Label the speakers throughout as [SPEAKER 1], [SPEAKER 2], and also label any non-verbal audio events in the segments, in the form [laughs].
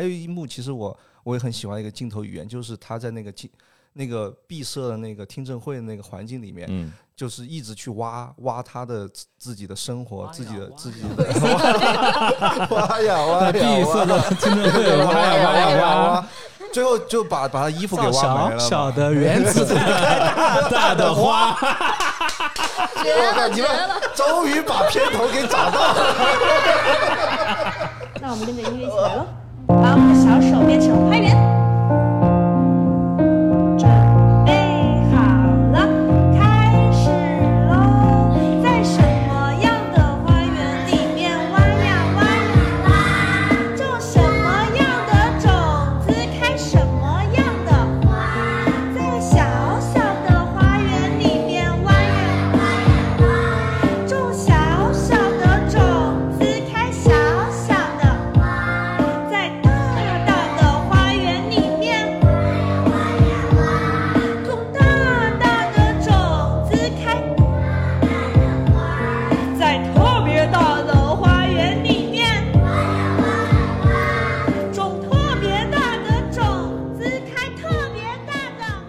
[SPEAKER 1] 还有一幕，其实我我也很喜欢一个镜头语言，就是他在那个镜那个闭塞的那个听证会的那个环境里面，
[SPEAKER 2] 嗯，
[SPEAKER 1] 就是一直去挖挖他的自自己的生活，自己的自己的 [laughs] 挖呀挖呀，
[SPEAKER 2] 闭塞的听证会，
[SPEAKER 1] 挖
[SPEAKER 2] 哇呀
[SPEAKER 1] 呀
[SPEAKER 2] 哇
[SPEAKER 1] 挖
[SPEAKER 2] 呀
[SPEAKER 1] 呀
[SPEAKER 2] 哇！
[SPEAKER 1] 挖，最后就把把他衣服给
[SPEAKER 3] 造
[SPEAKER 1] 挖没
[SPEAKER 3] 小
[SPEAKER 1] 了。
[SPEAKER 3] 小的园子，大大的花。
[SPEAKER 4] 绝
[SPEAKER 1] 我靠 [laughs]
[SPEAKER 4] 了
[SPEAKER 1] 你
[SPEAKER 4] 绝
[SPEAKER 1] 们
[SPEAKER 4] 了！
[SPEAKER 1] 终于把片头给找到了。
[SPEAKER 5] 那我们跟着音乐一起来喽，把我们的小手变成花园。准备好了，开始喽！在什么样的花园里面挖呀挖呀挖？种什么样的种子，开什么样的花？在小小的花园里面挖呀挖呀挖，种小小的种子，开小小的花。在大大的花园里面挖呀挖呀挖。种大大的种子开大大的花，在特别大的花园里面挖呀挖呀挖，种特别大的种子开特别大的。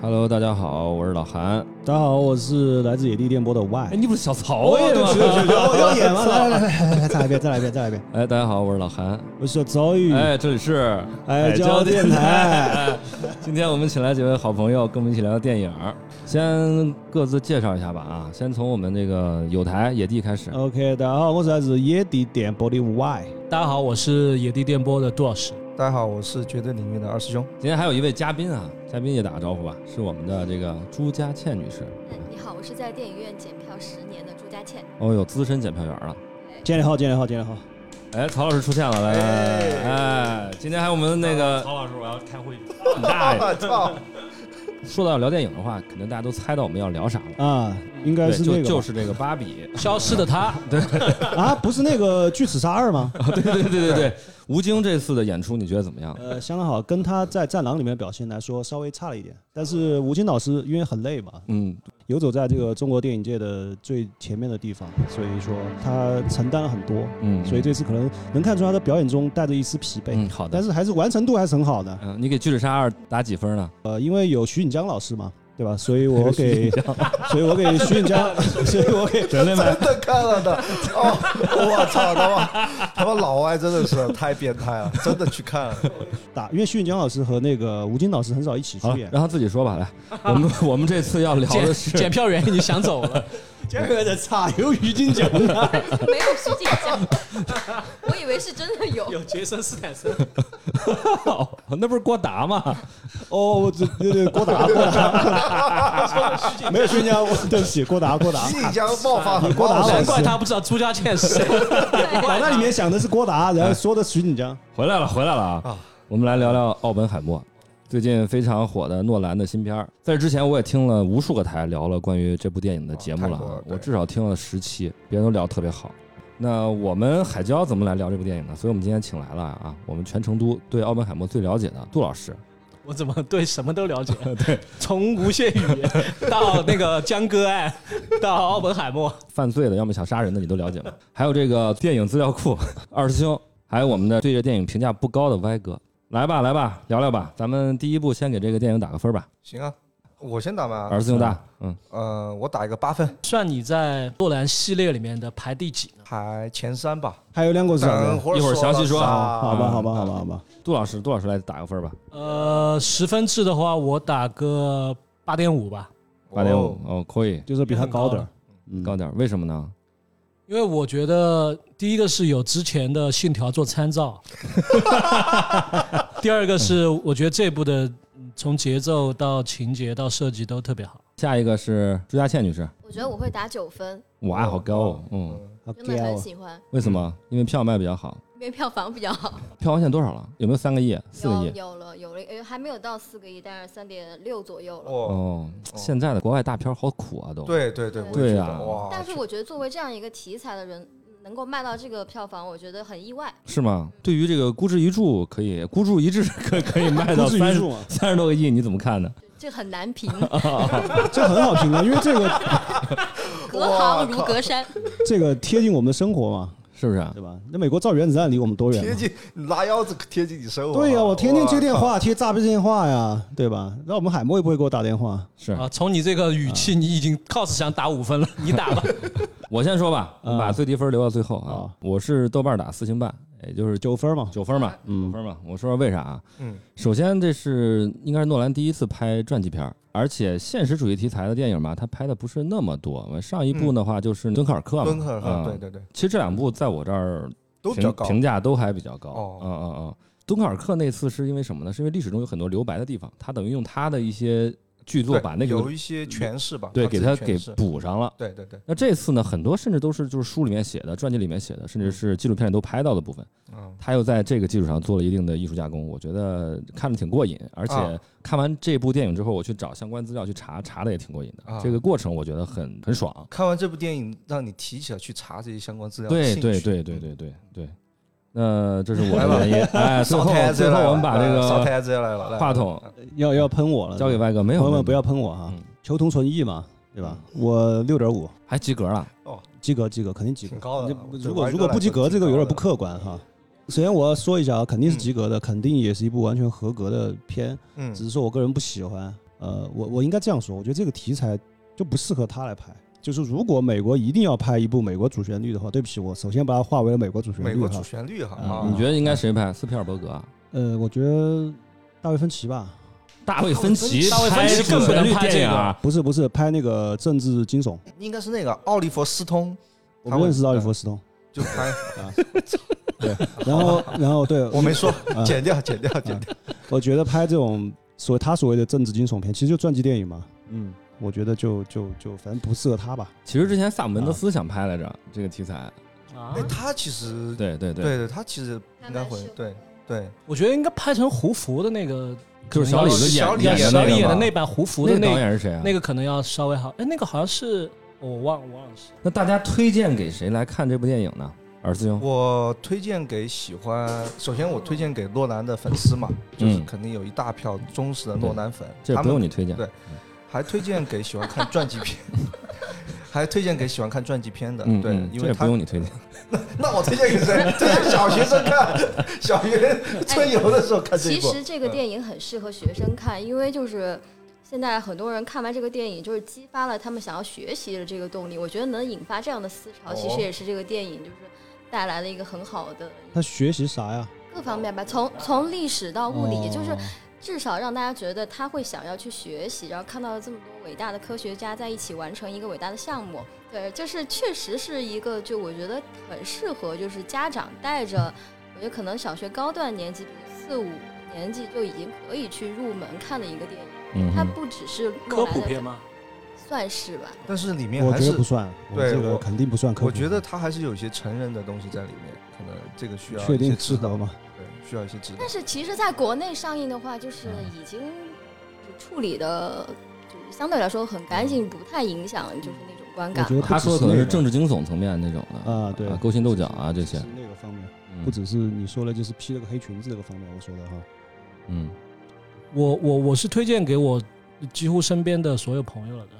[SPEAKER 2] Hello，大家好，我是老韩。
[SPEAKER 3] 大家好，我是来自野地电波的 Y。
[SPEAKER 2] 哎你不是小曹啊爷
[SPEAKER 3] 对不起对
[SPEAKER 2] 吗？
[SPEAKER 3] 不起对不起我要演了，来来来来来，再来一遍，再来一遍，再来一遍。
[SPEAKER 2] 哎，大家好，我是老韩。
[SPEAKER 3] 我是遭遇，
[SPEAKER 2] 哎，这里是
[SPEAKER 3] 海椒哎电台。
[SPEAKER 2] 哎今天我们请来几位好朋友，跟我们一起聊聊电影儿。先各自介绍一下吧啊，先从我们这个有台野地开始。
[SPEAKER 3] OK，大家好，我是来自野地电波的 Y。
[SPEAKER 6] 大家好，我是野地电波的 Dosh。
[SPEAKER 1] 大家好，我是绝对领域的二
[SPEAKER 4] [laughs]
[SPEAKER 1] 师兄。
[SPEAKER 2] 今天还有一位嘉宾啊，嘉宾也打个招呼吧，是我们的这个朱佳倩女士。
[SPEAKER 4] 嗯你好，我是在电影院检票十年的朱佳倩。 [laughs]
[SPEAKER 2] 哦哟，资深检票员了。
[SPEAKER 3] 建立好，建立好，建立好。
[SPEAKER 2] 哎，曹老师出现了，来来来，哎，今天还有我们那个
[SPEAKER 6] 哎老师，我要开会。
[SPEAKER 2] [laughs] 你大爷。
[SPEAKER 1] 操！
[SPEAKER 2] 说到聊电影的话，肯定大家都猜到我们要聊啥了。
[SPEAKER 3] 啊，应该
[SPEAKER 2] 对，
[SPEAKER 3] 是那
[SPEAKER 2] 就
[SPEAKER 3] 个吧
[SPEAKER 2] 就是这个芭
[SPEAKER 3] [laughs]
[SPEAKER 2] 比，
[SPEAKER 6] 消失的他，
[SPEAKER 3] 啊，不是那个《巨齿鲨二》吗？
[SPEAKER 2] 对对对对对。吴京这次的演出你觉得怎么样？
[SPEAKER 3] 呃，相当好，跟他在《战狼》里面的表现来说稍微差了一点，但是吴京老师因为很累嘛，
[SPEAKER 2] 嗯，
[SPEAKER 3] 游走在这个中国电影界的最前面的地方，所以说他承担了很多，
[SPEAKER 2] 嗯
[SPEAKER 3] 所以这次可能能看出他的表演中带着一丝疲惫，
[SPEAKER 2] 嗯好的
[SPEAKER 3] 但是还是完成度还是很好的，
[SPEAKER 2] 嗯，你给《巨齿鲨二》打几分呢？
[SPEAKER 3] 呃，因为有徐锦江老师嘛，对吧？所以 [laughs] 我给，所以我给徐锦 [laughs] 江，所以我给人类
[SPEAKER 1] 真的看了的哦！我操，他妈他妈老外真的是太变态
[SPEAKER 2] [laughs]
[SPEAKER 1] 了，真的去看了。
[SPEAKER 3] 打，因为徐锦江老师和那个吴京老师很少一啊起
[SPEAKER 2] 好
[SPEAKER 3] 出，演，
[SPEAKER 2] 让他自己说吧。来，我们我们这次要聊的
[SPEAKER 6] 检
[SPEAKER 2] 是
[SPEAKER 6] 检票员已经想走
[SPEAKER 3] [laughs]
[SPEAKER 6] 了。
[SPEAKER 3] 这个的差啊有于金奖的，
[SPEAKER 4] 没有徐锦江，我以为是真的有。
[SPEAKER 6] 有杰森斯坦森，
[SPEAKER 2] 哦 [laughs] 那不是郭达吗？
[SPEAKER 3] [laughs] 哦，我这对对郭 [laughs] 达郭达，没有徐锦江，我 [laughs] 对不起郭达郭 [laughs] 达，
[SPEAKER 1] 信江爆发很
[SPEAKER 3] 郭达
[SPEAKER 1] 茂
[SPEAKER 6] [laughs]
[SPEAKER 3] 老
[SPEAKER 6] 难
[SPEAKER 1] 盛
[SPEAKER 6] 怪
[SPEAKER 3] 师，
[SPEAKER 6] 他不知道朱家倩是谁。
[SPEAKER 3] [laughs] 脑袋里面想的是郭达，然后说的徐锦江。
[SPEAKER 2] 回来了，回来了啊
[SPEAKER 1] 啊！
[SPEAKER 2] 我们来聊聊奥本海默，最近非常火的诺兰的新片儿。在这之前，我也听了无数个台聊了关于这部电影的节目了
[SPEAKER 1] 哦哇太多
[SPEAKER 2] 啊
[SPEAKER 1] 了，对
[SPEAKER 2] 我至少听了十期，别人都聊得特别好。那我们海椒怎么来聊这部电影呢？所以我们今天请来了啊，我们全成都对奥本海默最了解的杜老师。
[SPEAKER 6] 我怎么对什么都了
[SPEAKER 3] [laughs]
[SPEAKER 6] 解？对，从无限语言到那个江歌案，到奥本海默，
[SPEAKER 2] 犯罪的，要么想杀人的，你都了解
[SPEAKER 1] [laughs]
[SPEAKER 2] 吗？还有这个电影资料库 [laughs] 二师兄，还有我们的对这电影评价不高的歪哥，来吧来吧，聊聊吧。咱们第一步先给这个电影打个分吧，
[SPEAKER 1] 行啊，我先打吧。
[SPEAKER 2] 二师兄大，嗯，
[SPEAKER 1] 呃，我打一个八分，
[SPEAKER 6] 算你在诺兰系列里面的排第几呢？
[SPEAKER 1] 还前三吧。
[SPEAKER 3] 还有两口子长
[SPEAKER 1] 等
[SPEAKER 3] 的，
[SPEAKER 1] 会儿
[SPEAKER 2] 一会儿详细说
[SPEAKER 1] 啊。
[SPEAKER 3] 好吧，好吧，好吧，好吧，
[SPEAKER 2] 杜老师，杜老师来打个分吧，
[SPEAKER 6] 呃，十分制的话，我打个八点五吧，
[SPEAKER 2] 八点
[SPEAKER 1] 哦
[SPEAKER 2] 五，哦，可以，
[SPEAKER 3] 就是比他高点儿，嗯
[SPEAKER 2] 高点儿，为什么呢？
[SPEAKER 6] 因为我觉得第一个是有之前的《信条》做参照，第二个是我觉得这部的嗯从节奏到情节到设计都特别好。
[SPEAKER 2] 下一个是朱佳倩女士，
[SPEAKER 4] 我觉得我会打九分，
[SPEAKER 2] 哇，好高哦，嗯，
[SPEAKER 3] 好
[SPEAKER 4] 真的
[SPEAKER 3] 屌
[SPEAKER 4] 很
[SPEAKER 3] 啊
[SPEAKER 4] 喜欢，
[SPEAKER 2] 为什么？因为票卖比较好，
[SPEAKER 4] 因为票房比较好。
[SPEAKER 2] 票房现在多少了？有没有三个亿？啊四个
[SPEAKER 4] 有
[SPEAKER 2] 亿？哦
[SPEAKER 4] 有了有了，哎还没有到四个亿，但是三点六左右了。
[SPEAKER 1] 哦，
[SPEAKER 2] 哦，现在的国外大片好苦啊，都。
[SPEAKER 1] 对对对，我也
[SPEAKER 2] 对
[SPEAKER 1] 觉
[SPEAKER 2] 啊
[SPEAKER 1] 得哇，
[SPEAKER 4] 但是我觉得作为这样一个题材的人，能够卖到这个票房，我觉得很意外。
[SPEAKER 2] 是吗？
[SPEAKER 3] 嗯
[SPEAKER 2] 对于这个孤注一注，可以孤注一掷，可可以卖到
[SPEAKER 3] 孤注一
[SPEAKER 2] 三十
[SPEAKER 3] 掷 [laughs] 嘛
[SPEAKER 2] 三十多个亿，你怎么看呢？
[SPEAKER 4] 这很难评，
[SPEAKER 3] 这很好评啊，因为这个
[SPEAKER 4] 隔行如隔山。
[SPEAKER 3] 这个贴近我们的生活嘛，
[SPEAKER 2] 是不是啊？
[SPEAKER 3] 对吧？那美国造原子弹离我们多远
[SPEAKER 1] 贴
[SPEAKER 3] 嘛？
[SPEAKER 1] 近你拿腰子贴近你生活。啊
[SPEAKER 2] 啊
[SPEAKER 3] 对呀、我天天接电
[SPEAKER 1] 哇。
[SPEAKER 3] 话，贴诈骗电话呀，对吧？那我们海默也不会给我打电话。
[SPEAKER 2] 是
[SPEAKER 6] 啊，从你这个语气，你已经 cos 想打五分了，你打吧。
[SPEAKER 2] 我先说吧，我们把
[SPEAKER 3] 啊
[SPEAKER 2] 最低分留到最后啊
[SPEAKER 3] 啊。
[SPEAKER 2] 我是豆瓣打四星半，也就是九
[SPEAKER 3] 九分嘛，
[SPEAKER 2] 九分嘛，九
[SPEAKER 3] 嗯
[SPEAKER 2] 分嘛。我说说为啥啊？
[SPEAKER 1] 嗯，
[SPEAKER 2] 首先这是应该是诺兰第一次拍传记片儿，而且现实主义题材的电影嘛，他拍的不是那么多。我上一部的话就是《敦刻尔克》嘛，
[SPEAKER 1] 嗯敦刻尔克，
[SPEAKER 2] 嗯
[SPEAKER 1] 对对对，
[SPEAKER 2] 其实这两部在我这儿
[SPEAKER 1] 都比较
[SPEAKER 2] 评
[SPEAKER 1] 高。
[SPEAKER 2] 评价都还比较高。
[SPEAKER 1] 哦
[SPEAKER 2] 嗯嗯嗯。敦刻尔克那次是因为什么呢？是因为历史中有很多留白的地方，他等于用他的一些剧作
[SPEAKER 1] 对
[SPEAKER 2] 把那个
[SPEAKER 1] 有一些诠释吧，
[SPEAKER 2] 对给他
[SPEAKER 1] 自己
[SPEAKER 2] 给
[SPEAKER 1] 诠释
[SPEAKER 2] 补上了。
[SPEAKER 1] 对对对，
[SPEAKER 2] 那这次呢，很多甚至都是就是书里面写的、传记里面写的，甚至是纪录片里都拍到的部分，
[SPEAKER 1] 嗯，
[SPEAKER 2] 他又在这个基础上做了一定的艺术加工，我觉得看着挺过瘾。而且
[SPEAKER 1] 啊
[SPEAKER 2] 看完这部电影之后，我去找相关资料去查，查的也挺过瘾的。
[SPEAKER 1] 啊
[SPEAKER 2] 这个过程我觉得很很爽。
[SPEAKER 1] 看完这部电影，让你提起来去查这些相关资料的
[SPEAKER 2] 对
[SPEAKER 1] 兴趣。嗯
[SPEAKER 2] 对对对对对对。那这是我
[SPEAKER 1] 来吧 [laughs]
[SPEAKER 2] 的原因。哎，最
[SPEAKER 1] 扫
[SPEAKER 2] 后
[SPEAKER 1] 台嗯子
[SPEAKER 2] 最
[SPEAKER 1] 来
[SPEAKER 2] 后
[SPEAKER 1] 了，
[SPEAKER 2] 我们把这
[SPEAKER 1] 呃扫
[SPEAKER 2] 个
[SPEAKER 1] 台子来了，来嗯
[SPEAKER 2] 话筒
[SPEAKER 3] 要要喷我了，
[SPEAKER 2] 交给外哥，没有，
[SPEAKER 3] 朋友
[SPEAKER 2] 没有
[SPEAKER 3] 们不要，喷我哈
[SPEAKER 2] 嗯，
[SPEAKER 3] 求同存异嘛，对吧？我六点五，
[SPEAKER 2] 还及格了。
[SPEAKER 3] 及格及格，肯定及格
[SPEAKER 1] 挺。高的
[SPEAKER 3] 这
[SPEAKER 1] 了。我
[SPEAKER 3] 如
[SPEAKER 1] 对我
[SPEAKER 3] 果
[SPEAKER 1] 还
[SPEAKER 3] 如
[SPEAKER 1] 热
[SPEAKER 3] 果
[SPEAKER 1] 来
[SPEAKER 3] 不及
[SPEAKER 1] 说
[SPEAKER 3] 格，这
[SPEAKER 1] 挺
[SPEAKER 3] 个有
[SPEAKER 1] 高的
[SPEAKER 3] 点
[SPEAKER 1] 嗯
[SPEAKER 3] 不客观哈。首先我要说一下啊，肯定是及格的，肯定也是一部完全合格的片，
[SPEAKER 1] 嗯
[SPEAKER 3] 只是说我个人不喜欢。呃，我我应该这样说，我觉得这个题材就不适合他来拍。就是如果美国一定要拍一部美国主旋律的话，对不起，我首先把它划为了美国主旋
[SPEAKER 1] 美
[SPEAKER 3] 律
[SPEAKER 1] 国
[SPEAKER 3] 哈
[SPEAKER 1] 主。旋律哈，
[SPEAKER 3] 嗯
[SPEAKER 1] 啊
[SPEAKER 2] 你觉得应该谁拍？斯皮尔伯格啊、
[SPEAKER 3] 呃，我觉得大卫芬奇吧，
[SPEAKER 2] 大卫芬奇
[SPEAKER 6] 大卫芬奇
[SPEAKER 2] 拍
[SPEAKER 6] 更不能
[SPEAKER 2] 主旋律
[SPEAKER 6] 拍
[SPEAKER 2] 电影
[SPEAKER 6] 这个
[SPEAKER 2] 啊。
[SPEAKER 3] 不是不是拍那个政治惊悚，
[SPEAKER 1] 应该是那个奥利弗斯通，
[SPEAKER 3] 我
[SPEAKER 1] 他
[SPEAKER 3] 不认
[SPEAKER 1] 会
[SPEAKER 3] 识奥利弗斯通。
[SPEAKER 1] 就拍，[laughs]
[SPEAKER 3] 然后然后对
[SPEAKER 1] 嗯
[SPEAKER 2] [laughs]
[SPEAKER 1] 我没说，
[SPEAKER 2] 嗯
[SPEAKER 3] 啊
[SPEAKER 1] 剪掉剪掉剪掉。
[SPEAKER 3] 我觉得拍这种所他所谓的政治惊悚片，其实就传记电影嘛。
[SPEAKER 2] 嗯，
[SPEAKER 3] 我觉得就就就反正不适合他吧。
[SPEAKER 2] 其实之前萨姆门德斯想拍来着这个题材，
[SPEAKER 6] 啊
[SPEAKER 1] 哎，他其实
[SPEAKER 2] 嗯对对
[SPEAKER 1] 对
[SPEAKER 2] 对，
[SPEAKER 1] 对，他其实应该会对对，
[SPEAKER 6] 我觉得应该拍成胡服的那个，
[SPEAKER 2] 就是小李子
[SPEAKER 1] 小
[SPEAKER 2] 演
[SPEAKER 1] 李演的
[SPEAKER 2] 演
[SPEAKER 1] 那
[SPEAKER 6] 小
[SPEAKER 1] 个
[SPEAKER 6] 李演的
[SPEAKER 2] 嘛
[SPEAKER 6] 那版胡服
[SPEAKER 2] 那
[SPEAKER 6] 的
[SPEAKER 2] 个
[SPEAKER 6] 那
[SPEAKER 2] 导演是谁啊？
[SPEAKER 6] 那个可能要稍微好。哎，那个好像是哦我忘我忘了是。
[SPEAKER 2] 那大家推荐给谁来看这部电影呢？儿子兄，
[SPEAKER 1] 我推荐给喜欢，首先我推荐给诺兰的粉丝嘛，就是
[SPEAKER 2] 嗯
[SPEAKER 1] 肯定有一大票忠实的诺兰粉，
[SPEAKER 2] 这
[SPEAKER 1] 他
[SPEAKER 2] 不用
[SPEAKER 1] 们
[SPEAKER 2] 你推荐
[SPEAKER 1] 对。还推荐给喜欢看传记片， [laughs] 还推荐给喜欢看传记片的，
[SPEAKER 2] 嗯，
[SPEAKER 1] 对
[SPEAKER 2] 嗯，
[SPEAKER 1] 因
[SPEAKER 2] 这
[SPEAKER 1] 为
[SPEAKER 2] 也
[SPEAKER 1] 他
[SPEAKER 2] 不用你推荐。
[SPEAKER 1] 那我推荐给谁？推荐小学生看，小学春游的时候看这一
[SPEAKER 4] 其
[SPEAKER 1] 部。
[SPEAKER 2] 哎
[SPEAKER 4] 实这个电影很适合学生看，因为就是现在很多人看完这个电影，就是激发了他们想要学习的这个动力。我觉得能引发这样的思潮，
[SPEAKER 1] 哦
[SPEAKER 4] 其实也是这个电影就是带来了一个很好的
[SPEAKER 3] 他学习啥呀？
[SPEAKER 4] 各方面吧，从从历史到物理，
[SPEAKER 3] 哦
[SPEAKER 4] 就是至少让大家觉得他会想要去学习，然后看到了这么多伟大的科学家在一起完成一个伟大的项目。对，就是确实是一个，就我觉得很适合，就是家长带着，我觉得可能小学高段年级，比如四五年级就已经可以去入门看的一个电影。
[SPEAKER 2] 嗯
[SPEAKER 4] 它
[SPEAKER 2] 哼，
[SPEAKER 4] 不只是
[SPEAKER 6] 科
[SPEAKER 4] 诺兰
[SPEAKER 6] 普
[SPEAKER 4] 的
[SPEAKER 6] 片吗？
[SPEAKER 4] 算是吧。
[SPEAKER 1] 但是里面
[SPEAKER 3] 我
[SPEAKER 1] 还
[SPEAKER 3] 觉
[SPEAKER 1] 是
[SPEAKER 3] 得不算，我
[SPEAKER 1] 对
[SPEAKER 3] 这个
[SPEAKER 1] 我
[SPEAKER 3] 肯定不算科普。
[SPEAKER 1] 我觉得它还是有一些成人的东西在里面，可能这个需要
[SPEAKER 3] 确
[SPEAKER 1] 一些
[SPEAKER 3] 定
[SPEAKER 1] 指
[SPEAKER 3] 适
[SPEAKER 1] 导
[SPEAKER 3] 合，吗？
[SPEAKER 1] 对，需要一些指导
[SPEAKER 4] 但。是其实，在国内上映的话，就是已经就处理的，就是相对来说很干净，不太影响就是那种观
[SPEAKER 3] 我
[SPEAKER 4] 感
[SPEAKER 3] 觉。得
[SPEAKER 2] 他说的可能是政
[SPEAKER 3] 治
[SPEAKER 2] 治惊悚层面那种的
[SPEAKER 3] 啊，对，
[SPEAKER 2] 勾心斗角啊这些
[SPEAKER 3] 是。那个方面，
[SPEAKER 2] 嗯
[SPEAKER 3] 不只是你说的，就是披了个黑裙子那个方面，我说的哈。
[SPEAKER 2] 嗯，
[SPEAKER 6] 我我我是推荐给我几乎身边的所有朋友了的，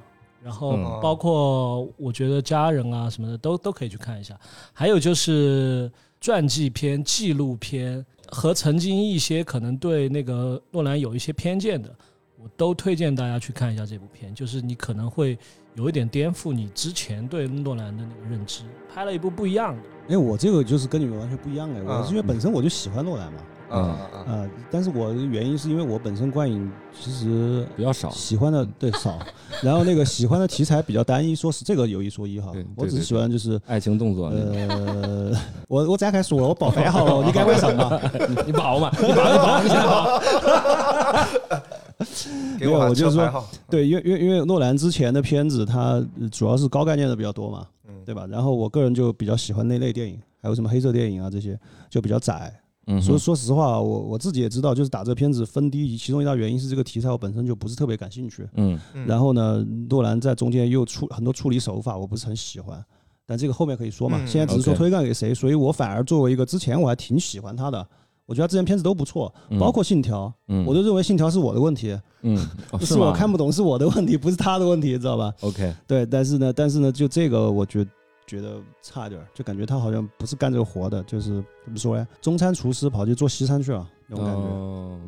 [SPEAKER 6] 然后
[SPEAKER 2] 嗯
[SPEAKER 6] 包括我觉得家人啊什么的都都可以去看一下。还有就是传记片、纪录片和曾经一些可能对那个诺兰有一些偏见的，我都推荐大家去看一下这部片，就是你可能会有一点颠覆你之前对诺兰的那个认知，拍了一部不一样的。
[SPEAKER 3] 哎，我这个就是跟你们完全不一样哎，我
[SPEAKER 1] 啊
[SPEAKER 3] 是因为
[SPEAKER 2] 嗯
[SPEAKER 3] 本身我就喜欢诺兰嘛，
[SPEAKER 1] 啊啊啊！
[SPEAKER 3] 啊，但是我的原因是因为我本身观影其实
[SPEAKER 2] 比较少。嗯
[SPEAKER 3] 喜欢的对少，然后那个喜欢的题材比较单一，说是这个有一说一哈
[SPEAKER 2] 对，
[SPEAKER 3] 我
[SPEAKER 2] 对
[SPEAKER 3] 只
[SPEAKER 2] 对
[SPEAKER 3] 是喜欢就是
[SPEAKER 2] 爱情动作那种，
[SPEAKER 3] 呃， [laughs] 我我展开说了，我爆肥好了，你该为什么？
[SPEAKER 2] 你保嘛，你保，你保，你先保。
[SPEAKER 1] 嗯给我
[SPEAKER 3] 没有
[SPEAKER 1] 把
[SPEAKER 3] 我就
[SPEAKER 1] 车
[SPEAKER 3] 是说
[SPEAKER 1] 牌号。
[SPEAKER 3] 对，因为因为因为诺兰之前的片子，它呃主要是高概念的比较多嘛，
[SPEAKER 1] 嗯
[SPEAKER 3] 对吧？然后我个人就比较喜欢那类电影，还有什么黑色电影啊这些，就比较窄。
[SPEAKER 2] 嗯
[SPEAKER 3] 所以
[SPEAKER 2] 哼，
[SPEAKER 3] 说实话，我我自己也知道，就是打这片子分低，其中一大原因是这个题材我本身就不是特别感兴趣。
[SPEAKER 2] 嗯，
[SPEAKER 1] 嗯
[SPEAKER 3] 然后呢，诺兰在中间又处很多处理手法，我不是很喜欢。但这个后面可以说嘛，
[SPEAKER 1] 嗯
[SPEAKER 3] 现在只是说
[SPEAKER 2] OK
[SPEAKER 3] 推荐给谁，所以我反而作为一个之前我还挺喜欢他的，我觉得他之前片子都不错，
[SPEAKER 2] 嗯
[SPEAKER 3] 包括《信条》，
[SPEAKER 2] 嗯
[SPEAKER 3] 我就认为《信条》是我的问题，
[SPEAKER 2] 嗯，哦
[SPEAKER 3] 是我
[SPEAKER 2] 吗
[SPEAKER 3] 看不懂是我的问题，不是他的问题，知道吧？ [laughs]
[SPEAKER 2] OK，
[SPEAKER 3] 对，但是呢，但是呢，就这个我觉觉得差点儿，就感觉他好像不是干这个活的，就是怎么说呀？中餐厨师跑去做西餐去了那种感觉。
[SPEAKER 2] 哦，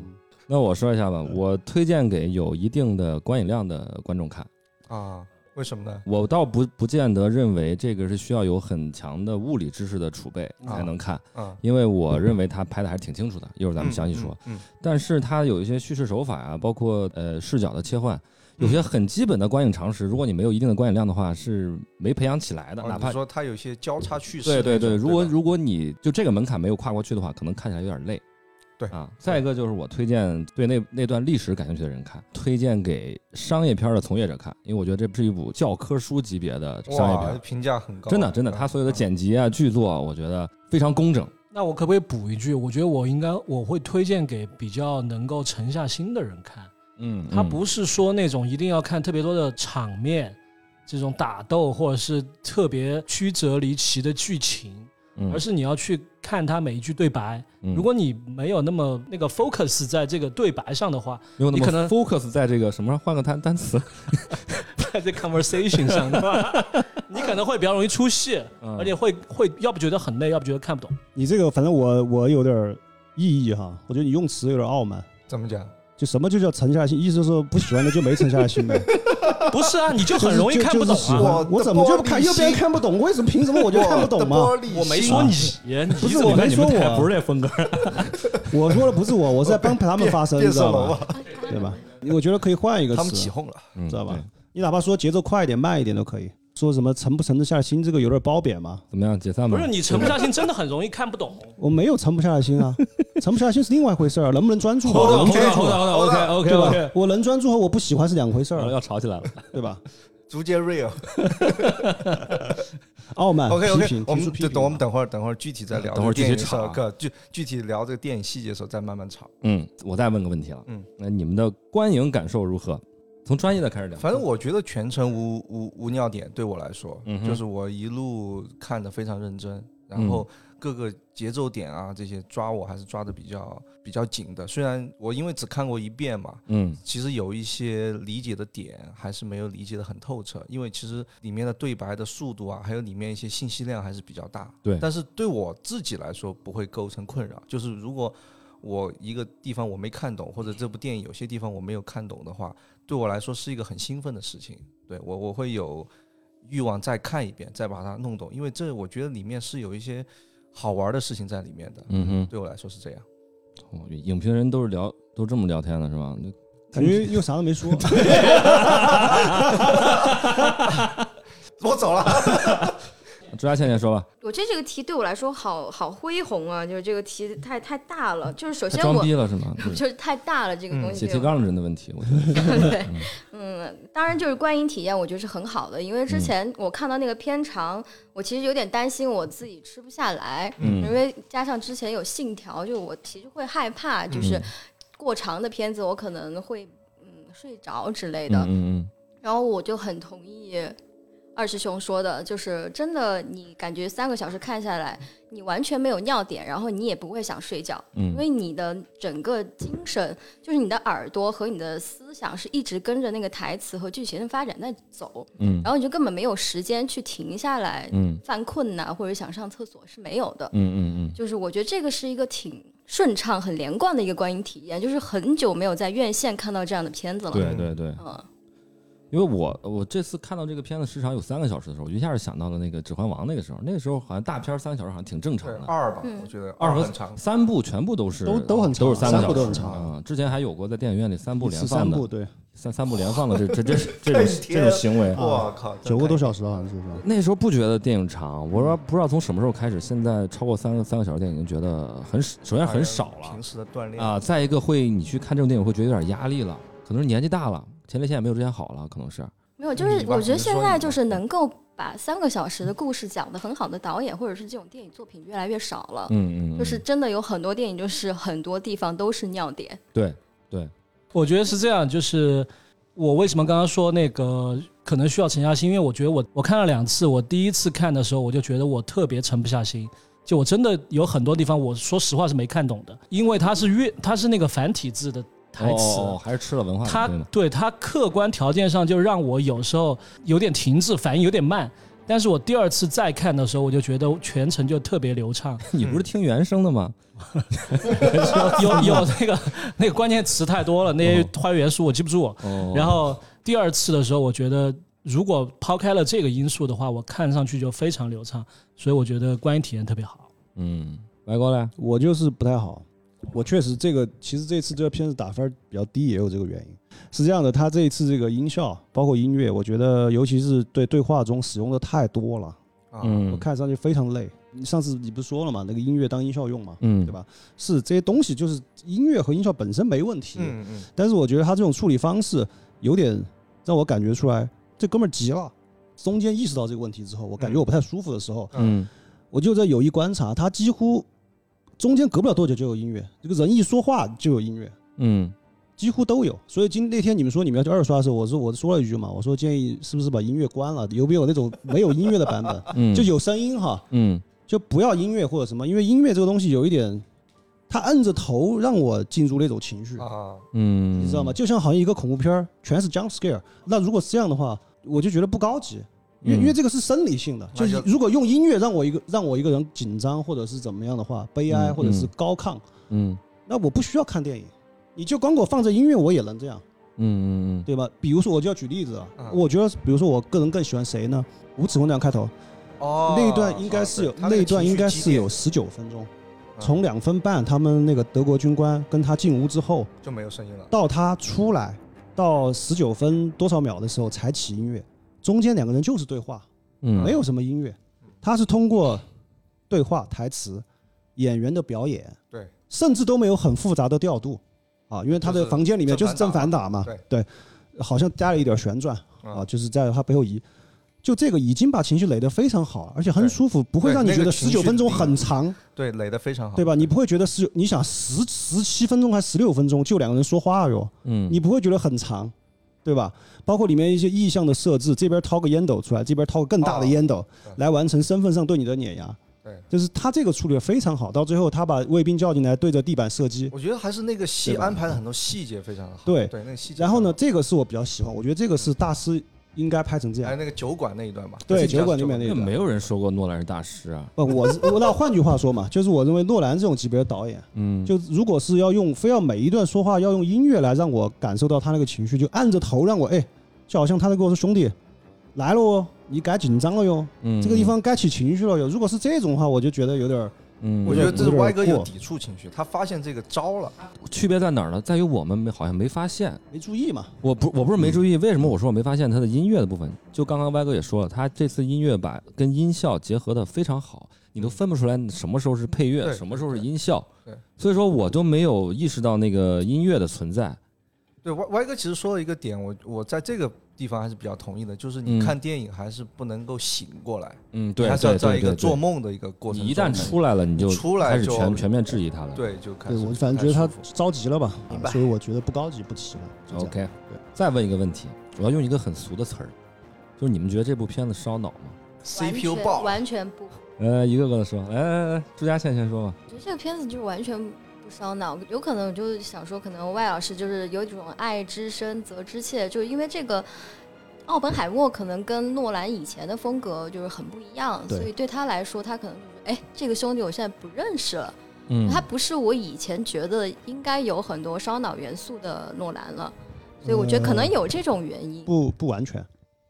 [SPEAKER 2] 那我说一下吧，我推荐给有一定的观影量的观众看。
[SPEAKER 1] 啊，为什么呢？
[SPEAKER 2] 我倒不不见得认为这个是需要有很强的物理知识的储备
[SPEAKER 1] 啊
[SPEAKER 2] 才能看，
[SPEAKER 1] 啊，
[SPEAKER 2] 因为我认为他拍的还是挺清楚的，一会儿咱们详细说。
[SPEAKER 1] 嗯。嗯，
[SPEAKER 2] 但是它有一些叙事手法啊，包括呃视角的切换，有
[SPEAKER 1] 嗯
[SPEAKER 2] 些很基本的观影常识，如果你没有一定的观影量的话，是没培养起来的。
[SPEAKER 1] 嗯哦
[SPEAKER 2] 哪
[SPEAKER 1] 你
[SPEAKER 2] 怕
[SPEAKER 1] 说它有些交
[SPEAKER 3] 嗯
[SPEAKER 1] 叉叙事那
[SPEAKER 2] 对
[SPEAKER 1] 种，
[SPEAKER 2] 对对，如果
[SPEAKER 1] 吧
[SPEAKER 2] 如果你就这个门槛没有跨过去的话，可能看起来有点累。
[SPEAKER 1] 对
[SPEAKER 2] 啊，再一个就是我推荐对那那段历史感兴趣的人看，推荐给商业片的从业者看，因为我觉得这是一部教科书级别的商业
[SPEAKER 1] 哇，
[SPEAKER 2] 片，
[SPEAKER 1] 评价很高，啊嗯
[SPEAKER 2] 真的真的，它所有的剪辑啊、剧作，我觉得非常工整。
[SPEAKER 6] 那我可不可以补一句？我觉得我应该我会推荐给比较能够沉下心的人看。
[SPEAKER 2] 嗯，
[SPEAKER 6] 他不是说那种一定要看特别多的场面，这种打斗或者是特别曲折离奇的剧情，
[SPEAKER 2] 嗯，
[SPEAKER 6] 而是你要去看他每一句对白。
[SPEAKER 2] 嗯
[SPEAKER 6] 如果你没有那么那个 focus 在这个对白上的话，
[SPEAKER 2] 没有那
[SPEAKER 6] 你
[SPEAKER 2] 么
[SPEAKER 6] 可能
[SPEAKER 2] focus 在这个什么，换个单单词，
[SPEAKER 6] 在这 conversation 上的话，你可能会比较容易出戏，
[SPEAKER 2] 嗯
[SPEAKER 6] 而且会会要不觉得很累，要不觉得看不懂。
[SPEAKER 3] 你这个反正我我有点儿异议哈，我觉得你用词有点傲慢。
[SPEAKER 1] 怎么讲？
[SPEAKER 3] 就什么就叫沉下心，意思是不喜欢的就没沉下
[SPEAKER 6] [laughs]
[SPEAKER 3] 心呗，
[SPEAKER 6] 不是啊，你就很容易看不懂
[SPEAKER 3] 就是喜
[SPEAKER 6] 啊。
[SPEAKER 3] 欢我怎么就看又
[SPEAKER 1] 我的玻璃心
[SPEAKER 3] 别人看不懂，为什么凭什么我就看不懂啊嘛？
[SPEAKER 1] 我的玻璃心
[SPEAKER 6] 我没说你，你
[SPEAKER 3] 不是
[SPEAKER 6] 怎
[SPEAKER 3] 我
[SPEAKER 6] 么
[SPEAKER 3] 没说我，
[SPEAKER 2] 这风格。
[SPEAKER 3] 我说的不是我，我是在帮他们发声，你
[SPEAKER 1] [laughs] 变
[SPEAKER 3] 知
[SPEAKER 1] 色
[SPEAKER 3] 道
[SPEAKER 1] 龙
[SPEAKER 3] 吗？
[SPEAKER 1] 了，
[SPEAKER 3] 对吧？我觉得可以换一个
[SPEAKER 1] 他们起
[SPEAKER 3] 词，
[SPEAKER 1] 哄了。
[SPEAKER 2] 嗯
[SPEAKER 3] 知道吧
[SPEAKER 2] 对？
[SPEAKER 3] 你哪怕说节奏快一点、慢一点都可以，说什么沉不沉得下心，这个有点褒贬嘛。
[SPEAKER 2] 怎么样？解散吧。
[SPEAKER 6] 不是你沉不下心，真的很容易看不懂。
[SPEAKER 3] 我没有沉不下心啊，沉不下心是另外一回事儿，能不能专注？
[SPEAKER 2] Hold on,
[SPEAKER 3] 能
[SPEAKER 2] hold
[SPEAKER 3] 专
[SPEAKER 2] on,
[SPEAKER 3] 注
[SPEAKER 2] hold on, hold on, OK,
[SPEAKER 3] 对
[SPEAKER 2] OK,
[SPEAKER 3] 吧？我能专注和我不喜欢是两回事 [laughs]
[SPEAKER 2] OK，
[SPEAKER 3] 儿，
[SPEAKER 2] 要吵起来了。
[SPEAKER 3] 对吧？
[SPEAKER 1] 竹节 real。
[SPEAKER 3] 傲
[SPEAKER 2] 啊
[SPEAKER 3] 慢、
[SPEAKER 1] OK
[SPEAKER 3] 批
[SPEAKER 1] OK，
[SPEAKER 3] 评、
[SPEAKER 1] 我
[SPEAKER 3] 提出
[SPEAKER 1] 们
[SPEAKER 3] 批
[SPEAKER 1] 就
[SPEAKER 3] 评啊
[SPEAKER 1] 等我们等会儿等会儿具体再聊
[SPEAKER 2] 等会儿
[SPEAKER 1] 这个电影的时
[SPEAKER 2] 具体吵
[SPEAKER 1] 候，
[SPEAKER 2] 啊
[SPEAKER 1] 个具具体聊这个电影细节的时候再慢慢吵。
[SPEAKER 2] 嗯，我再问个问题了。
[SPEAKER 1] 嗯，
[SPEAKER 2] 那你们的观影感受如何？从专业的开始聊。
[SPEAKER 1] 反正我觉得全程无无无尿点，对我来说，
[SPEAKER 2] 嗯哼
[SPEAKER 1] 就是我一路看的非常认真，然后
[SPEAKER 2] 嗯
[SPEAKER 1] 各个节奏点啊这些抓我还是抓的比较比较紧的。虽然我因为只看过一遍嘛，
[SPEAKER 2] 嗯
[SPEAKER 1] 其实有一些理解的点还是没有理解的很透彻，因为其实里面的对白的速度啊，还有里面一些信息量还是比较大。
[SPEAKER 2] 对
[SPEAKER 1] 但是对我自己来说不会构成困扰，就是如果我一个地方我没看懂，或者这部电影有些地方我没有看懂的话，对我来说是一个很兴奋的事情。对我我会有欲望再看一遍，再把它弄懂，因为这我觉得里面是有一些好玩的事情在里面的。
[SPEAKER 2] 嗯哼，
[SPEAKER 1] 对我来说是这样。
[SPEAKER 2] 我影评人都是聊都这么聊天的是吧？那
[SPEAKER 3] 感觉又啥都没说。
[SPEAKER 1] 我走了。
[SPEAKER 2] 朱家倩倩说吧，
[SPEAKER 4] 我觉得这个题对我来说好好恢宏啊，就是这个题太太大了。就是首
[SPEAKER 2] 她
[SPEAKER 4] 先
[SPEAKER 2] 装
[SPEAKER 4] 我 [laughs]
[SPEAKER 2] 逼了是吗？就是
[SPEAKER 4] 就是太大了，这个
[SPEAKER 1] 嗯
[SPEAKER 4] 东西
[SPEAKER 2] 写
[SPEAKER 4] 对
[SPEAKER 2] 提
[SPEAKER 4] 我。
[SPEAKER 2] 纲的人的问题，我觉得。
[SPEAKER 4] 对，嗯，当然就是观影体验，我觉得是很好的，因为
[SPEAKER 2] 嗯
[SPEAKER 4] 之前我看到那个片长，我其实有点担心我自己吃不下来，因
[SPEAKER 2] 嗯
[SPEAKER 4] 为加上之前有信条，就我其实会害怕，
[SPEAKER 2] 嗯
[SPEAKER 4] 就是过长的片子我可能会嗯睡着之类的，
[SPEAKER 2] 嗯嗯
[SPEAKER 4] 然后我就很同意二师兄说的，就是真的，你感觉三个小时看下来，你完全没有尿点，然后你也不会想睡觉，因
[SPEAKER 2] 嗯嗯，
[SPEAKER 4] 为你的整个精神，就是你的耳朵和你的思想是一直跟着那个台词和剧情的发展在走，
[SPEAKER 2] 嗯
[SPEAKER 4] 然后你就根本没有时间去停下来
[SPEAKER 2] 嗯
[SPEAKER 4] 犯困呐、或者想上厕所是没有的。
[SPEAKER 2] 嗯嗯
[SPEAKER 4] 就是我觉得这个是一个挺顺畅、很连贯的一个观影体验，就是很久没有在院线看到这样的片子
[SPEAKER 2] 嗯，
[SPEAKER 4] 了。
[SPEAKER 2] 对对对，
[SPEAKER 4] 嗯，
[SPEAKER 2] 因为我我这次看到这个片子时长有三个小时的时候，我一下就想到了那个《指环王》那个时候，那个时候好像大片三个小时好像挺正常
[SPEAKER 1] 对
[SPEAKER 2] 的，
[SPEAKER 1] 二吧，
[SPEAKER 4] 嗯
[SPEAKER 1] 我觉得
[SPEAKER 2] 二和
[SPEAKER 1] 很长。
[SPEAKER 2] 三部全部都是
[SPEAKER 3] 都都很长
[SPEAKER 2] 都是三个
[SPEAKER 3] 三
[SPEAKER 2] 小
[SPEAKER 3] 部
[SPEAKER 2] 时
[SPEAKER 3] 都很长
[SPEAKER 2] 啊、之前还有过在电影院里三部连
[SPEAKER 3] 十
[SPEAKER 2] 放
[SPEAKER 3] 三
[SPEAKER 2] 的，
[SPEAKER 3] 部对，
[SPEAKER 2] 三三部连放的这这
[SPEAKER 3] [laughs]
[SPEAKER 2] 这这种这种行为。
[SPEAKER 1] 我靠，
[SPEAKER 3] 九个多
[SPEAKER 1] 是。
[SPEAKER 3] 小时好像是吧？
[SPEAKER 2] 那时候不觉得电影长，我说不知道从什么时候开始，现在超过三个三个小时电影已经觉得很少首先很少
[SPEAKER 1] 平
[SPEAKER 2] 了
[SPEAKER 1] 时的锻炼
[SPEAKER 2] 啊，，再一个会你去看这种电影会觉得有点压力了，可能是年纪大了，前列腺也没有之前好了，可能是
[SPEAKER 4] 没有，就是
[SPEAKER 1] 你吧
[SPEAKER 4] 我觉得
[SPEAKER 1] 你说
[SPEAKER 4] 现在
[SPEAKER 1] 你
[SPEAKER 4] 就
[SPEAKER 1] 吧
[SPEAKER 4] 是能够把三个小时的故事讲得很好的导演或者是这种电影作品越来越少了。
[SPEAKER 2] 嗯嗯，嗯
[SPEAKER 4] 就是真的有很多电影，就是很多地方都是尿点。
[SPEAKER 2] 对
[SPEAKER 6] 我觉得是这样，就是我为什么刚刚说那个可能需要沉下心，因为我觉得我我看了两次，我第一次看的时候我就觉得我特别沉不下心，就我真的有很多地方我说实话是没看懂的，因为它是粤它是那个繁体字的台词。
[SPEAKER 2] 哦哦哦还是吃了文化
[SPEAKER 6] 它
[SPEAKER 2] 底蕴的
[SPEAKER 6] 对它客观条件上就让我有时候有点停滞，反应有点慢。但是我第二次再看的时候，我就觉得全程就特别
[SPEAKER 2] [laughs]
[SPEAKER 6] 流畅，
[SPEAKER 2] 你不是听原声的吗？
[SPEAKER 6] 有有那个那个关键词太多了，那些
[SPEAKER 2] 嗯
[SPEAKER 6] 花元素我记不住。
[SPEAKER 2] 哦
[SPEAKER 6] 然后第二次的时候，我觉得如果抛开了这个因素的话，我看上去就非常流畅，所以我觉得观影体验特别好。
[SPEAKER 2] 嗯，歪过来，
[SPEAKER 3] 我就是不太好，我确实这个其实这次这个片子打分比较低也有这个原因。是这样的，它这一次这个音效包括音乐，我觉得尤其是对对话中使用的太多了，
[SPEAKER 1] 啊，
[SPEAKER 2] 嗯
[SPEAKER 3] 我看上去非常累。你上次你不是说了嘛，那个音乐当音效用嘛，
[SPEAKER 2] 嗯
[SPEAKER 3] 对吧？是这些东西就是音乐和音效本身没问题，
[SPEAKER 1] 嗯嗯，
[SPEAKER 3] 但是我觉得他这种处理方式有点让我感觉出来，这哥们儿急了。中间意识到这个问题之后，我感觉我不太舒服的时候，
[SPEAKER 2] 嗯
[SPEAKER 3] 我就在有意观察，他几乎中间隔不了多久就有音乐，这个人一说话就有音乐，
[SPEAKER 2] 嗯
[SPEAKER 3] 几乎都有。所以今那天你们说你们要去二刷的时候，我说我说了一句嘛，我说建议是不是把音乐关了？有没有那种没有音乐的版本？
[SPEAKER 2] [laughs] 嗯，
[SPEAKER 3] 啊就有声音哈，
[SPEAKER 2] 嗯
[SPEAKER 3] 就不要音乐或者什么，因为音乐这个东西有一点，他摁着头让我进入那种情绪。
[SPEAKER 1] 啊，
[SPEAKER 2] 嗯，
[SPEAKER 3] 你知道吗？？就像好像一个恐怖片儿全是 jump scare，那如果是这样的话，我就觉得不高级，因为、
[SPEAKER 2] 嗯
[SPEAKER 3] 因为这个是生理性的。
[SPEAKER 1] 那
[SPEAKER 3] 就
[SPEAKER 1] 就是
[SPEAKER 3] 如果用音乐让我一个让我一个人紧张或者是怎么样的话，悲哀
[SPEAKER 2] 嗯
[SPEAKER 3] 或者是高亢，
[SPEAKER 2] 嗯
[SPEAKER 3] 那我不需要看电影，你就光给我放着音乐，我也能这样，
[SPEAKER 2] 嗯嗯
[SPEAKER 3] 对吧？比如说，我就要举例子啊
[SPEAKER 1] 嗯，
[SPEAKER 3] 我觉得比如说我个人更喜欢谁呢？无齿空亮开头
[SPEAKER 1] 哦，
[SPEAKER 3] 那一段应该是有
[SPEAKER 1] 啊对他
[SPEAKER 3] 那
[SPEAKER 1] 个
[SPEAKER 3] 一段
[SPEAKER 1] 情绪
[SPEAKER 3] 应该
[SPEAKER 1] 积
[SPEAKER 3] 是
[SPEAKER 1] 淀
[SPEAKER 3] 有十九分钟，
[SPEAKER 1] 啊
[SPEAKER 3] 从两分半他们那个德国军官跟他进屋之后，
[SPEAKER 1] 就没有声音了，
[SPEAKER 3] 到他出来到十九分多少秒的时候才起音乐，中间两个人就是对话，
[SPEAKER 2] 嗯，
[SPEAKER 3] 没有什么音乐，他是通过对话、台词、演员的表演，
[SPEAKER 1] 对，
[SPEAKER 3] 甚至都没有很复杂的调度啊，因为他的
[SPEAKER 1] 就是
[SPEAKER 3] 房间里面就是
[SPEAKER 1] 正
[SPEAKER 3] 正
[SPEAKER 1] 反
[SPEAKER 3] 反打嘛，对，好像加了一点旋转啊，
[SPEAKER 1] 嗯
[SPEAKER 3] 就是在他背后移。就这个已经把情绪垒得非常好，而且很
[SPEAKER 1] 对
[SPEAKER 3] 舒服，不会
[SPEAKER 1] 对
[SPEAKER 3] 让你
[SPEAKER 1] 那
[SPEAKER 3] 觉
[SPEAKER 1] 个
[SPEAKER 3] 得
[SPEAKER 1] 情
[SPEAKER 3] 十
[SPEAKER 1] 绪
[SPEAKER 3] 九分钟
[SPEAKER 1] 的嗯力
[SPEAKER 3] 很长，
[SPEAKER 1] 对，垒得非常好，
[SPEAKER 3] 对吧？你不会觉得十九，你想十十七分钟还十六分钟就两个人说话哟，
[SPEAKER 2] 嗯，
[SPEAKER 3] 你不会觉得很长，对吧？包括里面一些意象的设置，这边掏个烟斗出来，这边掏个更大的烟斗、
[SPEAKER 1] 啊对
[SPEAKER 3] 来完成身份上对你的碾压。
[SPEAKER 1] 对，
[SPEAKER 3] 就是他这个处理得非常好，到最后他把卫兵叫进来，对着地板射击。
[SPEAKER 1] 我觉得还是那个戏
[SPEAKER 3] 对吧嗯
[SPEAKER 1] 安排的很多细节非常好，
[SPEAKER 3] 对
[SPEAKER 1] 对，那个细节。
[SPEAKER 3] 然后呢，？这个是我比较喜欢，我觉得这个是大师应该拍成这
[SPEAKER 1] 还有
[SPEAKER 3] 样。
[SPEAKER 1] 那个酒馆那一段吧，
[SPEAKER 3] 对，
[SPEAKER 1] 自己家
[SPEAKER 3] 酒馆里面
[SPEAKER 1] 酒
[SPEAKER 3] 那
[SPEAKER 2] 那
[SPEAKER 3] 个
[SPEAKER 2] 没有人说过诺兰是大师啊。
[SPEAKER 3] 不，我是我那换句话说嘛，就是我认为诺兰这种级别的导演，
[SPEAKER 2] 嗯，
[SPEAKER 3] 就如果是要用非要每一段说话要用音乐来让我感受到他那个情绪，就按着头让我哎，就好像他在跟我说兄弟来了哦，你该紧张了哟，
[SPEAKER 2] 嗯
[SPEAKER 3] 这个地，方该起情绪了哟。如果是这种的话，我就觉得有点儿
[SPEAKER 2] 嗯，
[SPEAKER 1] 我觉得这是歪哥有
[SPEAKER 3] 过
[SPEAKER 1] 抵触情绪，他发现这个招了，
[SPEAKER 2] 区别在哪儿呢？在于我们没好像没发现。
[SPEAKER 3] 没注意嘛。
[SPEAKER 2] 我不，我不是没注意，为什么我说我没发现他的音乐的部分？就刚刚歪哥也说了，他这次音乐把跟音效结合的非常好，你都分不出来什么时候是配乐，
[SPEAKER 1] 对
[SPEAKER 2] 什么时候是音效
[SPEAKER 1] 对对。
[SPEAKER 2] 所以说我都没有意识到那个音乐的存在。
[SPEAKER 1] 对，歪歪哥其实说了一个点，我我在这个地方还是比较同意的，就是
[SPEAKER 2] 嗯
[SPEAKER 1] 你看电影还是不能够醒过来，
[SPEAKER 2] 嗯，对，
[SPEAKER 1] 还是要
[SPEAKER 2] 对
[SPEAKER 1] 在
[SPEAKER 2] 对
[SPEAKER 1] 一个
[SPEAKER 2] 对，
[SPEAKER 1] 做
[SPEAKER 2] 对
[SPEAKER 1] 梦的一个过程
[SPEAKER 2] 你
[SPEAKER 1] 中。
[SPEAKER 2] 一旦出来了，你就
[SPEAKER 1] 出来
[SPEAKER 2] 开始
[SPEAKER 1] 就
[SPEAKER 2] 全全面质疑他了。
[SPEAKER 1] 对就开
[SPEAKER 3] 对
[SPEAKER 1] 始，
[SPEAKER 3] 我反正觉得他
[SPEAKER 1] 不太舒服
[SPEAKER 3] 着急了吧，
[SPEAKER 1] 明
[SPEAKER 3] 啊
[SPEAKER 1] 白
[SPEAKER 3] 所以我觉得不高级不急了。就这
[SPEAKER 2] OK，
[SPEAKER 3] 样对
[SPEAKER 2] 再问一个问题，我要用一个很俗的词儿，就是你们觉得这部片子烧脑吗？
[SPEAKER 1] CPU
[SPEAKER 4] 完全
[SPEAKER 1] 爆了，
[SPEAKER 4] 完全不
[SPEAKER 2] 呃，一个个的说，来来来，朱家倩先说吧。
[SPEAKER 4] 我觉得这个片子就完全不烧脑，有可能我就想说，可能外老师就是有一种爱之深责之切，就是因为这个。奥本海默可能跟诺兰以前的风格就是很不一样，
[SPEAKER 3] 对
[SPEAKER 4] 所以对他来说，他可能就是哎，这个兄弟我现在不认识了，
[SPEAKER 2] 嗯
[SPEAKER 4] 他不是我以前觉得应该有很多烧脑元素的诺兰了，所以我觉得可能有这种原因。
[SPEAKER 3] 不不完全，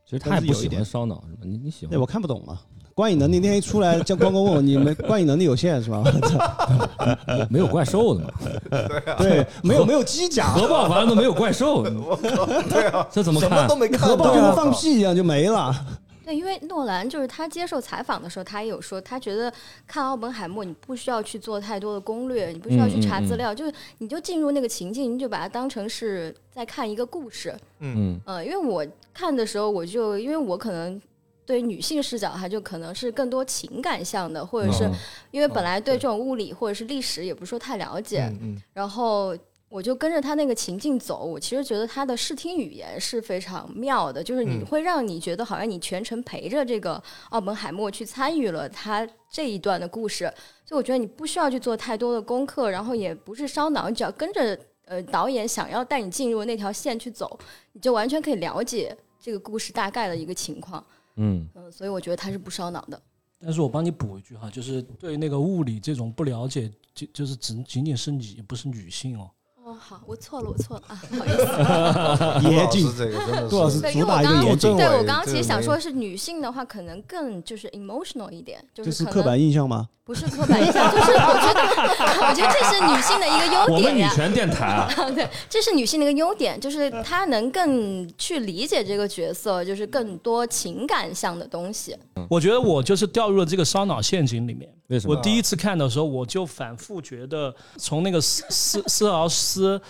[SPEAKER 2] 其实他也不喜
[SPEAKER 3] 但是有一
[SPEAKER 2] 欢
[SPEAKER 3] 点
[SPEAKER 2] 烧脑，是吧？你你喜
[SPEAKER 3] 对
[SPEAKER 2] 欢
[SPEAKER 3] 我看不懂嘛。观影能力那天一出来，叫关公问我你们观影能力有限是吧？
[SPEAKER 2] 没有怪兽的嘛？
[SPEAKER 3] 对，没有没有机甲，
[SPEAKER 2] 核爆完了都没有怪兽，
[SPEAKER 1] 对啊，
[SPEAKER 2] 这怎么
[SPEAKER 1] 什么
[SPEAKER 2] 看
[SPEAKER 1] 都？没看
[SPEAKER 3] 核
[SPEAKER 1] 到，
[SPEAKER 3] 爆就跟放屁一样就没了。
[SPEAKER 4] 对，因为诺兰就是他接受采访的时候，他也有说，他觉得看奥本海默，你不需要去做太多的攻略，你不需要去查资料，就是你就进入那个情境，你就把它当成是在看一个故事。
[SPEAKER 2] [laughs] 嗯
[SPEAKER 4] 呃，因为我看的时候，我就因为我可能。对女性视角，它就可能是更多情感向的，或者是
[SPEAKER 2] 嗯
[SPEAKER 4] 因为本来对
[SPEAKER 1] 对
[SPEAKER 4] 这种物理或者是历史也不是说太了解，
[SPEAKER 1] 嗯嗯，
[SPEAKER 4] 然后我就跟着他那个情境走，我其实觉得他的视听语言是非常妙的，就是你
[SPEAKER 1] 嗯
[SPEAKER 4] 会让你觉得好像你全程陪着这个奥本海默去参与了他这一段的故事，所以我觉得你不需要去做太多的功课，然后也不是烧脑，你只要跟着呃导演想要带你进入那条线去走，你就完全可以了解这个故事大概的一个情况。
[SPEAKER 2] 嗯
[SPEAKER 4] 嗯，所以我觉得它是不烧脑的。
[SPEAKER 6] 但是我帮你补一句哈，就是对那个物理这种不了解，就就是只仅仅是你，不是女性哦。
[SPEAKER 4] 哦，好，我错了，我错了啊，不好意思。
[SPEAKER 1] 杜
[SPEAKER 3] 野径
[SPEAKER 1] 老师这个真的
[SPEAKER 3] 嗯杜老师
[SPEAKER 4] 对，
[SPEAKER 3] 主
[SPEAKER 4] 因为我
[SPEAKER 3] 打一
[SPEAKER 4] 刚
[SPEAKER 3] 个
[SPEAKER 4] 刚
[SPEAKER 3] 野
[SPEAKER 1] 严
[SPEAKER 4] 我
[SPEAKER 1] 谨
[SPEAKER 3] 径
[SPEAKER 4] 对，我
[SPEAKER 1] 对
[SPEAKER 4] 刚刚其
[SPEAKER 1] 这
[SPEAKER 4] 实
[SPEAKER 1] 个
[SPEAKER 4] 想
[SPEAKER 1] 没
[SPEAKER 4] 说，是女性的话，可能更就是 emotional 一点，就
[SPEAKER 3] 这是
[SPEAKER 4] 是
[SPEAKER 3] 刻
[SPEAKER 4] 可能
[SPEAKER 3] 板印象吗？
[SPEAKER 4] 不是刻板印象，就是我觉得，我觉得这是女性的一个优
[SPEAKER 2] 我们
[SPEAKER 4] 点
[SPEAKER 2] 女
[SPEAKER 4] 呀。
[SPEAKER 2] 权电台啊，
[SPEAKER 4] 对，这是女性的一个优点，就是她能更去理解这个角色，就是更多情感上的东西。
[SPEAKER 6] 我觉得我就是掉入了这个烧脑陷阱里面。
[SPEAKER 2] 为什
[SPEAKER 6] 我
[SPEAKER 2] 么？
[SPEAKER 6] 第一次看的时候，我就反复觉得，从那个斯斯斯劳斯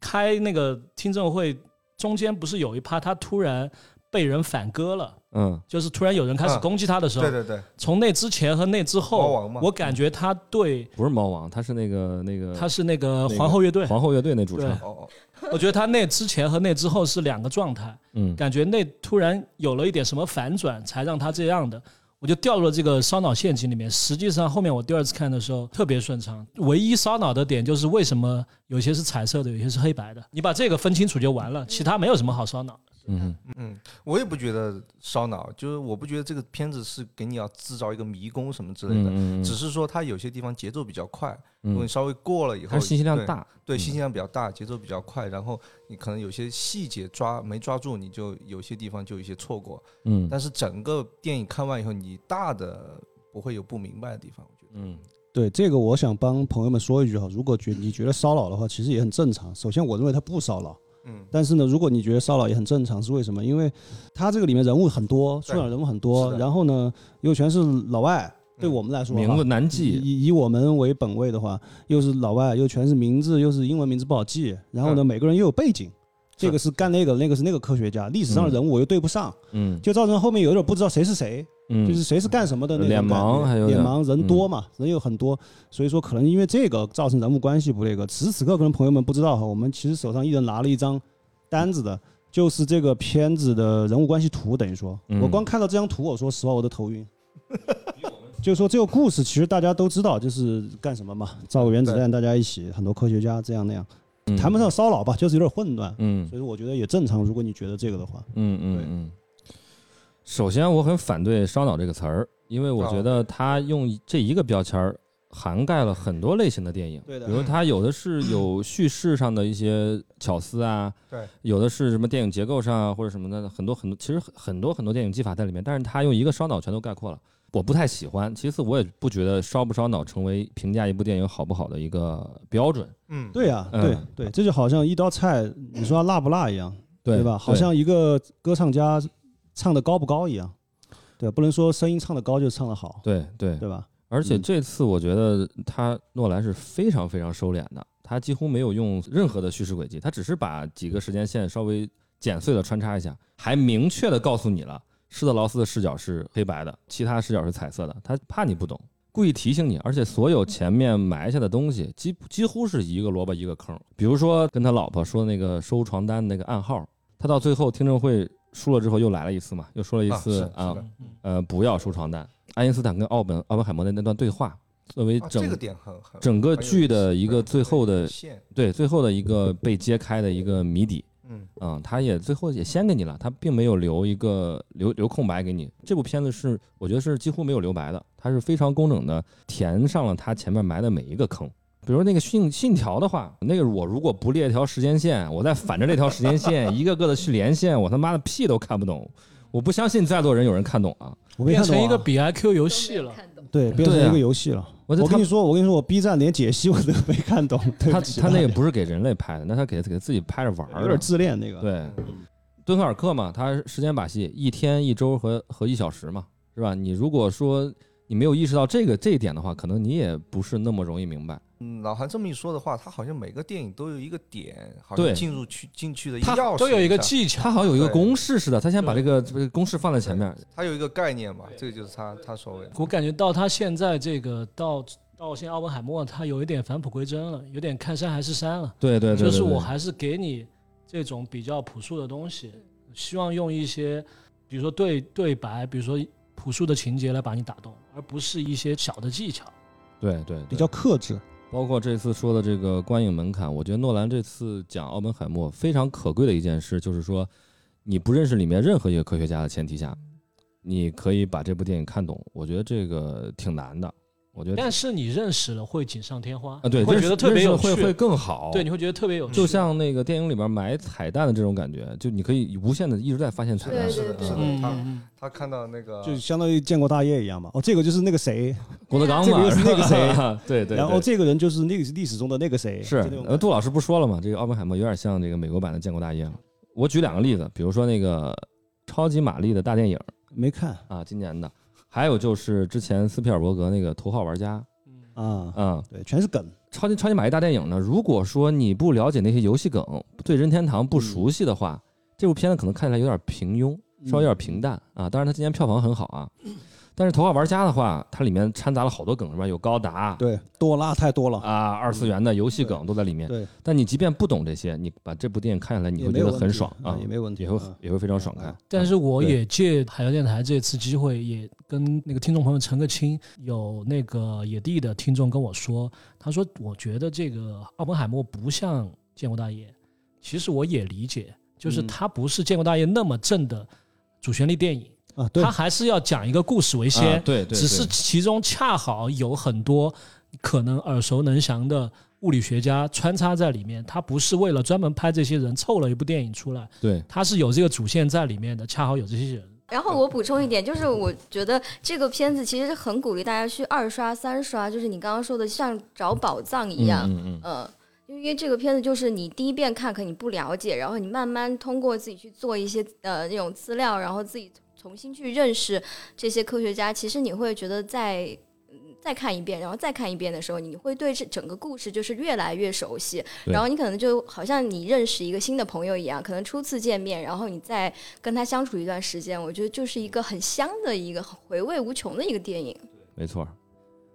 [SPEAKER 6] 开那个听证会中间，不是有一趴他突然被人反戈了，
[SPEAKER 2] 嗯
[SPEAKER 6] 就是突然有人开始攻击他的时候，
[SPEAKER 1] 对对对，
[SPEAKER 6] 从那之前和那之
[SPEAKER 1] 猫
[SPEAKER 6] 后
[SPEAKER 1] 王嘛，
[SPEAKER 6] 我感觉他对
[SPEAKER 2] 不是猫王，他是那个那个
[SPEAKER 6] 他是那
[SPEAKER 2] 那
[SPEAKER 6] 个
[SPEAKER 2] 个
[SPEAKER 6] 皇后乐队，
[SPEAKER 2] 皇后乐队那主唱
[SPEAKER 6] 对，
[SPEAKER 1] 哦哦，
[SPEAKER 6] 我觉得他那之前和那之后是两个状态，
[SPEAKER 2] 嗯，
[SPEAKER 6] 感觉那突然有了一点什么反转，才让他这样的。我就掉入了这个烧脑陷阱里面。实际上，后面我第二次看的时候特别顺畅。唯一烧脑的点就是为什么有些是彩色的，有些是黑白的。你把这个分清楚就完
[SPEAKER 3] 嗯
[SPEAKER 6] 了，其他没有什么好烧脑。
[SPEAKER 2] 嗯
[SPEAKER 1] 嗯，我也不觉得烧脑，就是我不觉得这个片子是给你要制造一个迷宫什么之类的，
[SPEAKER 2] 嗯嗯
[SPEAKER 1] 只是说它有些地方节奏比较快，如果
[SPEAKER 2] 嗯
[SPEAKER 1] 你，稍微过了以后，
[SPEAKER 2] 它信息量
[SPEAKER 1] 对
[SPEAKER 2] 大，
[SPEAKER 1] 对，
[SPEAKER 2] 嗯
[SPEAKER 1] 信息量比较大，节奏比较快，然后你可能有些细节抓没抓住，你就有些地方就有一些错过。
[SPEAKER 2] 嗯
[SPEAKER 1] 但是整个电影看完以后，你大的不会有不明白的地方，我觉得。
[SPEAKER 2] 嗯
[SPEAKER 3] 对这个，我想帮朋友们说一句哈，如果觉你觉得骚扰的话，其实也很正常。首先，我认为它不骚扰，
[SPEAKER 1] 嗯，
[SPEAKER 3] 但是呢，如果你觉得骚扰也很正常，是为什么？因为它这个里面人物很多，出场人物很
[SPEAKER 1] 是
[SPEAKER 3] 多，
[SPEAKER 1] 的
[SPEAKER 3] 然后呢，又全是老外，对我们来说
[SPEAKER 2] 嗯
[SPEAKER 3] 哈，
[SPEAKER 2] 名字难记，
[SPEAKER 3] 以以我们为本位的话，又是老外，又全是名字，又是英文名字不好记，然后呢，每个人又有背景，这个是干那个，那个是那个科学家，历史上的人物我又对不上，
[SPEAKER 2] 嗯
[SPEAKER 3] 就造成后面有点不知道谁是谁，
[SPEAKER 2] 嗯，
[SPEAKER 3] 就是谁是干什么的那种
[SPEAKER 2] 脸
[SPEAKER 3] 感觉
[SPEAKER 2] 盲还有
[SPEAKER 3] 脸
[SPEAKER 2] 点嗯
[SPEAKER 3] 盲人多嘛，人有很多，所以说可能因为这个造成人物关系不那个。此时此刻可能朋友们不知道哈，我们其实手上一人拿了一张单子的，就是这个片子的人物关系图，等于说，
[SPEAKER 2] 嗯
[SPEAKER 3] 我光看到这张图，我说实话我都头晕。就是说这个故事其实大家都知道，就是干什么嘛，造个原子弹，大家一起很多科学家这样那样，
[SPEAKER 2] 嗯
[SPEAKER 3] 谈不上骚扰吧，就是有点混乱。
[SPEAKER 2] 嗯
[SPEAKER 3] 所以我觉得也正常，如果你觉得这个的话，
[SPEAKER 2] 嗯嗯
[SPEAKER 3] 对
[SPEAKER 2] 嗯。首先，我很反对“烧脑”这个词儿，因为我觉得它用这一个标签儿涵盖了很多类型的电影。
[SPEAKER 3] 对的
[SPEAKER 2] 比如它有的是有叙事上的一些巧思啊，
[SPEAKER 1] 对，
[SPEAKER 2] 有的是什么电影结构上啊或者什么的，很多很多，其实很很多很多电影技法在里面，但是它用一个“烧脑”全都概括了。我不太喜欢，其次我也不觉得烧不烧脑成为评价一部电影好不好的一个标准。
[SPEAKER 1] 嗯，
[SPEAKER 3] 对呀、
[SPEAKER 2] 嗯
[SPEAKER 3] 对对，这就好像一刀菜，你说它辣不辣一样，
[SPEAKER 2] 对
[SPEAKER 3] 吧？好像一个歌唱家唱的高不高一样，对吧，不能说声音唱的高就唱的好，
[SPEAKER 2] 对对
[SPEAKER 3] 对吧？
[SPEAKER 2] 而且
[SPEAKER 3] 嗯
[SPEAKER 2] 这次我觉得他诺兰是非常非常收敛的，他几乎没有用任何的叙事轨迹，他只是把几个时间线稍微剪碎的穿插一下，还明确的告诉你了，施特劳斯的视角是黑白的，其他视角是彩色的，他怕你不懂，故意提醒你，而且所有前面埋下的东西几几乎是一个萝卜一个坑，比如说跟他老婆说那个收床单那个暗号，他到最后听证会输了之后又来了一次嘛，又说了一
[SPEAKER 1] 啊是
[SPEAKER 2] 次
[SPEAKER 1] 是
[SPEAKER 2] 啊
[SPEAKER 1] 的
[SPEAKER 6] 嗯，
[SPEAKER 2] 呃，不要收床单。爱因斯坦跟奥本奥本海默的那段对话，作为
[SPEAKER 1] 啊
[SPEAKER 2] 整、
[SPEAKER 1] 这个点很很
[SPEAKER 2] 整个
[SPEAKER 1] 很有
[SPEAKER 2] 剧
[SPEAKER 1] 意思
[SPEAKER 2] 的一个
[SPEAKER 1] 对
[SPEAKER 2] 最后的
[SPEAKER 1] 线，
[SPEAKER 2] 对最后的一个被揭开的一个谜底，
[SPEAKER 1] 嗯，
[SPEAKER 2] 嗯，他也最后也先给你了，他并没有留一个留留空白给你。这部片子是我觉得是几乎没有留白的，它是非常工整的填上了它前面埋的每一个坑。比如那个信信条的话，那个我如果不列一条时间线，我再反着这条时间线一个个的去连线，我他妈的屁都看不懂。我不相信在座人有人看懂啊！
[SPEAKER 3] 我没
[SPEAKER 6] 变
[SPEAKER 3] 看懂
[SPEAKER 6] 成
[SPEAKER 3] 啊
[SPEAKER 6] 一个比 IQ 游
[SPEAKER 4] 游
[SPEAKER 6] 戏了。
[SPEAKER 4] 看懂。
[SPEAKER 3] 对，变成
[SPEAKER 2] 对啊
[SPEAKER 3] 一个游戏了。
[SPEAKER 2] 我
[SPEAKER 3] 我
[SPEAKER 2] 觉得他
[SPEAKER 3] 跟你说，我跟你说，我 B 站连解析我都没看懂，
[SPEAKER 2] [laughs]
[SPEAKER 3] 对 [laughs]
[SPEAKER 2] 他
[SPEAKER 3] 不起
[SPEAKER 2] 他那
[SPEAKER 3] 大
[SPEAKER 2] 个
[SPEAKER 3] 家
[SPEAKER 2] 不是给人类拍的，那他给给自己拍着玩儿
[SPEAKER 3] 有
[SPEAKER 2] 的
[SPEAKER 3] 点。自恋那个，
[SPEAKER 2] 对，敦刻尔克嘛，它时间把戏，一天、一周和和一小时嘛，是吧？你如果说你没有意识到这个这一点的话，可能你也不是那么容易明白。
[SPEAKER 1] 嗯，老韩这么一说的话，他好像每个电影都有一个点，好
[SPEAKER 2] 对
[SPEAKER 1] 像进入去进去的一个
[SPEAKER 2] 它
[SPEAKER 1] 钥匙，
[SPEAKER 6] 都有一个，技巧，
[SPEAKER 2] 它好像有一个
[SPEAKER 1] 对
[SPEAKER 2] 公式似的，他先把这个这个公式放在前面。
[SPEAKER 1] 他有一个概念嘛，这个就是他他所谓的
[SPEAKER 6] 我感觉到他现在这个到到现在奥本海默，他有一点返璞归真了，有点看山还是山了。
[SPEAKER 2] 对对对，
[SPEAKER 6] 就是
[SPEAKER 2] 对对
[SPEAKER 6] 我还是给你这种比较朴素的东西，希望用一些，比如说对对白，比如说朴素的情节来把你打动，而不是一些小的技巧。
[SPEAKER 2] 对对对
[SPEAKER 3] 比较克制。
[SPEAKER 2] 包括这次说的这个观影门槛，我觉得诺兰这次讲奥本海默非常可贵的一件事，就是说，你不认识里面任何一个科学家的前提下，你可以把这部电影看懂。我觉得这个挺难的，我觉得
[SPEAKER 6] 但是你认识了会锦上添花
[SPEAKER 2] 啊，对，
[SPEAKER 6] 会
[SPEAKER 2] 认
[SPEAKER 6] 觉
[SPEAKER 2] 识
[SPEAKER 6] 得特别
[SPEAKER 2] 认
[SPEAKER 6] 有
[SPEAKER 2] 识会
[SPEAKER 6] 趣，
[SPEAKER 2] 会更好。
[SPEAKER 6] 对，你会觉得特别有趣，
[SPEAKER 2] 就像那个电影里边埋彩蛋的这种感觉，就你可以无限的一直在发现彩蛋。
[SPEAKER 4] 对
[SPEAKER 1] 是的，
[SPEAKER 4] 对
[SPEAKER 1] 是
[SPEAKER 6] 嗯
[SPEAKER 1] 的，
[SPEAKER 6] 嗯
[SPEAKER 1] 他
[SPEAKER 6] 嗯
[SPEAKER 1] 他看到那个
[SPEAKER 3] 就相当于建国大业一样嘛。哦，这个就是那个谁，
[SPEAKER 2] 郭德
[SPEAKER 4] [laughs]
[SPEAKER 2] 纲
[SPEAKER 3] 这
[SPEAKER 2] 嘛，
[SPEAKER 3] 个又是
[SPEAKER 2] [laughs]
[SPEAKER 3] 那个谁
[SPEAKER 2] 吧对对，
[SPEAKER 3] 然
[SPEAKER 2] 对
[SPEAKER 3] 后这个人就是历史历史中的那个谁，
[SPEAKER 2] 是
[SPEAKER 3] 就那种，
[SPEAKER 2] 呃，杜老师不说了嘛，这个奥本海默有点像这个美国版的《建国大业》嘛。我举两个例子，比如说那个超级玛丽的大电影
[SPEAKER 3] 没看
[SPEAKER 2] 啊，今年的，还有就是之前斯皮尔伯格那个《头号玩家》，
[SPEAKER 3] 啊，
[SPEAKER 2] 嗯，
[SPEAKER 3] 对，全是梗。
[SPEAKER 2] 超级超级玛丽大电影呢，如果说你不了解那些游戏梗，对任天堂
[SPEAKER 3] 嗯
[SPEAKER 2] 不熟悉的话，这部片子可能看起来有点平庸，
[SPEAKER 3] 嗯
[SPEAKER 2] 稍微有点平淡啊。当然，它今年票房很好啊，但是《头号玩家》的话，它里面掺杂了好多梗，是吧？有高达，
[SPEAKER 3] 对，多啦太多了，
[SPEAKER 2] 啊，二次元的游戏梗都在里面。
[SPEAKER 3] 对，
[SPEAKER 2] 但你即便不懂这些，你把这部电影看下来，你
[SPEAKER 3] 也
[SPEAKER 2] 会
[SPEAKER 3] 没
[SPEAKER 2] 觉
[SPEAKER 3] 有
[SPEAKER 2] 得
[SPEAKER 3] 问
[SPEAKER 2] 很
[SPEAKER 3] 题
[SPEAKER 2] 爽啊，
[SPEAKER 3] 也没问题
[SPEAKER 2] 也会
[SPEAKER 3] 啊
[SPEAKER 2] 也会非常爽快
[SPEAKER 3] 啊。
[SPEAKER 6] 但是我
[SPEAKER 2] 哦对
[SPEAKER 6] 也借海洋电台这次机会，也跟那个听众朋友陈个清，有那个野地的听众跟我说，他说我觉得这个奥本海默不像建国大业，其实我也理解，就是
[SPEAKER 3] 嗯
[SPEAKER 6] 它不是建国大业那么正的主旋律电影，
[SPEAKER 3] 啊，对
[SPEAKER 6] 它，还是要讲一个故事为先，
[SPEAKER 2] 啊对对，
[SPEAKER 6] 只是
[SPEAKER 2] 对
[SPEAKER 6] 其中恰好有很多可能耳熟能详的物理学家穿插在里面，他不是为了专门拍这些人凑了一部电影出来，
[SPEAKER 2] 对
[SPEAKER 6] 他是有这个主线在里面的，恰好有这些人。
[SPEAKER 4] 然后我补充一点，就是我觉得这个片子其实很鼓励大家去二刷、三刷，就是你刚刚说的像找宝藏一样，
[SPEAKER 2] 嗯嗯嗯
[SPEAKER 4] 嗯，因为这个片子就是你第一遍看可能你不了解，然后你慢慢通过自己去做一些呃那种资料，然后自己重新去认识这些科学家，其实你会觉得在。嗯再看一遍，然后再看一遍的时候，你会对这整个故事就是越来越熟悉，
[SPEAKER 2] 对
[SPEAKER 4] 然后你可能就好像你认识一个新的朋友一样，可能初次见面，然后你再跟他相处一段时间，我觉得就是一个很香的一个回味无穷的一个电影。
[SPEAKER 2] 没错。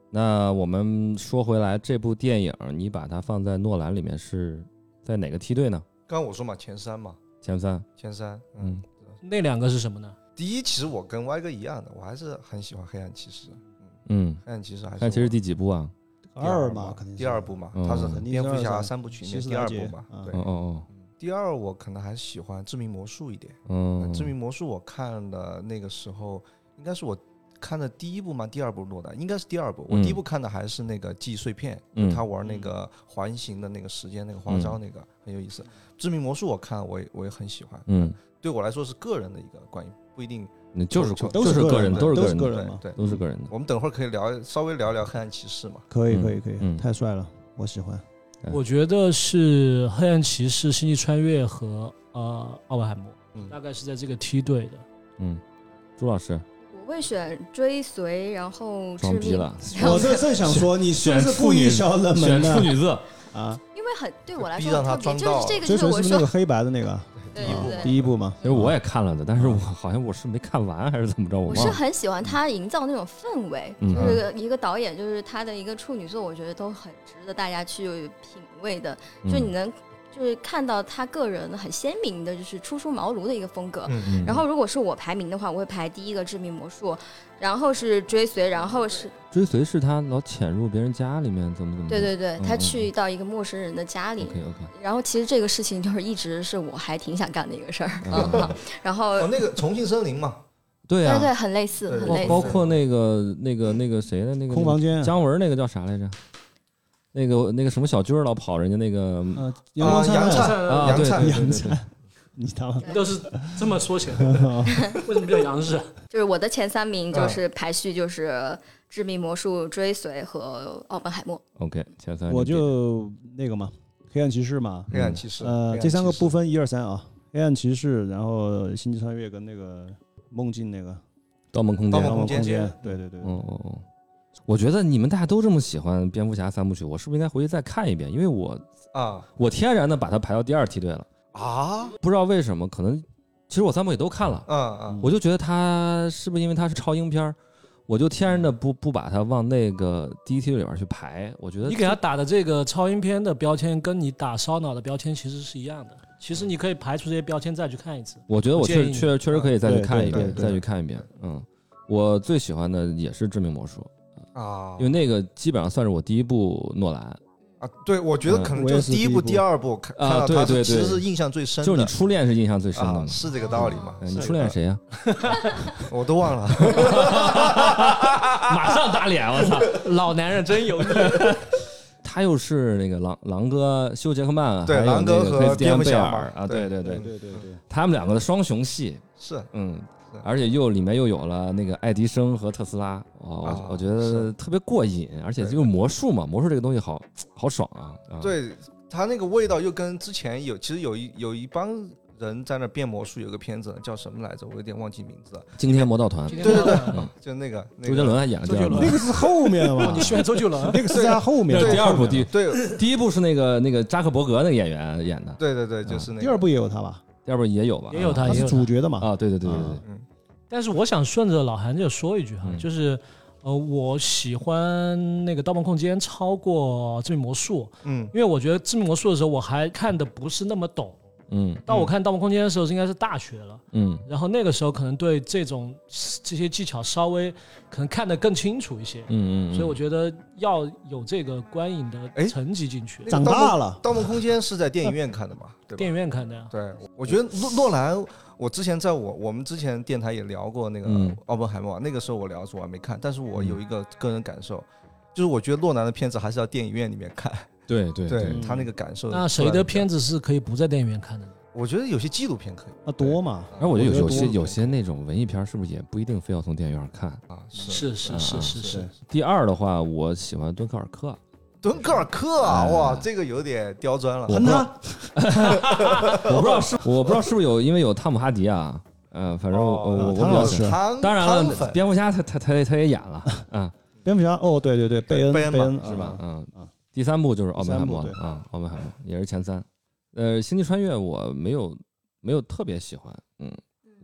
[SPEAKER 2] 那我们说回来，这部电影你把它放在诺兰里面是在哪个梯队呢？
[SPEAKER 1] 刚刚我说嘛，前三嘛，
[SPEAKER 2] 前三，
[SPEAKER 1] 前三，嗯
[SPEAKER 2] 嗯，，
[SPEAKER 6] 那两个是什么呢？
[SPEAKER 1] 第一其实我跟歪哥一样的，我还是很喜欢黑暗骑士，
[SPEAKER 2] 嗯，
[SPEAKER 1] 黑暗骑士还是
[SPEAKER 2] 但其实
[SPEAKER 1] 我
[SPEAKER 2] 第几部啊？
[SPEAKER 1] 第二
[SPEAKER 3] 嘛，
[SPEAKER 1] 嘛
[SPEAKER 3] 肯定是
[SPEAKER 1] 第二部嘛，
[SPEAKER 2] 嗯
[SPEAKER 1] 它是
[SPEAKER 2] 肯
[SPEAKER 3] 定
[SPEAKER 1] 蝙
[SPEAKER 3] 是
[SPEAKER 1] 蝠
[SPEAKER 3] 二
[SPEAKER 1] 侠
[SPEAKER 3] 三
[SPEAKER 1] 三部曲里
[SPEAKER 3] 西
[SPEAKER 1] 面
[SPEAKER 3] 斯
[SPEAKER 1] 第
[SPEAKER 3] 莱
[SPEAKER 1] 二
[SPEAKER 3] 杰
[SPEAKER 1] 部嘛
[SPEAKER 3] 嗯，
[SPEAKER 1] 对
[SPEAKER 2] 哦，哦
[SPEAKER 1] 嗯第二我可能还是喜欢致命魔术一点，
[SPEAKER 2] 哦，嗯，
[SPEAKER 1] 致命魔术我看了那个时候应该是我看的第一部嘛，第二部落的应该是第二部，我
[SPEAKER 2] 嗯
[SPEAKER 1] 第一部看的还是那个记忆碎片，
[SPEAKER 2] 嗯
[SPEAKER 1] 他玩那个环形的那个时间那个花招那个很有意思，致命魔术我看我也我也很喜欢，
[SPEAKER 2] 嗯，
[SPEAKER 1] 对我来说是个人的一个观影，不一定
[SPEAKER 2] 你就是
[SPEAKER 1] 就
[SPEAKER 2] 就
[SPEAKER 1] 都
[SPEAKER 2] 是
[SPEAKER 1] 是
[SPEAKER 2] 个
[SPEAKER 1] 个
[SPEAKER 2] 人
[SPEAKER 1] 人
[SPEAKER 2] 的，
[SPEAKER 1] 的
[SPEAKER 2] 都是
[SPEAKER 3] 都
[SPEAKER 2] 个
[SPEAKER 3] 是
[SPEAKER 2] 人
[SPEAKER 3] 个
[SPEAKER 2] 的，
[SPEAKER 3] 人
[SPEAKER 1] 对
[SPEAKER 3] 嘛
[SPEAKER 1] 对，
[SPEAKER 2] 都是个人的。
[SPEAKER 1] 我们等会儿可以聊稍微聊聊黑暗骑士嘛，
[SPEAKER 3] 可以
[SPEAKER 2] 嗯
[SPEAKER 3] 可以可以，
[SPEAKER 2] 嗯
[SPEAKER 3] 太帅了，我喜欢。
[SPEAKER 2] 嗯
[SPEAKER 6] 我觉得是《黑暗骑士》《星际穿越》和呃《奥本海默》，
[SPEAKER 1] 嗯
[SPEAKER 6] 大概是在这个梯队的。
[SPEAKER 2] 嗯，朱老师
[SPEAKER 4] 我会选追随，然后致
[SPEAKER 2] 装逼
[SPEAKER 4] 命 [laughs]
[SPEAKER 2] 了，
[SPEAKER 3] [laughs] 我这正想说，你是不是故意 [laughs] 想冷门
[SPEAKER 2] 选处
[SPEAKER 3] 的
[SPEAKER 2] 女座，
[SPEAKER 3] 啊？
[SPEAKER 4] 因为很对我来
[SPEAKER 1] 逼
[SPEAKER 4] 说
[SPEAKER 1] 让他
[SPEAKER 4] 很特别，
[SPEAKER 1] 装
[SPEAKER 4] 就
[SPEAKER 1] 到
[SPEAKER 4] 是这个
[SPEAKER 3] 追
[SPEAKER 4] 就
[SPEAKER 3] 随是
[SPEAKER 4] 我
[SPEAKER 3] 不是那
[SPEAKER 4] 说
[SPEAKER 3] 个黑白的那个啊？
[SPEAKER 1] 第
[SPEAKER 4] [laughs]
[SPEAKER 1] 一
[SPEAKER 4] 对
[SPEAKER 1] 部嘛
[SPEAKER 3] 第一部嘛，
[SPEAKER 2] 其实我也看了的，但是我好像我是没看完还是怎么着，我
[SPEAKER 4] 我
[SPEAKER 2] 忘
[SPEAKER 4] 是
[SPEAKER 2] 了。
[SPEAKER 4] 很喜欢他营造那种氛围，
[SPEAKER 2] 嗯
[SPEAKER 4] 就是一个导演，就是他的一个处女作，我觉得都很值得大家去品味的。就
[SPEAKER 2] 嗯
[SPEAKER 4] 你能就是看到他个人很鲜明的，就是初出茅庐的一个风格。
[SPEAKER 1] 嗯
[SPEAKER 4] 然后如果是我排名的话，我会排第一个《致命魔术》，然后是《追随》，然后是
[SPEAKER 2] 追随是他老潜入别人家里面，怎么怎么着？
[SPEAKER 4] 对对对，
[SPEAKER 2] 嗯
[SPEAKER 4] 他
[SPEAKER 2] 嗯嗯
[SPEAKER 4] 去到一个陌生人的家里。
[SPEAKER 2] OK OK，
[SPEAKER 4] 然后其实这个事情就是一直是我还挺想干的一个事儿，
[SPEAKER 2] 嗯
[SPEAKER 4] 嗯，然后
[SPEAKER 1] 哦那个重庆森林嘛，
[SPEAKER 2] [laughs] 对
[SPEAKER 4] 对
[SPEAKER 2] 呀，
[SPEAKER 4] 对，很类似，
[SPEAKER 1] 对对
[SPEAKER 4] 很
[SPEAKER 2] 包
[SPEAKER 4] 类
[SPEAKER 2] 包
[SPEAKER 4] 似。
[SPEAKER 2] 括那个那个那个谁的那个
[SPEAKER 3] 空房间，啊
[SPEAKER 2] 姜文那个叫啥来着？那个那个什么小军儿老跑人家那个
[SPEAKER 3] 呃，阳
[SPEAKER 1] 啊
[SPEAKER 3] 光
[SPEAKER 1] 杨
[SPEAKER 3] 灿烂，
[SPEAKER 1] 灿
[SPEAKER 2] 啊，
[SPEAKER 1] 杨
[SPEAKER 2] 对
[SPEAKER 1] 灿
[SPEAKER 2] 对
[SPEAKER 3] 杨
[SPEAKER 2] 对对对
[SPEAKER 3] 灿，你他妈
[SPEAKER 6] 都是这么说起来，为什么叫杨氏？
[SPEAKER 4] 就是我的前三名就
[SPEAKER 1] 嗯
[SPEAKER 4] 是排序就是《致命魔术》《追随》和《奥本海默》。
[SPEAKER 2] OK 前三，
[SPEAKER 3] 我就那个嘛，黑暗骑士嘛，
[SPEAKER 1] 黑暗骑士，
[SPEAKER 3] 呃
[SPEAKER 1] 黑，暗
[SPEAKER 3] 这三个
[SPEAKER 1] 骑士
[SPEAKER 3] 不分一二三啊，黑暗骑士，然后星际穿越跟那个梦境那个
[SPEAKER 2] 盗梦哦空
[SPEAKER 1] 盗梦，
[SPEAKER 2] 间
[SPEAKER 3] 盗
[SPEAKER 1] 空
[SPEAKER 3] 梦
[SPEAKER 1] 间
[SPEAKER 3] 空间
[SPEAKER 1] 间，
[SPEAKER 3] 对对对，
[SPEAKER 2] 哦哦哦，我觉得你们大家都这么喜欢蝙蝠侠三部曲，我是不是应该回去再看一遍？因为我
[SPEAKER 1] 啊
[SPEAKER 2] 我天然的把它排到第二梯队了，
[SPEAKER 1] 啊
[SPEAKER 2] 不知道为什么，可能其实我三部也都看了，
[SPEAKER 1] 啊
[SPEAKER 6] 嗯
[SPEAKER 1] 啊，
[SPEAKER 2] 我就觉得他是不是因为他是超英片儿，我就天然的不不把它往那个第一梯队里边去排。我觉得
[SPEAKER 6] 你给他打的这个超音片的标签，跟你打烧脑的标签其实是一样的。其实你可以排除这些标签再去看一次。
[SPEAKER 2] 我觉得我
[SPEAKER 6] 我建
[SPEAKER 2] 确
[SPEAKER 6] 议
[SPEAKER 2] 确确实可以再去
[SPEAKER 3] 对
[SPEAKER 2] 看一
[SPEAKER 1] 对
[SPEAKER 2] 遍，
[SPEAKER 1] 对
[SPEAKER 2] 再去看一遍。嗯，我最喜欢的也是《致命魔术》，
[SPEAKER 1] 啊
[SPEAKER 2] 因为那个基本上算是我第一部诺兰。嗯
[SPEAKER 1] 啊，对，我觉得可能
[SPEAKER 3] 我
[SPEAKER 1] 就
[SPEAKER 3] 也
[SPEAKER 1] 是
[SPEAKER 3] 是
[SPEAKER 1] 第一
[SPEAKER 3] 第一
[SPEAKER 1] 部、
[SPEAKER 3] 部
[SPEAKER 1] 第二部看
[SPEAKER 2] 啊
[SPEAKER 1] 看到
[SPEAKER 2] 对
[SPEAKER 1] 他
[SPEAKER 2] 对对
[SPEAKER 1] 其实是印象最深的，
[SPEAKER 2] 就是你初恋是印象最深的
[SPEAKER 1] 啊，
[SPEAKER 2] 嘛。
[SPEAKER 1] 是这个道理吗？
[SPEAKER 2] 嗯
[SPEAKER 1] 是
[SPEAKER 2] 你
[SPEAKER 1] 这个
[SPEAKER 2] 初恋
[SPEAKER 1] 道理
[SPEAKER 2] 谁呀？
[SPEAKER 1] 我都忘了。
[SPEAKER 2] 马上打脸！我操，
[SPEAKER 6] 老男人真油腻。
[SPEAKER 2] [laughs] 他又是那个狼狼哥休·杰克曼，啊
[SPEAKER 1] 对
[SPEAKER 2] 还有
[SPEAKER 1] 狼哥
[SPEAKER 2] 那个
[SPEAKER 1] 和
[SPEAKER 2] 克里斯蒂安
[SPEAKER 1] 蝙蝠
[SPEAKER 2] 贝
[SPEAKER 1] 侠
[SPEAKER 2] 尔
[SPEAKER 1] 嘛
[SPEAKER 2] 啊，对对对嗯
[SPEAKER 1] 对，
[SPEAKER 3] 对对对，
[SPEAKER 2] 他们两个的双雄戏，
[SPEAKER 1] 是
[SPEAKER 2] 嗯
[SPEAKER 1] 是，
[SPEAKER 2] 而且又里面又有了那个爱迪生和特斯拉，哦，我、
[SPEAKER 1] 啊
[SPEAKER 2] 我觉得
[SPEAKER 1] 是
[SPEAKER 2] 特别过瘾，而且
[SPEAKER 1] 对
[SPEAKER 2] 这个魔术嘛，魔术这个东西好好爽啊，啊，
[SPEAKER 1] 对他那个味道又跟之前有，其实有一有一帮人在那变魔术，有个片子叫什么来着？我有点忘记名字了，
[SPEAKER 2] 惊天魔盗团，
[SPEAKER 1] 对对对
[SPEAKER 2] 嗯
[SPEAKER 1] 就那个那
[SPEAKER 2] 周杰
[SPEAKER 1] 个。
[SPEAKER 2] 伦还演了第二部
[SPEAKER 6] 周杰
[SPEAKER 3] 那，个是后面的
[SPEAKER 6] 哦
[SPEAKER 2] [laughs]
[SPEAKER 3] 吧？
[SPEAKER 6] 你喜欢周杰伦？
[SPEAKER 3] 那个是在后面
[SPEAKER 2] 对
[SPEAKER 3] 的，
[SPEAKER 2] 第二部第
[SPEAKER 1] 对
[SPEAKER 2] 第一部是那个那个扎克伯格那个演员演的，
[SPEAKER 1] 对对对，就是
[SPEAKER 2] 嗯
[SPEAKER 1] 那个。
[SPEAKER 3] 第二部也有他吧？
[SPEAKER 2] 第二部也有吧？
[SPEAKER 6] 也有
[SPEAKER 2] 啊
[SPEAKER 6] 他
[SPEAKER 3] 他
[SPEAKER 6] 也
[SPEAKER 3] 是
[SPEAKER 6] 有
[SPEAKER 3] 主
[SPEAKER 6] 他。
[SPEAKER 3] 角的嘛？
[SPEAKER 2] 啊，对对对对对
[SPEAKER 3] 啊，
[SPEAKER 1] 嗯，
[SPEAKER 6] 但是我想顺着老韩这说一句哈
[SPEAKER 2] 嗯，
[SPEAKER 6] 就是呃，我喜欢那个《盗梦空间》超过《致命魔术》，
[SPEAKER 1] 嗯
[SPEAKER 6] 因为我觉得《致命魔术》的时候我还看的不是那么懂，
[SPEAKER 2] 嗯
[SPEAKER 6] 到我看《盗梦空间》的时候应该是大学了。
[SPEAKER 2] 嗯
[SPEAKER 6] 然后那个时候可能对这种这些技巧稍微可能看得更清楚一些，
[SPEAKER 2] 嗯嗯，
[SPEAKER 6] 所以我觉得要有这个观影的
[SPEAKER 1] 哎
[SPEAKER 6] 层级进去
[SPEAKER 1] 那。个
[SPEAKER 3] 长
[SPEAKER 1] 盗梦
[SPEAKER 3] 大了
[SPEAKER 1] 《盗梦空间》是在电影院看的嘛？对吧？
[SPEAKER 6] 电影院看的呀，
[SPEAKER 1] 对，我觉得诺诺兰，我之前在我我们之前电台也聊过那个
[SPEAKER 2] 嗯
[SPEAKER 1] 《奥本海默》，那个时候我聊说我还没看，但是我有一个个人感受，就是我觉得诺兰的片子还是要电影院里面看，
[SPEAKER 2] 对对
[SPEAKER 1] 对他那个感受。
[SPEAKER 6] 那谁的片？子是可以不在电影院看的呢？
[SPEAKER 1] 我觉得有些纪录片可以，
[SPEAKER 3] 啊，多嘛？
[SPEAKER 2] 而哎我觉得有有
[SPEAKER 3] 我觉得
[SPEAKER 2] 些
[SPEAKER 3] 多
[SPEAKER 2] 有些那种文艺片儿是不是也不一定非要从电影院看？
[SPEAKER 1] 啊，是
[SPEAKER 6] 是是是是是，
[SPEAKER 2] 第二的话，我喜欢敦刻尔克，
[SPEAKER 1] 敦刻尔克啊，
[SPEAKER 2] 哎
[SPEAKER 1] 哇，这个有点刁钻了
[SPEAKER 2] 我。
[SPEAKER 3] 喷他！
[SPEAKER 2] 我不知道哦是我不知道是不是有因为有汤姆哈迪啊，嗯，反正我
[SPEAKER 1] 哦
[SPEAKER 2] 我我比
[SPEAKER 3] 汤
[SPEAKER 2] 较
[SPEAKER 3] 老
[SPEAKER 2] 喜欢
[SPEAKER 3] 师。
[SPEAKER 1] 汤
[SPEAKER 2] 当然
[SPEAKER 1] 汤
[SPEAKER 2] 了，
[SPEAKER 1] 粉
[SPEAKER 2] 蝙蝠侠他他他他也演了，嗯，
[SPEAKER 3] 蝙蝠侠哦，对对对，贝恩
[SPEAKER 1] 贝恩嘛
[SPEAKER 3] 恩
[SPEAKER 2] 是吧？？嗯
[SPEAKER 3] 啊，
[SPEAKER 2] 第三部就是奥本海默
[SPEAKER 3] 第三部
[SPEAKER 2] 了啊，奥本海默也是前三。呃，星际穿越我没有没有特别喜欢，嗯，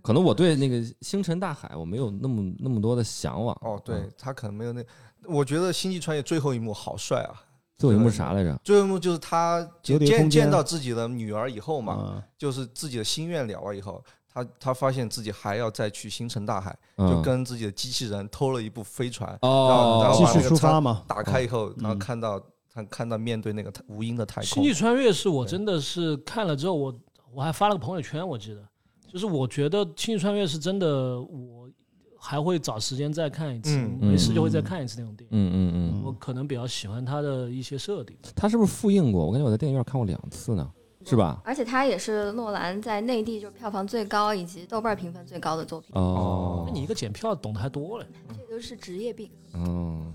[SPEAKER 2] 可能我对那个星辰大海我没有那么那么多的向往。
[SPEAKER 1] 哦，对
[SPEAKER 2] 嗯，
[SPEAKER 1] 他可能没有那，我觉得《星际穿越》最后一幕好帅啊！
[SPEAKER 2] 最后一幕是啥来着？
[SPEAKER 1] 最后一幕就是他
[SPEAKER 3] 折叠
[SPEAKER 1] 见
[SPEAKER 3] 空间
[SPEAKER 1] 见到自己的女儿以后嘛，
[SPEAKER 3] 啊，
[SPEAKER 1] 就是自己的心愿了啊了以后，他他发现自己还要再去星辰大海，就
[SPEAKER 2] 嗯，
[SPEAKER 1] 跟自己的机器人偷了一部飞船，然
[SPEAKER 2] 哦
[SPEAKER 1] 后
[SPEAKER 3] 继
[SPEAKER 1] 把那
[SPEAKER 3] 续
[SPEAKER 1] 个
[SPEAKER 3] 出
[SPEAKER 1] 舱
[SPEAKER 3] 发嘛。
[SPEAKER 1] 打开以后，然后
[SPEAKER 3] 嗯
[SPEAKER 1] 看到他看到面对那个太无垠的太
[SPEAKER 6] 星
[SPEAKER 1] 空
[SPEAKER 6] 际，穿越》哦是我真的是看了之后，我我还发了个朋友圈，我记得，就是我觉得《星际穿越》是真的，我还会找时间再看一次，
[SPEAKER 1] 嗯
[SPEAKER 6] 没事就会再看一次那种电影。
[SPEAKER 2] 嗯嗯嗯，
[SPEAKER 6] 我可能比较喜欢它的一些设定。
[SPEAKER 2] 他是不是复映过？我感觉我在电影院看过两次呢，是吧？
[SPEAKER 4] 而且它也是诺兰在内地就是票房最高以及豆瓣评分最高的作品，
[SPEAKER 2] 哦
[SPEAKER 6] 那，你一个检票懂得还多嘞，
[SPEAKER 4] 这都是职业病。
[SPEAKER 2] 嗯，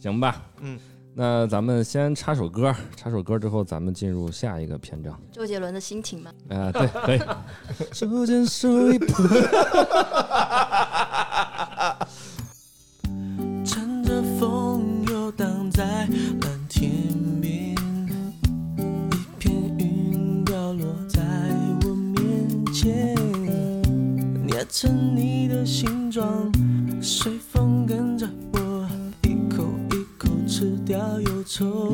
[SPEAKER 2] 行吧，
[SPEAKER 1] 嗯，
[SPEAKER 2] 那咱们先插首歌，插首歌之后，咱们进入下一个篇章。
[SPEAKER 4] 周杰伦的心情嘛，
[SPEAKER 6] [laughs]
[SPEAKER 2] 啊、对，可以。手牵手一拍
[SPEAKER 7] 乘着风游荡在蓝天边，一片云掉落在我面前，捏成你的形状，随风跟着我，一口一口吃掉忧愁。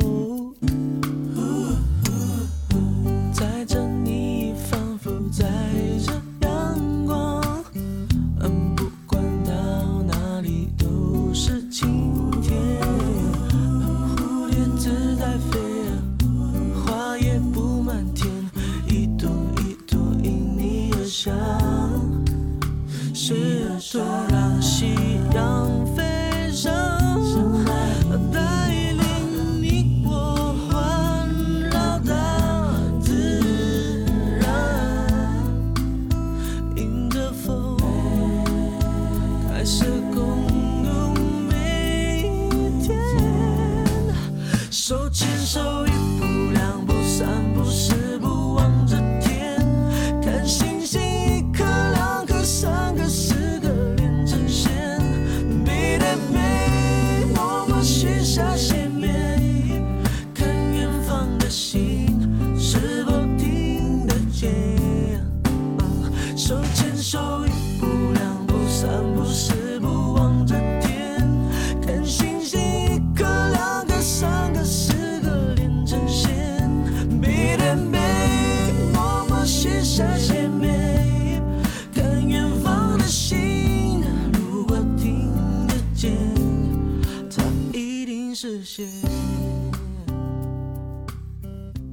[SPEAKER 7] 载着你，仿佛载着阳光。嗯，不管到哪里都是晴天。蝴蝶自在飞，花也布满天，一朵一朵因你而香。试图让夕阳飞上，带领你我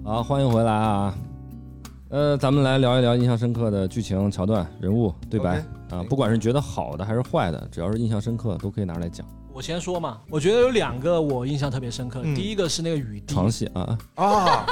[SPEAKER 2] 好，欢迎回来啊。呃，咱们来聊一聊印象深刻的剧情桥段、人物、对白
[SPEAKER 1] OK，
[SPEAKER 2] 啊，
[SPEAKER 1] 行
[SPEAKER 2] 不管是觉得好的还是坏的，只要是印象深刻，都可以拿来讲。
[SPEAKER 6] 我先说嘛，我觉得有两个我印象特别深刻，
[SPEAKER 1] 嗯
[SPEAKER 6] 第一个是那个雨滴，
[SPEAKER 2] 床戏啊
[SPEAKER 6] [laughs]
[SPEAKER 1] 啊，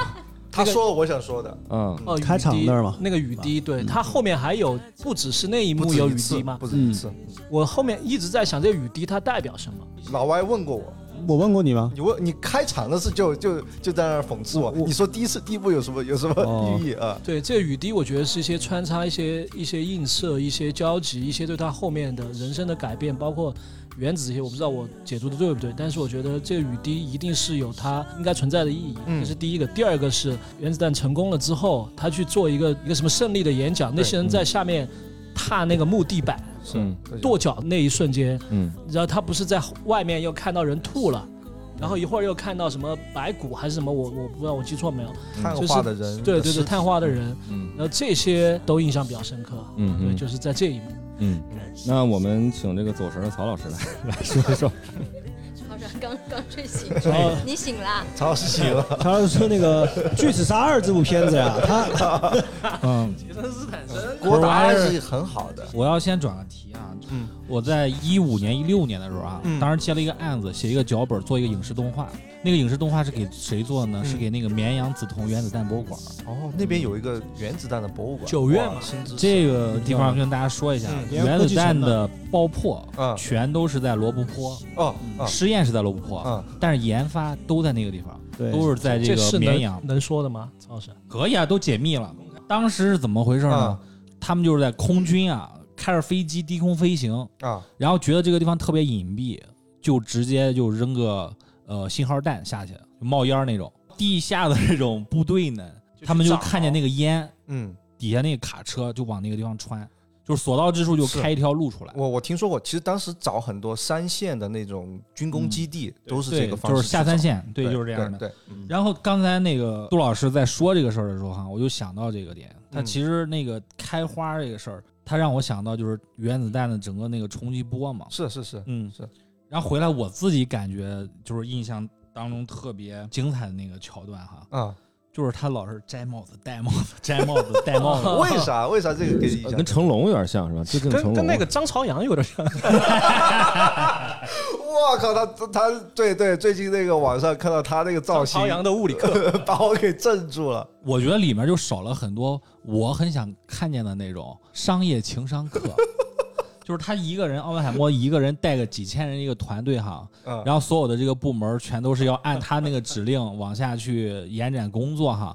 [SPEAKER 1] 他说了我想说的，
[SPEAKER 2] 啊，
[SPEAKER 6] 哦，雨滴
[SPEAKER 3] 开场那儿嘛嗯
[SPEAKER 6] 那个雨滴，对，它后面还有不只是那一
[SPEAKER 1] 不
[SPEAKER 6] 幕
[SPEAKER 1] 止
[SPEAKER 6] 有
[SPEAKER 1] 一
[SPEAKER 6] 雨
[SPEAKER 1] 次
[SPEAKER 6] 滴嘛，
[SPEAKER 1] 不止一次，
[SPEAKER 6] 我后面一直在想这个雨滴它代表什么。
[SPEAKER 1] 老歪问过我，
[SPEAKER 3] 我问过
[SPEAKER 1] [laughs]
[SPEAKER 3] 你吗？
[SPEAKER 1] 你问你开场的时候就就就在那儿讽刺我，
[SPEAKER 3] 我
[SPEAKER 1] 你说第一次第一步有什么有什
[SPEAKER 3] 哦
[SPEAKER 1] 么寓意啊？
[SPEAKER 6] 对，这个雨滴我觉得是一些穿插一些一些映射、一些交集、一些对他后面的人生的改变，包括原子这些，我不知道我解读的对不对，但是我觉得这个雨滴一定是有它应该存在的意义，
[SPEAKER 1] 嗯
[SPEAKER 6] 这是第一个。第二个是原子弹成功了之后，他去做一个一个什么胜利的演讲，那
[SPEAKER 1] 对嗯
[SPEAKER 6] 些人在下面踏那个木地板
[SPEAKER 2] 嗯
[SPEAKER 6] 跺脚那一瞬间，
[SPEAKER 2] 嗯
[SPEAKER 6] 然后他不是在外面又看到人吐了，然后一会儿又看到什么白骨还是什么，我我不知道我记错没有，
[SPEAKER 1] 碳化的人，
[SPEAKER 6] 对对对，碳化的人。
[SPEAKER 2] 嗯
[SPEAKER 6] 然后这些都印象比较深刻，
[SPEAKER 2] 嗯
[SPEAKER 6] 对，就是在这一幕。
[SPEAKER 2] 嗯。那我们请这个走神儿的曹老师来 [laughs] 来说一
[SPEAKER 6] [laughs]
[SPEAKER 2] 说。
[SPEAKER 4] [laughs] 好像刚刚睡醒，
[SPEAKER 6] 然后
[SPEAKER 4] [laughs] 你醒啦？
[SPEAKER 1] 曹老师醒
[SPEAKER 6] [laughs]
[SPEAKER 1] 了，
[SPEAKER 3] 他老师说那个《巨齿鲨二》这部片子呀，他
[SPEAKER 8] 嗯，
[SPEAKER 1] 国达还是很好的，
[SPEAKER 8] 我要先转个题啊，
[SPEAKER 1] 嗯
[SPEAKER 8] 我在一五年、一六年的时候啊，
[SPEAKER 1] 嗯
[SPEAKER 8] 当时接了一个案子，写一个脚本，做一个影视动画。那个影视动画是给谁做的呢？
[SPEAKER 1] 嗯
[SPEAKER 8] 是给那个绵阳紫铜原子弹博物馆。
[SPEAKER 1] 哦，那边有一个原子弹的博物馆，
[SPEAKER 6] 九院嘛
[SPEAKER 1] 哇新知识
[SPEAKER 8] 这个地方跟大家说一下，啊
[SPEAKER 1] 嗯
[SPEAKER 8] 原子弹的爆破
[SPEAKER 1] 嗯
[SPEAKER 8] 全都是在罗布泊，
[SPEAKER 1] 哦啊
[SPEAKER 8] 实嗯验是在罗布泊，
[SPEAKER 1] 啊，
[SPEAKER 8] 但是研发都在那个地方，
[SPEAKER 3] 对
[SPEAKER 8] 都是在
[SPEAKER 6] 这
[SPEAKER 8] 个
[SPEAKER 6] 是
[SPEAKER 8] 绵阳
[SPEAKER 6] 能。能说的吗？曹老
[SPEAKER 8] [laughs]
[SPEAKER 6] 师，
[SPEAKER 8] 可以啊，都解密了。当时是怎么回事
[SPEAKER 1] 嗯
[SPEAKER 8] 呢？他们就是在空军啊，开着飞机低空飞行，
[SPEAKER 1] 啊
[SPEAKER 8] 然后觉得这个地方特别隐蔽，就直接就扔个呃信号弹下去，冒烟儿那种。地下的这种部队呢，他们就看见那个烟
[SPEAKER 1] 嗯，
[SPEAKER 8] 底下那个卡车就往那个地方穿，就是所到之处就是开一条路出来。
[SPEAKER 1] 我我听说过，其实当时找很多三线的那种军工基地都是这
[SPEAKER 8] 嗯对，
[SPEAKER 1] 个方
[SPEAKER 8] 就
[SPEAKER 1] 式
[SPEAKER 8] 是
[SPEAKER 1] 去找，
[SPEAKER 8] 下三线，对，
[SPEAKER 1] 对，
[SPEAKER 8] 就是这样的。
[SPEAKER 1] 对，对
[SPEAKER 6] 嗯
[SPEAKER 8] 然后刚才那个杜老师在说这个事儿的时候哈，我就想到这个点，他
[SPEAKER 1] 嗯
[SPEAKER 8] 其实那个开花这个事儿，他让我想到就是原子弹的整个那个冲击波嘛，
[SPEAKER 1] 是是是，
[SPEAKER 8] 嗯
[SPEAKER 1] 是。
[SPEAKER 8] 然后回来我自己感觉就是印象当中特别精彩的那个桥段哈，
[SPEAKER 1] 啊，
[SPEAKER 8] 就是他老是摘帽子、戴帽子、摘帽子、戴
[SPEAKER 6] 哦
[SPEAKER 8] 帽 [laughs] 子。
[SPEAKER 1] 啊为 [laughs] 啥为啥这个给你
[SPEAKER 8] [laughs]
[SPEAKER 2] 跟成龙有点像是吧？致敬成
[SPEAKER 6] 跟
[SPEAKER 2] 龙。
[SPEAKER 6] 跟那个张朝阳有点像。
[SPEAKER 1] 我靠，他他他对对，最近那个网上看到他那个造型
[SPEAKER 6] 朝，阳的物理课，
[SPEAKER 1] 把我给镇住
[SPEAKER 8] [laughs]
[SPEAKER 1] 了。
[SPEAKER 8] 我觉得里面就少了很多我很想看见的那种商业情商课， [laughs] 就是他一个人，奥本海默一个人带个几千人一个团队哈，
[SPEAKER 1] 嗯，
[SPEAKER 8] 然后所有的这个部门全都是要按他那个指令往下去延展工作哈。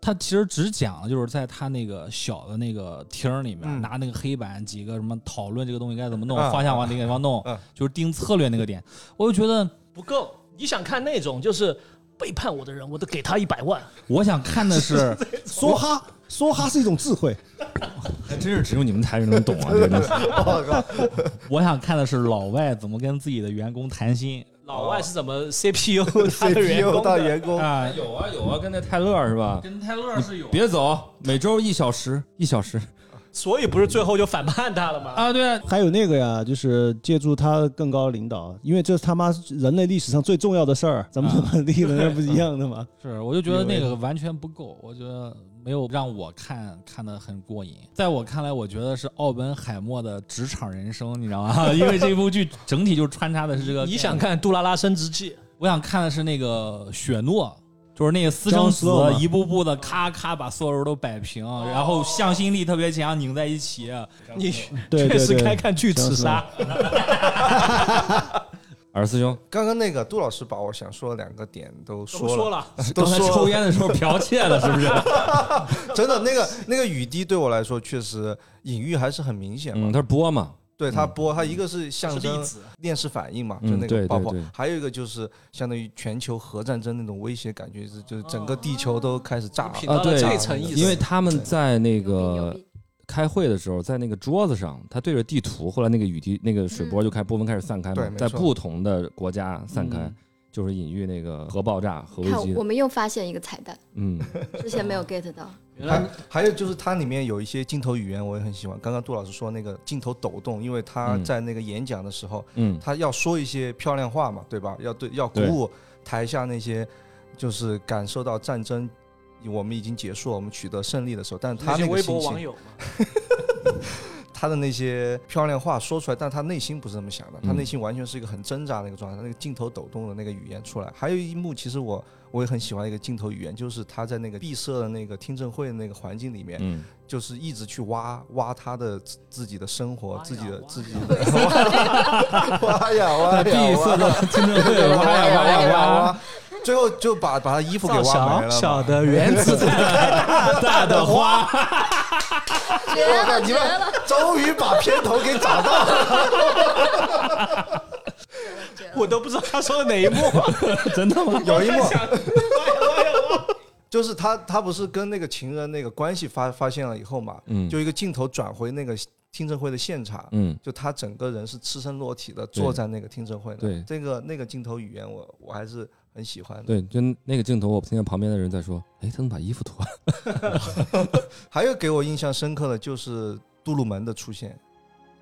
[SPEAKER 8] 他其实只讲了就是在他那个小的那个厅儿里面、
[SPEAKER 1] 嗯
[SPEAKER 8] 拿那个黑板几个什么讨论这个东西该怎么弄，
[SPEAKER 1] 嗯
[SPEAKER 8] 方向往哪个地方弄，
[SPEAKER 1] 嗯
[SPEAKER 8] 就是定策略那个点，我就觉得
[SPEAKER 6] [laughs] 不够。你想看那种就是背叛我的人，我都给他一百万。
[SPEAKER 8] 我想看的是，
[SPEAKER 3] 梭哈，梭哈是一种智慧，
[SPEAKER 2] 还真是 [laughs] 只有 [laughs] 你们才能懂啊，这个
[SPEAKER 6] [laughs]
[SPEAKER 2] 东西。
[SPEAKER 1] 我靠，
[SPEAKER 8] 我想看的是老外怎么跟自己的员工谈心
[SPEAKER 6] 老外是怎么
[SPEAKER 1] 哦
[SPEAKER 6] CPU [laughs] 他的员
[SPEAKER 1] CPU
[SPEAKER 6] 工
[SPEAKER 1] 到
[SPEAKER 6] 的？
[SPEAKER 1] 员工，
[SPEAKER 8] 啊。
[SPEAKER 2] 有啊有啊，跟那泰勒是吧？
[SPEAKER 8] 跟泰勒是有
[SPEAKER 2] 别走，每周一小时，一小时。
[SPEAKER 6] [laughs] 所以不是最后就反叛他了吗？
[SPEAKER 8] 啊，对啊，
[SPEAKER 3] 还有那个呀，就是借助他更高的领导，因为这他妈是人类历史上最重要的事儿，咱们怎么地的那不是一样的吗？
[SPEAKER 8] 是，我就觉得那个完全不够，我觉得没有让我看看得很过瘾。在我看来，我觉得是奥本海默的职场人生，你知道 [laughs] 吗？因为这部剧整体就穿插的是这个。
[SPEAKER 6] 你想？看杜拉拉升职记，
[SPEAKER 8] 我想看的是那个雪诺。就是那个私
[SPEAKER 3] Jon
[SPEAKER 8] 生子
[SPEAKER 3] Snow 嘛
[SPEAKER 8] 一步步的咔咔把所有人都摆平，然后向心力特别强，拧在一起。
[SPEAKER 6] 你
[SPEAKER 3] 对
[SPEAKER 6] 确
[SPEAKER 3] 对
[SPEAKER 6] 实该
[SPEAKER 3] 对，
[SPEAKER 6] 看巨齿鲨。
[SPEAKER 2] 二师兄，
[SPEAKER 1] 刚刚那个杜老师把我想说的两个点都
[SPEAKER 6] 都
[SPEAKER 1] 说了，
[SPEAKER 6] 说了，
[SPEAKER 1] 都
[SPEAKER 8] 刚才抽
[SPEAKER 1] 说了，
[SPEAKER 8] 烟的时候剽窃了，是不是？
[SPEAKER 1] 真的那个那个雨滴对我来说确实隐喻还是很明显嘛。
[SPEAKER 2] 嗯，他是波嘛，
[SPEAKER 1] 对它
[SPEAKER 8] 嗯
[SPEAKER 1] 播，它一个是象
[SPEAKER 6] 是
[SPEAKER 1] 征
[SPEAKER 6] 例子
[SPEAKER 1] 链式反应嘛，
[SPEAKER 2] 嗯
[SPEAKER 1] 就那
[SPEAKER 2] 对
[SPEAKER 1] 个爆破
[SPEAKER 2] 对对，
[SPEAKER 1] 还有一个就是相当于全球核战争那种威胁感觉，是就是
[SPEAKER 7] 哦
[SPEAKER 1] 整个地球都开始炸了
[SPEAKER 6] 品
[SPEAKER 2] 啊
[SPEAKER 6] 到了
[SPEAKER 2] 对
[SPEAKER 6] 这层意思，
[SPEAKER 2] 因为他们在那
[SPEAKER 4] 牛
[SPEAKER 2] 个
[SPEAKER 4] 逼
[SPEAKER 2] 开会的时候，在那个桌子上，他对着地图，后来那个雨滴、那个水波就开波纹开始散开嘛
[SPEAKER 1] 对，没
[SPEAKER 2] 在
[SPEAKER 1] 错嗯
[SPEAKER 2] 不同的国家散开，就是隐喻那个核爆炸、核
[SPEAKER 4] 牛逼！
[SPEAKER 2] 危
[SPEAKER 4] 看，
[SPEAKER 2] 机
[SPEAKER 4] 我。们又发现一个彩蛋，
[SPEAKER 2] 嗯，
[SPEAKER 4] 之前没有 get 到。
[SPEAKER 6] 原来
[SPEAKER 1] 还还有就是它里面有一些镜头语言我也很喜欢，刚刚杜老师说那个镜头抖动，因为他
[SPEAKER 2] 嗯
[SPEAKER 1] 在那个演讲的时候，
[SPEAKER 2] 嗯，
[SPEAKER 1] 他要说一些漂亮话嘛，对吧？要对要鼓
[SPEAKER 2] 对
[SPEAKER 1] 舞台下那些就是感受到战争我们已经结束了，我们取得胜利的时候，但
[SPEAKER 7] 那
[SPEAKER 1] 他
[SPEAKER 7] 些
[SPEAKER 1] 那个
[SPEAKER 7] 微
[SPEAKER 1] 心
[SPEAKER 7] 博网
[SPEAKER 1] 情，
[SPEAKER 7] 友嘛，
[SPEAKER 1] 他的那些漂亮话说出来，但他内心不是这么想的，他
[SPEAKER 2] 嗯
[SPEAKER 1] 内心完全是一个很挣扎的一个状态，他那个镜头抖动的那个语言出来。还有一幕，其实我我也很喜欢一个镜头语言，就是他在那个闭塞的那个听证会的那个环境里面，
[SPEAKER 2] 嗯，
[SPEAKER 1] 就是一直去挖挖他的自自己的生活，自己的自己的挖呀挖呀
[SPEAKER 2] [laughs] 在闭塞的听证会，
[SPEAKER 1] 挖
[SPEAKER 2] 哇呀哇呀哇
[SPEAKER 1] 挖
[SPEAKER 2] 呀，
[SPEAKER 1] 挖，最后就把把他衣服给挖
[SPEAKER 6] 造
[SPEAKER 1] 没
[SPEAKER 6] 小
[SPEAKER 1] 了
[SPEAKER 6] 小
[SPEAKER 1] 嘛。
[SPEAKER 6] 的园子，
[SPEAKER 1] [laughs]
[SPEAKER 2] 大的花，
[SPEAKER 4] 绝
[SPEAKER 1] 我靠
[SPEAKER 4] 了
[SPEAKER 1] 你
[SPEAKER 4] 绝
[SPEAKER 1] 们
[SPEAKER 4] 了
[SPEAKER 1] 终于把片头给找到了，
[SPEAKER 2] [laughs]
[SPEAKER 4] 绝了！
[SPEAKER 7] 我都不知道他说的哪一
[SPEAKER 6] [laughs]
[SPEAKER 7] 幕。
[SPEAKER 2] 真的 [laughs] 吗？
[SPEAKER 1] 有一幕，就是他他不是跟那个情人那个关系发发现了以后嘛，
[SPEAKER 2] 嗯
[SPEAKER 1] 就一个镜头转回那个听证会的现场，
[SPEAKER 2] 嗯，
[SPEAKER 1] 就他整个人是赤身裸体的坐在那个听证会
[SPEAKER 2] 对
[SPEAKER 1] 的，这个那个镜头语言我我还是很喜欢的。
[SPEAKER 2] 对，就那个镜头，我听见旁边的人在说：“哎，他怎么把衣服脱了
[SPEAKER 1] 还有给我印象深刻的就是杜鲁门的出现，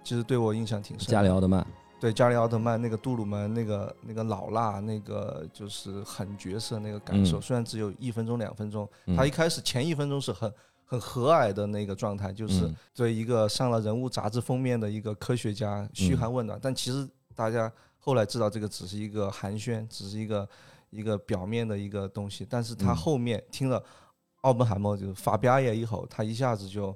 [SPEAKER 1] 其实对我印象挺？” [laughs] 深的。
[SPEAKER 2] 加里奥特曼，
[SPEAKER 1] 对加里奥特曼那个杜鲁门那个那个老辣那个就是狠角色那个感受，
[SPEAKER 2] 嗯
[SPEAKER 1] 虽然只有一分钟两分钟，
[SPEAKER 2] 嗯
[SPEAKER 1] 他一开始前一分钟是很很和蔼的那个状态，就是
[SPEAKER 2] 嗯
[SPEAKER 1] 对一个上了人物杂志封面的一个科学家
[SPEAKER 2] 嗯
[SPEAKER 1] 嘘寒问暖，但其实大家后来知道这个只是一个寒暄，只是一个一个表面的一个东西，但是他
[SPEAKER 2] 嗯
[SPEAKER 1] 后面听了奥本海默就是法比亚耶一吼，他一下子就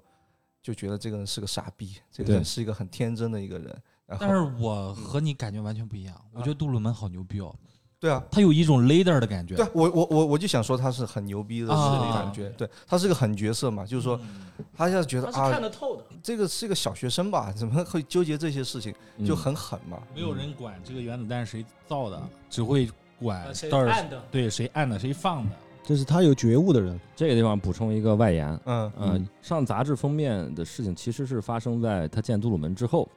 [SPEAKER 1] 就觉得这个人是个傻逼，这个
[SPEAKER 2] 对
[SPEAKER 1] 人是一个很天真的一个人。然后
[SPEAKER 8] [laughs] 但是我和你感觉完全不一样，我觉得杜鲁门好牛逼哦，
[SPEAKER 1] 对啊，
[SPEAKER 8] 他有一种 leader 的感觉。
[SPEAKER 1] 对啊，我我我我就想说他是很牛逼的
[SPEAKER 8] 啊
[SPEAKER 1] 这种感觉，对他是个狠角色嘛，就是说
[SPEAKER 8] 嗯
[SPEAKER 1] 他现在觉得
[SPEAKER 7] 嗯他是看
[SPEAKER 1] 啊，
[SPEAKER 7] 得透的，
[SPEAKER 1] 这个是个小学生吧，怎么会纠结这些事情，
[SPEAKER 2] 嗯
[SPEAKER 1] 就很狠嘛。
[SPEAKER 8] 没有人管这个原子弹谁造的，只会管
[SPEAKER 2] 哎
[SPEAKER 7] 呃谁
[SPEAKER 8] 到底
[SPEAKER 7] 按的？
[SPEAKER 8] 对谁按的谁放的。
[SPEAKER 3] 就是他有觉悟的人，
[SPEAKER 2] 这个地方补充一个外延，
[SPEAKER 1] 嗯，
[SPEAKER 2] 嗯、
[SPEAKER 3] 嗯
[SPEAKER 2] 上杂志封面的事情其实是发生在他见杜鲁门之后，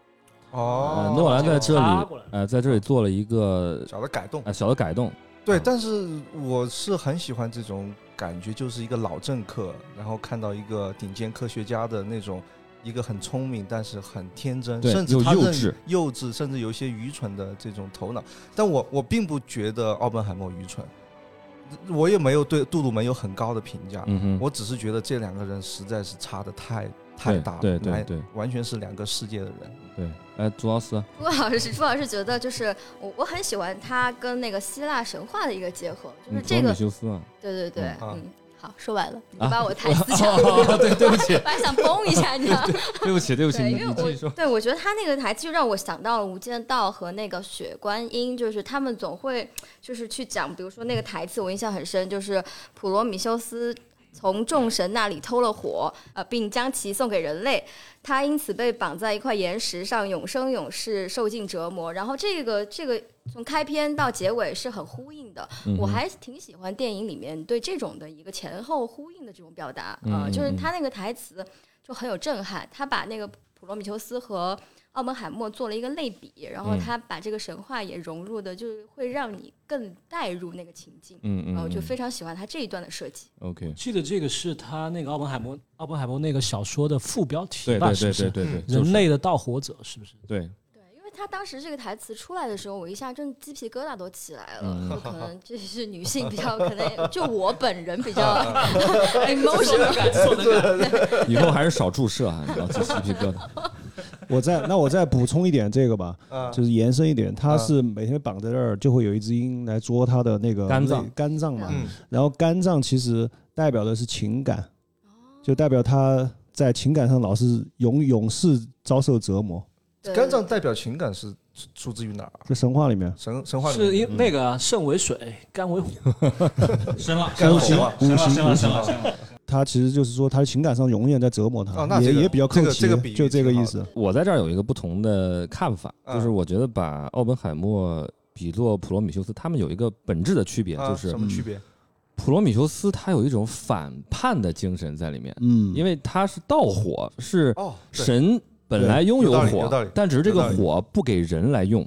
[SPEAKER 2] 呃
[SPEAKER 1] 哦，，
[SPEAKER 2] 诺兰在这
[SPEAKER 7] 插
[SPEAKER 2] 里
[SPEAKER 7] 过来，
[SPEAKER 2] 呃，在这里做了一个
[SPEAKER 1] 小的改动，
[SPEAKER 2] 呃小的改动，
[SPEAKER 1] 对，但是我是很喜欢这种感觉，就是一个老政客，然后看到一个顶尖科学家的那种。一个很聪明，但是很天真，
[SPEAKER 2] 对
[SPEAKER 1] 甚至
[SPEAKER 2] 又
[SPEAKER 1] 他
[SPEAKER 2] 幼
[SPEAKER 1] 认
[SPEAKER 2] 稚、
[SPEAKER 1] 幼稚，甚至有一些愚蠢的这种头脑。但我我并不觉得奥本海默愚蠢，我也没有对杜鲁门有很高的评价。
[SPEAKER 2] 嗯哼，
[SPEAKER 1] 我只是觉得这两个人实在是差的太太大了，
[SPEAKER 2] 对对
[SPEAKER 1] 来
[SPEAKER 2] 对
[SPEAKER 1] 完全是两个世界的人。
[SPEAKER 2] 对，哎，朱老师，
[SPEAKER 4] 朱老师，朱老师觉得就是我，我很喜欢他跟那个希腊神话的一个结合，就
[SPEAKER 2] 你
[SPEAKER 4] 是
[SPEAKER 2] 说
[SPEAKER 4] 这
[SPEAKER 2] 米
[SPEAKER 4] 个，
[SPEAKER 2] 修斯嘛，
[SPEAKER 4] 对对对，
[SPEAKER 1] 嗯啊
[SPEAKER 4] 嗯，好，说完了，你
[SPEAKER 2] 啊
[SPEAKER 4] 把我
[SPEAKER 2] [laughs]
[SPEAKER 4] 台词讲完
[SPEAKER 2] 哦，对，对不起，
[SPEAKER 4] 我还想崩一下你知道吗。
[SPEAKER 2] 对不起，对不起，
[SPEAKER 4] 对
[SPEAKER 2] 你
[SPEAKER 4] 因为
[SPEAKER 2] 你继续说，
[SPEAKER 4] 对，我觉得他那个台词就让我想到了《无间道》和那个《血观音》，就是他们总会就是去讲，比如说那个台词我印象很深，就是普罗米修斯从众神那里偷了火，呃，并将其送给人类，他因此被绑在一块岩石上，永生永世受尽折磨。然后这个这个从开篇到结尾是很呼应的，
[SPEAKER 2] 嗯
[SPEAKER 4] 我
[SPEAKER 2] 哼
[SPEAKER 4] 还挺喜欢电影里面对这种的一个前后呼应的这种表达啊、
[SPEAKER 2] 嗯嗯
[SPEAKER 4] 就是
[SPEAKER 2] 嗯
[SPEAKER 4] 他那个台词就很有震撼，他把那个普罗米修斯和奥本海默做了一个类比，然后
[SPEAKER 2] 嗯
[SPEAKER 4] 他把这个神话也融入的，就是会让你更带入那个情境，
[SPEAKER 2] 嗯嗯，
[SPEAKER 4] 然后哦我就
[SPEAKER 2] 嗯
[SPEAKER 4] 非常喜欢他这一段的设计。
[SPEAKER 2] OK，
[SPEAKER 6] 记得这个是他那个奥本海默奥本海默那个小说的副标题
[SPEAKER 2] 对
[SPEAKER 6] 吧？
[SPEAKER 2] 对
[SPEAKER 6] 是
[SPEAKER 2] 对
[SPEAKER 6] 不是
[SPEAKER 2] 对对对，就是
[SPEAKER 6] 人类的盗火者是不是？
[SPEAKER 2] 对，
[SPEAKER 4] 对，因为他当时这个台词出来的时候，我一下真鸡皮疙瘩都起来
[SPEAKER 2] 嗯
[SPEAKER 4] 了，就可能这是女性比较，可能就我本人比较 emotional。
[SPEAKER 2] 以后还是少注射啊，你要起鸡皮疙 [laughs] 瘩，
[SPEAKER 3] 我再那我再补充一点这个吧，
[SPEAKER 1] 啊，
[SPEAKER 3] 就是延伸一点，他是每天绑在这儿，就会有一只鹰来啄他的那个
[SPEAKER 2] 肝
[SPEAKER 3] 肋
[SPEAKER 2] 脏
[SPEAKER 3] 肝脏嘛。
[SPEAKER 1] 嗯，
[SPEAKER 3] 然后肝脏其实代表的是情感，就代表他在情感上老是永永世遭受折磨。
[SPEAKER 4] 对
[SPEAKER 1] 肝脏代表情感是出出自于哪儿？
[SPEAKER 3] 这神话里面，
[SPEAKER 1] 神神话里面
[SPEAKER 6] 是
[SPEAKER 2] 嗯
[SPEAKER 6] 因那个啊肾为水，
[SPEAKER 2] [laughs]
[SPEAKER 6] 肝为火，
[SPEAKER 8] 深了，
[SPEAKER 1] 干活啊
[SPEAKER 3] 五行
[SPEAKER 8] 深了，深了，深了。
[SPEAKER 3] 他其实就是说他的情感上永远在折磨他，
[SPEAKER 1] 哦那这个
[SPEAKER 3] 也也比较扣
[SPEAKER 1] 这个
[SPEAKER 3] 题，
[SPEAKER 1] 这个比喻
[SPEAKER 3] 就这个
[SPEAKER 1] 挺
[SPEAKER 3] 意
[SPEAKER 1] 好
[SPEAKER 3] 思。
[SPEAKER 2] 我在这儿有一个不同的看法，
[SPEAKER 1] 嗯
[SPEAKER 2] 就是我觉得把奥本海默比作普罗米修斯，他们有一个本质的区别，
[SPEAKER 1] 啊
[SPEAKER 2] 就是
[SPEAKER 1] 什么区别？
[SPEAKER 2] 普罗米修斯他有一种反叛的精神在里面，
[SPEAKER 3] 嗯，
[SPEAKER 2] 因为他是盗火，是
[SPEAKER 1] 哦，对
[SPEAKER 2] 神本来拥
[SPEAKER 1] 有道理有道
[SPEAKER 2] 火
[SPEAKER 1] 理，
[SPEAKER 2] 但只是这个
[SPEAKER 1] 有道理
[SPEAKER 2] 火不给人来用，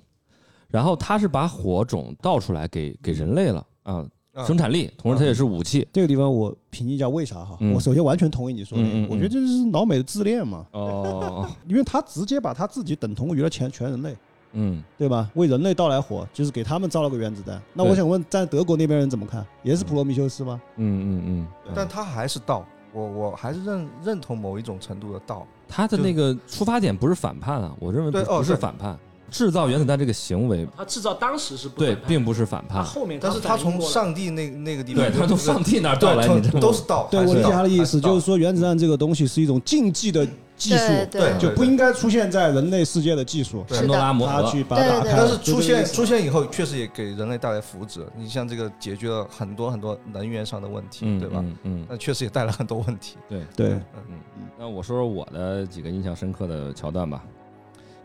[SPEAKER 2] 然后他是把火种倒出来给给人类了啊，
[SPEAKER 1] 啊
[SPEAKER 2] 生产力，同时它也是武器。
[SPEAKER 3] 这个地方我评一下为啥哈，
[SPEAKER 2] 嗯
[SPEAKER 3] 我首先完全同意你说的，
[SPEAKER 2] 嗯嗯嗯
[SPEAKER 3] 我觉得
[SPEAKER 1] 嗯
[SPEAKER 3] 这就是老美的自恋嘛，
[SPEAKER 2] 哦，
[SPEAKER 3] 因为他直接把他自己等同于了全全人类，
[SPEAKER 2] 嗯，
[SPEAKER 3] 对吧？为人类到来火，就是给他们造了个原子弹。那我
[SPEAKER 2] 对
[SPEAKER 3] 想问，在德国那边人怎么看？也是普罗米修斯吗？
[SPEAKER 2] 嗯嗯嗯，
[SPEAKER 1] 但他还是道，我我还是认认同某一种程度的道。
[SPEAKER 2] 他的那个出发点不是反叛啊，我认为不
[SPEAKER 1] 对哦
[SPEAKER 2] 不是
[SPEAKER 1] 对
[SPEAKER 2] 反叛，制造原子弹这个行为
[SPEAKER 9] 他制造当时是不
[SPEAKER 2] 对，
[SPEAKER 9] 反叛
[SPEAKER 2] 并不是反
[SPEAKER 9] 他
[SPEAKER 1] [laughs]
[SPEAKER 2] 叛，
[SPEAKER 9] 后面
[SPEAKER 1] 但是他
[SPEAKER 9] 反应
[SPEAKER 1] 从
[SPEAKER 9] 过来
[SPEAKER 1] 上帝那那个地方
[SPEAKER 2] 对
[SPEAKER 1] 就是，
[SPEAKER 2] 他从上帝那儿调来，
[SPEAKER 1] 对
[SPEAKER 2] 你知
[SPEAKER 1] 从
[SPEAKER 2] 道吗
[SPEAKER 1] 都是道。
[SPEAKER 3] 对
[SPEAKER 1] 还
[SPEAKER 3] 我理解
[SPEAKER 1] 道
[SPEAKER 3] 他的意思，就是，说原子弹这个东西是一种禁忌的技术，
[SPEAKER 4] 对
[SPEAKER 1] 对
[SPEAKER 3] 就不应该出现在人类世界的技术，
[SPEAKER 1] 对
[SPEAKER 4] 是
[SPEAKER 2] 诺拉
[SPEAKER 4] 的，
[SPEAKER 2] 摩
[SPEAKER 3] 他
[SPEAKER 2] 盒，
[SPEAKER 3] 去把它打
[SPEAKER 4] 对
[SPEAKER 3] 开
[SPEAKER 4] 对
[SPEAKER 1] 还
[SPEAKER 3] 了。
[SPEAKER 1] 是但是
[SPEAKER 3] 就
[SPEAKER 1] 出
[SPEAKER 3] 这个意
[SPEAKER 1] 现
[SPEAKER 3] 思
[SPEAKER 1] 出现以后，确实也给人类带来福祉。你像这个解决了很多很多能源上的问题，
[SPEAKER 2] 嗯，
[SPEAKER 1] 对吧？
[SPEAKER 2] 嗯嗯，
[SPEAKER 1] 但确实也带来很多问题。
[SPEAKER 2] 对。
[SPEAKER 3] 对，
[SPEAKER 2] 那我说说我的几个印象深刻的桥段吧。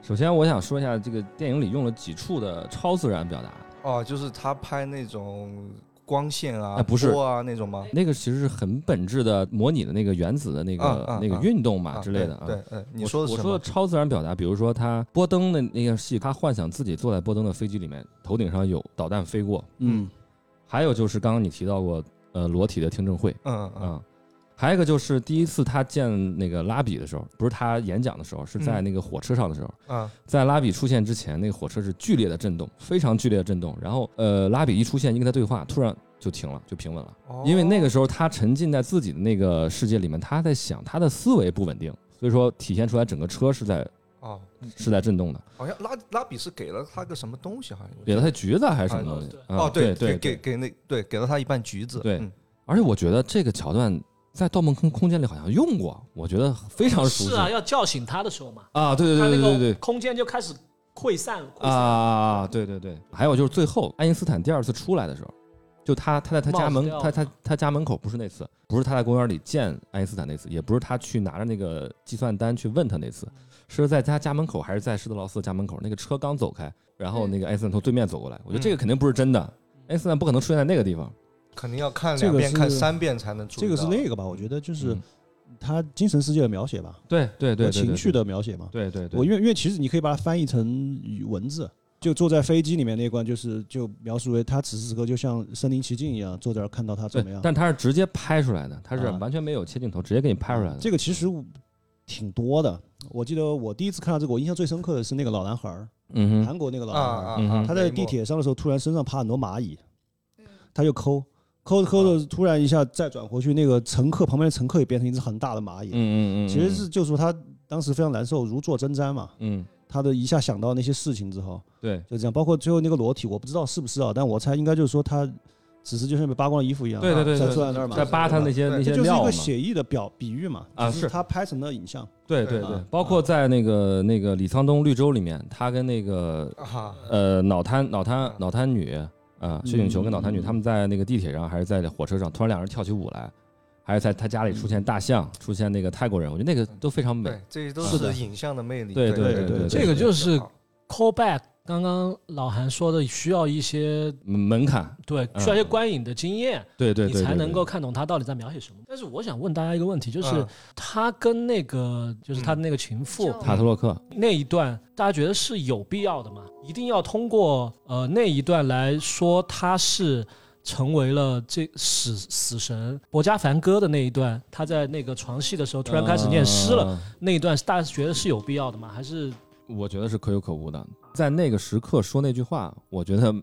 [SPEAKER 2] 首先，我想说一下这个电影里用了几处的超自然表达，
[SPEAKER 1] 哦，就是他拍那种光线啊
[SPEAKER 2] 哎、不是
[SPEAKER 1] 波啊那种吗？
[SPEAKER 2] 那个其实是很本质的模拟的那个原子的那个、
[SPEAKER 1] 啊啊
[SPEAKER 2] 那个
[SPEAKER 1] 啊
[SPEAKER 2] 运动嘛、
[SPEAKER 1] 啊
[SPEAKER 2] 之类的啊。
[SPEAKER 1] 对，对，你
[SPEAKER 2] 我
[SPEAKER 1] 说的是
[SPEAKER 2] 我
[SPEAKER 1] 什
[SPEAKER 2] 说
[SPEAKER 1] 么
[SPEAKER 2] 的？超自然表达，比如说他波登的那个戏，他幻想自己坐在波登的飞机里面，头顶上有导弹飞过。
[SPEAKER 3] 嗯，
[SPEAKER 2] 还有就是刚刚你提到过，呃，裸体的听证会
[SPEAKER 1] 嗯嗯
[SPEAKER 2] 啊。还有一个就是第一次他见那个拉比的时候，不是他演讲的时候，是在
[SPEAKER 1] 嗯
[SPEAKER 2] 那个火车上的时候，
[SPEAKER 1] 嗯啊
[SPEAKER 2] 在拉比出现之前，那个火车是剧烈的震动，非常剧烈的震动。然后，呃，拉比一出现，一跟他对话，突然就停了，就平稳了。
[SPEAKER 1] 哦
[SPEAKER 2] 因为那个时候他沉浸在自己的那个世界里面，他在想，他的思维不稳定，所以说体现出来整个车是在
[SPEAKER 1] 哦，
[SPEAKER 2] 是在震动的，
[SPEAKER 1] 好像拉拉比是给了他个什么东西，好像
[SPEAKER 2] 给了他橘子还是什么东西？啊
[SPEAKER 1] 哦，给
[SPEAKER 2] 对
[SPEAKER 1] 给
[SPEAKER 2] 对对。
[SPEAKER 1] 给那对给了他一半橘子，
[SPEAKER 2] 对
[SPEAKER 1] 嗯
[SPEAKER 2] 而且我觉得这个桥段在《盗梦空空间》里好像用过，我觉得非常熟
[SPEAKER 9] 是
[SPEAKER 2] 悉
[SPEAKER 9] 啊，要叫醒他的时候嘛，
[SPEAKER 2] 啊！对对对
[SPEAKER 9] 他
[SPEAKER 2] 对
[SPEAKER 9] 那
[SPEAKER 2] 对
[SPEAKER 9] 个
[SPEAKER 2] 对。
[SPEAKER 9] 空间就开始溃散了，
[SPEAKER 2] 啊啊啊！对对对，还有就是最后爱因斯坦第二次出来的时候，就他他在他
[SPEAKER 9] 帽子
[SPEAKER 2] 家门
[SPEAKER 9] 掉
[SPEAKER 2] 他
[SPEAKER 9] 了
[SPEAKER 2] 他他家门口不是那次，不是他在公园里见爱因斯坦那次，也不是他去拿着那个计算单去问他那次，是在他家门口还是在施特劳斯的家门口？那个车刚走开，然后
[SPEAKER 9] 嗯
[SPEAKER 2] 那个爱因斯坦从对面走过来，我觉得这个肯定不是真的，爱因斯坦不可能出现在那个地方。
[SPEAKER 1] 肯定要看
[SPEAKER 3] 这
[SPEAKER 1] 两
[SPEAKER 3] 个
[SPEAKER 1] 遍
[SPEAKER 3] 是
[SPEAKER 1] 看三遍才能注意
[SPEAKER 3] 这个是
[SPEAKER 1] 到
[SPEAKER 3] 那个吧？我觉得就是
[SPEAKER 2] 嗯
[SPEAKER 3] 他精神世界的描写吧，
[SPEAKER 2] 对对对
[SPEAKER 3] 和
[SPEAKER 2] 对，
[SPEAKER 3] 情绪
[SPEAKER 2] 的，
[SPEAKER 3] 的描写嘛。
[SPEAKER 2] 对对对，
[SPEAKER 3] 我因为因为其实你可以把它翻译成语文字，就坐在飞机里面那一关，就是就描述为他此时此刻就像身临其境一样，坐在这儿看到他怎么
[SPEAKER 2] 对
[SPEAKER 3] 样，。
[SPEAKER 2] 但他是直接拍出来的，他是
[SPEAKER 3] 啊
[SPEAKER 2] 完全没有切镜头，直接给你拍出来的。
[SPEAKER 3] 这个其实挺多的。我记得我第一次看到这个，我印象最深刻的是那个老男孩儿，
[SPEAKER 2] 嗯哼，
[SPEAKER 3] 韩国那个老
[SPEAKER 1] 啊
[SPEAKER 3] 男孩
[SPEAKER 1] 啊
[SPEAKER 3] 儿，
[SPEAKER 2] 嗯
[SPEAKER 1] 啊
[SPEAKER 2] 哼！
[SPEAKER 3] 他在
[SPEAKER 1] 雷
[SPEAKER 3] 地
[SPEAKER 1] 默
[SPEAKER 3] 铁上的时候，突然身上爬很多蚂蚁，他就抠抠着抠着，突然一下再转回去，那个乘客旁边的乘客也变成一只很大的蚂蚁。
[SPEAKER 2] 嗯嗯嗯，
[SPEAKER 3] 其实是就是说他当时非常难受，如坐针毡嘛。
[SPEAKER 2] 嗯
[SPEAKER 3] 他的一下想到那些事情之后，
[SPEAKER 2] 对
[SPEAKER 3] 就这样，包括最后那个裸体，我不知道是不是啊，但我猜应该就是说他只是就像被扒光了衣服一样，
[SPEAKER 2] 对对对
[SPEAKER 3] 啊在
[SPEAKER 2] 对
[SPEAKER 3] 坐在那儿嘛，
[SPEAKER 2] 在扒他那些
[SPEAKER 1] 对
[SPEAKER 2] 那些
[SPEAKER 3] 这就是一
[SPEAKER 2] 料嘛
[SPEAKER 3] 个。写意的表比喻嘛，
[SPEAKER 2] 啊
[SPEAKER 3] 只
[SPEAKER 2] 是
[SPEAKER 3] 他拍成了影像，
[SPEAKER 2] 对
[SPEAKER 1] 对
[SPEAKER 2] 对对
[SPEAKER 3] 啊，
[SPEAKER 2] 包
[SPEAKER 6] 嗯
[SPEAKER 2] 括在那个那个李沧东《绿洲》里面，他跟那个
[SPEAKER 1] 啊，
[SPEAKER 2] 呃脑瘫脑
[SPEAKER 6] 嗯
[SPEAKER 2] 瘫脑瘫女啊薛景球跟脑瘫女，
[SPEAKER 3] 嗯
[SPEAKER 2] 他们在那个地铁上还是在火车上，突然两人跳起舞来，还是在他家里出
[SPEAKER 6] 嗯
[SPEAKER 2] 现大象，出现那个泰国人，我觉得那个都非常美
[SPEAKER 1] 对。，这些都
[SPEAKER 2] 嗯是的
[SPEAKER 1] 是影像的魅力。
[SPEAKER 2] 对
[SPEAKER 1] 对
[SPEAKER 3] 对对
[SPEAKER 1] 对，
[SPEAKER 6] 这个就是
[SPEAKER 1] 好
[SPEAKER 6] callback。刚刚老韩说的，需要一些
[SPEAKER 2] 门门槛，
[SPEAKER 6] 对，
[SPEAKER 2] 嗯
[SPEAKER 6] 需要一些观影的经验，
[SPEAKER 2] 对对
[SPEAKER 6] 你
[SPEAKER 2] 对，对
[SPEAKER 6] 才能够
[SPEAKER 2] 对
[SPEAKER 6] 看懂他到底在描写什么。但是我想问大家一个问题，就是
[SPEAKER 1] 嗯
[SPEAKER 6] 他跟那个就是
[SPEAKER 2] 嗯
[SPEAKER 6] 他的那个情妇
[SPEAKER 4] 就
[SPEAKER 2] 塔特洛克，
[SPEAKER 6] 那一段，大家觉得是有必要的吗？一定要通过呃那一段来说他是。成为了这死死神伯加梵歌的那一段，他在那个床戏的时候突然开始念诗了，
[SPEAKER 2] 呃
[SPEAKER 6] 那一段是大家觉得是有必要的吗？还是
[SPEAKER 2] 我觉得是可有可无的。在那个时刻说那句话，我觉得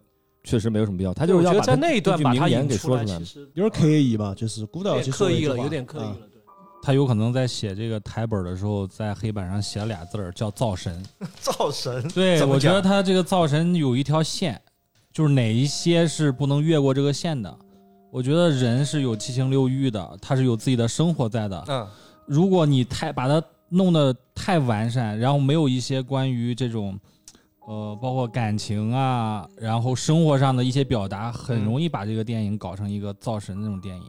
[SPEAKER 2] 确实没有什么必要。他就是
[SPEAKER 6] 我
[SPEAKER 2] 要
[SPEAKER 6] 觉
[SPEAKER 2] 把
[SPEAKER 6] 得在
[SPEAKER 2] 他
[SPEAKER 6] 那一段
[SPEAKER 2] 句
[SPEAKER 6] 把
[SPEAKER 2] 名
[SPEAKER 6] 他
[SPEAKER 2] 言
[SPEAKER 6] 引
[SPEAKER 2] 给
[SPEAKER 6] 出
[SPEAKER 2] 说
[SPEAKER 6] 来，
[SPEAKER 2] 出来
[SPEAKER 6] 其，实
[SPEAKER 3] 有点刻意吧，就是孤岛
[SPEAKER 6] 有
[SPEAKER 3] 其
[SPEAKER 6] 点
[SPEAKER 3] 实说
[SPEAKER 6] 刻
[SPEAKER 3] 一
[SPEAKER 6] 意
[SPEAKER 3] 句
[SPEAKER 6] 了，
[SPEAKER 3] 话
[SPEAKER 6] 有点刻意。
[SPEAKER 3] 啊
[SPEAKER 6] 了，对。
[SPEAKER 8] 他有可能在写这个台本的时候，在黑板上写了俩字儿叫“造神”。
[SPEAKER 1] 造神，
[SPEAKER 8] 对，
[SPEAKER 1] 怎么
[SPEAKER 8] 我觉
[SPEAKER 1] 讲
[SPEAKER 8] 得他这个造神有一条线，就是哪一些是不能越过这个线的。我觉得人是有七情六欲的，他是有自己的生活在的。
[SPEAKER 1] 嗯，
[SPEAKER 8] 如果你太把它弄得太完善，然后没有一些关于这种，呃，包括感情啊，然后生活上的一些表达，
[SPEAKER 1] 嗯
[SPEAKER 8] 很容易把这个电影搞成一个造神那种电影。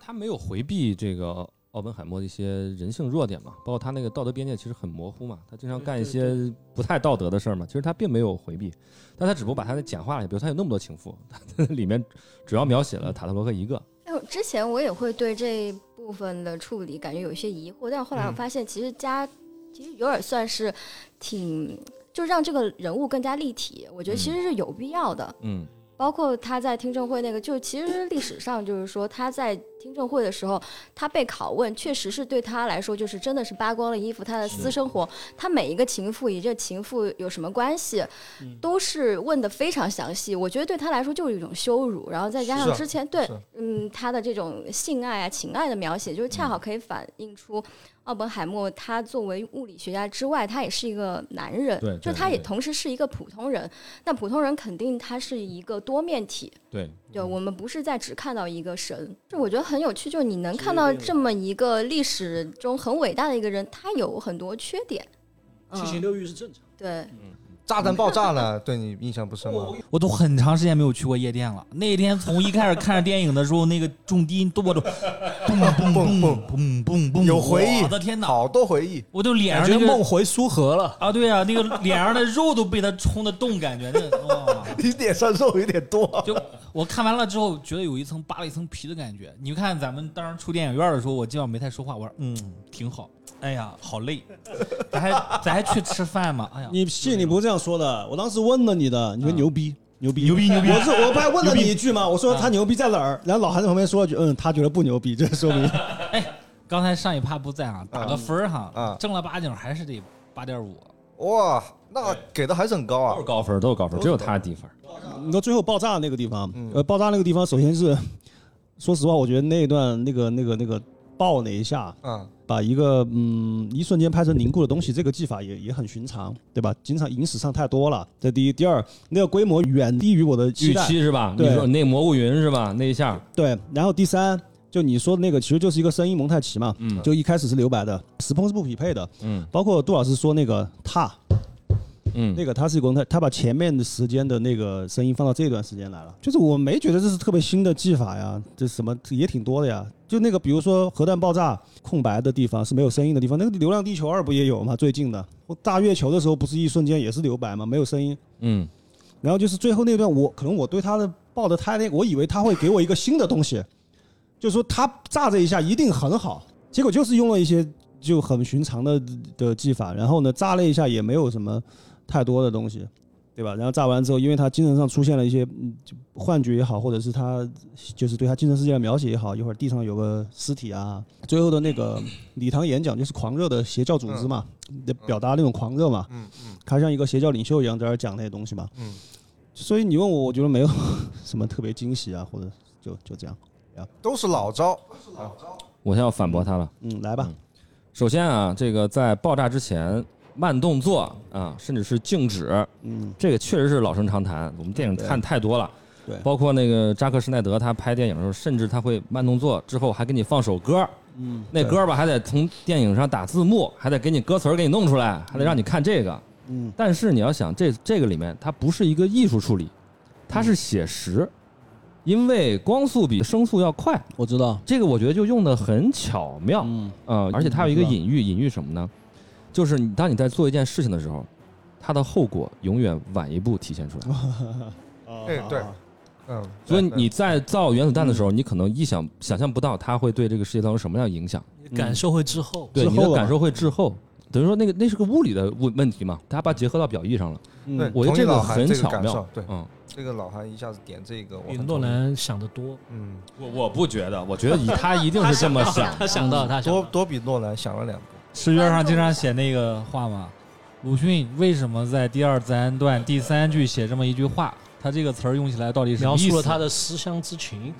[SPEAKER 2] 他没有回避这个奥本海默的一些人性弱点嘛，包括他那个道德边界其实很模糊嘛，他经常干一些不太道德的事儿嘛，其实他并没有回避，但他只不过把他的简化了，比如他有那么多情妇， [laughs] 他里面主要描写了塔特罗克一个，
[SPEAKER 4] 哎，我之前我也会对这部分的处理感觉有一些疑惑，但是后来我发现，其实加、其实有点算是挺，就让这个人物更加立体。我觉得其实是有必要的，
[SPEAKER 2] 嗯
[SPEAKER 4] 包括他在听证会那个，就其实历史上就是说他在听证会的时候，他被拷问，确实是对他来说就是真的是扒光了衣服，他的私生活，他每一个情妇与这情妇有什么关系，
[SPEAKER 1] 嗯
[SPEAKER 4] 都是问的非常详细。我觉得对他来说就是一种羞辱，然后再加
[SPEAKER 1] 是
[SPEAKER 4] 上
[SPEAKER 1] 啊
[SPEAKER 4] 之前对
[SPEAKER 1] 是啊
[SPEAKER 4] 嗯他的这种性爱啊、情爱的描写，就是
[SPEAKER 2] 嗯
[SPEAKER 4] 恰好可以反映出。奥本海默他作为物理学家之外，他也是一个男人，
[SPEAKER 2] 对对
[SPEAKER 4] 就他
[SPEAKER 2] 对
[SPEAKER 4] 也
[SPEAKER 2] 对
[SPEAKER 4] 同时是一个普通人。那普通人肯定他是一个多面体，
[SPEAKER 2] 对，
[SPEAKER 4] 对，我们不是在只看到一个神，就我觉得很有趣，就是你能看到这么一个历史中很伟大的一个人，他有很多缺点，
[SPEAKER 9] 七情
[SPEAKER 4] 嗯，
[SPEAKER 9] 六欲是正常。
[SPEAKER 4] 对，
[SPEAKER 1] 炸弹爆炸了， [laughs] 对你印象不深吗？
[SPEAKER 8] 我都很长时间没有去过夜店了。那天从一开始看着电影的时候，那个重低音多么的，嘣嘣嘣嘣嘣嘣，
[SPEAKER 1] 有回忆
[SPEAKER 8] 我的天哪！
[SPEAKER 1] 好多回忆， [laughs]
[SPEAKER 8] 我就脸
[SPEAKER 6] 感
[SPEAKER 8] 上
[SPEAKER 6] 觉
[SPEAKER 8] 那
[SPEAKER 6] 梦
[SPEAKER 8] 个
[SPEAKER 6] 回苏荷了。
[SPEAKER 8] 啊，对啊，那个脸上的肉都被他冲的动，感觉那哇！
[SPEAKER 1] 你脸上肉有点多。
[SPEAKER 8] 就我看完了之后，觉得有一层扒了一层皮的感觉。你看咱们当时出电影院的时候，我今晚没太说话，我说嗯挺好。哎呀，好累，咱还咱还去吃饭吗？哎呀，
[SPEAKER 3] 你屁，你不是这样说的，我当时问了你的，你说
[SPEAKER 8] 嗯
[SPEAKER 3] 牛逼。牛逼
[SPEAKER 8] 牛逼牛逼
[SPEAKER 3] 我是我不还问了
[SPEAKER 8] 牛逼
[SPEAKER 3] 你一句吗？我说
[SPEAKER 8] 啊
[SPEAKER 3] 他牛逼在哪儿？然后老韩在旁边说了句：“嗯，他觉得不牛逼。”这说
[SPEAKER 8] [laughs]
[SPEAKER 3] 明
[SPEAKER 8] 刚才上一趴不在啊，
[SPEAKER 6] 嗯
[SPEAKER 8] 打个分儿哈，
[SPEAKER 1] 啊
[SPEAKER 8] 正儿八经还是得八点五。
[SPEAKER 1] 哇，那给的还是很高
[SPEAKER 2] 都
[SPEAKER 1] 啊
[SPEAKER 2] 是！高分，都是高分，只有他低分。
[SPEAKER 3] 你说最后爆炸那个地方
[SPEAKER 1] 嗯，
[SPEAKER 3] 呃，爆炸那个地方，首先是说实话，我觉得那一段那个那个那个爆那一下，
[SPEAKER 1] 嗯，
[SPEAKER 3] 把一个嗯一瞬间拍成凝固的东西，这个技法也也很寻常，对吧？经常影史上太多了。这第一，第二，那个规模远低于我的
[SPEAKER 2] 预
[SPEAKER 3] 待。
[SPEAKER 2] 期是吧？你
[SPEAKER 3] 对
[SPEAKER 2] 说那蘑菇云是吧？那一下，
[SPEAKER 3] 对，然后第三，就你说的那个其实就是一个声音蒙太奇嘛，
[SPEAKER 2] 嗯
[SPEAKER 3] 就一开始是留白的，时空是不匹配的，
[SPEAKER 2] 嗯
[SPEAKER 3] 包括杜老师说那个踏，
[SPEAKER 2] 嗯，
[SPEAKER 3] 那个他是一个蒙太，他把前面的时间的那个声音放到这段时间来了，就是我没觉得这是特别新的技法呀，这什么也挺多的呀。就那个比如说核弹爆炸空白的地方是没有声音的地方，那个《流浪地球二》不也有吗？最近的大月球的时候不是一瞬间也是留白吗？没有声音。
[SPEAKER 2] 嗯
[SPEAKER 3] 然后就是最后那段，我可能我对他的抱的太那个，我以为他会给我一个新的东西， [laughs] 就是说他炸这一下一定很好，结果就是用了一些就很寻常的的技法，然后呢炸了一下也没有什么太多的东西，对吧？然后炸完之后，因为他精神上出现了一些嗯就幻觉也好，或者是他就是对他精神世界的描写也好，一会儿地上有个尸体啊，最后的那个礼堂演讲就是狂热的邪教组织嘛，表达那种狂热嘛，
[SPEAKER 1] 嗯嗯
[SPEAKER 3] 他像一个邪教领袖一样在那儿讲那些东西嘛。
[SPEAKER 1] 嗯，
[SPEAKER 3] 所以你问我，我觉得没有 [laughs] 什么特别惊喜啊，或者就就这样。
[SPEAKER 1] 都是老招。
[SPEAKER 2] 我先要反驳他了。
[SPEAKER 3] 嗯，来吧，
[SPEAKER 2] 首先啊，这个在爆炸之前，慢动作啊，甚至是静止，
[SPEAKER 3] 嗯，
[SPEAKER 2] 这个确实是老生常谈。我们电影看太多了，
[SPEAKER 3] 对
[SPEAKER 2] 包括那个扎克施耐德他拍电影的时候，甚至他会慢动作，之后还给你放首歌，
[SPEAKER 3] 嗯，
[SPEAKER 2] 那歌吧还得从电影上打字幕，还得给你歌词儿给你弄出来，还得让你看这个。
[SPEAKER 3] 嗯，
[SPEAKER 2] 但是你要想，这这个里面它不是一个艺术处理，它是写实，因为光速比声速要快。
[SPEAKER 3] 我知道，
[SPEAKER 2] 这个我觉得就用的很巧妙，
[SPEAKER 3] 嗯
[SPEAKER 2] 呃，而且它有一个
[SPEAKER 3] 是吧
[SPEAKER 2] 隐喻，隐喻什么呢？就是你当你在做一件事情的时候，它的后果永远晚一步体现出来。
[SPEAKER 1] 哦哎对
[SPEAKER 3] 哦好好
[SPEAKER 1] 嗯，
[SPEAKER 2] 所以
[SPEAKER 1] [laughs]
[SPEAKER 2] 你在造原子弹的时候，你可能意想想象不到它会对这个世界造成什么样的影响，
[SPEAKER 6] 感受会滞后，
[SPEAKER 2] 对
[SPEAKER 3] 滞
[SPEAKER 2] 你
[SPEAKER 3] 后
[SPEAKER 2] 的
[SPEAKER 3] 了
[SPEAKER 2] 感
[SPEAKER 3] 嘛
[SPEAKER 2] 受会滞后。等于说那个那是个物理的问问题嘛，它把它结合到表意上了，
[SPEAKER 1] 对
[SPEAKER 3] 嗯，
[SPEAKER 2] 我觉
[SPEAKER 1] 同
[SPEAKER 2] 得
[SPEAKER 1] 意
[SPEAKER 2] 这
[SPEAKER 1] 老韩
[SPEAKER 2] 很
[SPEAKER 1] 这个
[SPEAKER 2] 巧
[SPEAKER 1] 感
[SPEAKER 2] 妙
[SPEAKER 1] 受。对
[SPEAKER 2] 嗯，
[SPEAKER 1] 这个老韩一下子点这个，我
[SPEAKER 6] 比
[SPEAKER 1] 很
[SPEAKER 6] 诺
[SPEAKER 1] 同意，
[SPEAKER 6] 兰想的多。
[SPEAKER 1] 嗯，
[SPEAKER 2] 我我不觉得，我觉得以他一定是这么想。
[SPEAKER 6] 他想到，他想
[SPEAKER 1] 多
[SPEAKER 6] 到，
[SPEAKER 1] 多比诺兰想了两步。
[SPEAKER 8] 石原上经常写那个话嘛，鲁迅为什么在第二自然段第三句写这么一句话？他这个词儿用起来到底是什么
[SPEAKER 6] 描
[SPEAKER 8] 意思？
[SPEAKER 6] 述了他的思乡之情。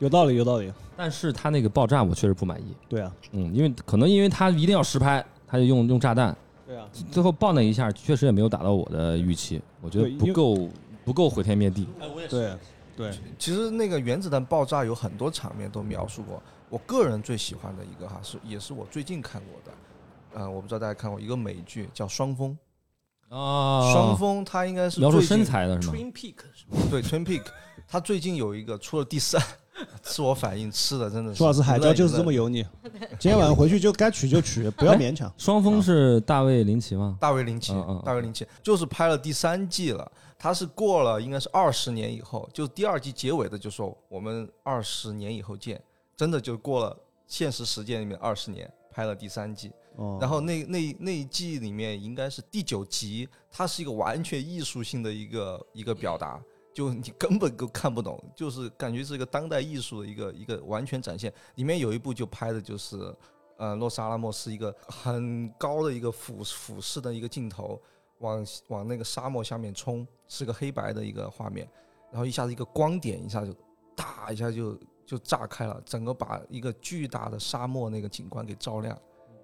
[SPEAKER 3] 有道理，有道理。
[SPEAKER 2] 但是他那个爆炸我确实不满意，
[SPEAKER 3] 对啊，
[SPEAKER 2] 嗯，因为可能因为他一定要实拍，他就用用炸弹，
[SPEAKER 3] 对啊，
[SPEAKER 2] 最后爆那一下，确实也没有达到我的预期，我觉得
[SPEAKER 3] 对因
[SPEAKER 2] 不
[SPEAKER 3] 为
[SPEAKER 2] 够不够毁天灭地。
[SPEAKER 3] 对啊对，
[SPEAKER 1] 其实那个原子弹爆炸有很多场面都描述过，我个人最喜欢的一个哈是也是我最近看过的，呃，我不知道大家看过一个美剧叫《双峰》，
[SPEAKER 2] 哦
[SPEAKER 3] 啊
[SPEAKER 1] 双峰它应该是
[SPEAKER 2] 描述
[SPEAKER 1] 最近
[SPEAKER 2] 身材的是吗？
[SPEAKER 9] Twin Peak 是吧
[SPEAKER 1] 对 Twin Peak，它最近有一个出了第三， [laughs] 自我反应吃的真的是。
[SPEAKER 3] 苏老师海椒就是这么
[SPEAKER 1] 有。
[SPEAKER 3] 油腻。今天晚上回去就该取就
[SPEAKER 1] [laughs]
[SPEAKER 3] 取，不要勉强。
[SPEAKER 2] 双峰是大卫林奇吗？
[SPEAKER 1] 大卫林奇
[SPEAKER 2] 嗯嗯嗯，
[SPEAKER 1] 大卫林奇就是拍了第三季了，他是过了应该是二十年以后，就第二季结尾的就说我们二十年以后见，真的就过了现实时间里面二十年，拍了第三季，
[SPEAKER 3] 哦
[SPEAKER 1] 然后那那那一季里面应该是第九集，它是一个完全艺术性的一个一个表达，就你根本就看不懂，就是感觉是一个当代艺术的一个一个完全展现。里面有一部就拍的就是，呃，洛萨拉莫是一个很高的一个俯俯视的一个镜头，往往那个沙漠下面冲，是个黑白的一个画面，然后一下子一个光点一下就大一下就就炸开了，整个把一个巨大的沙漠那个景观给照亮，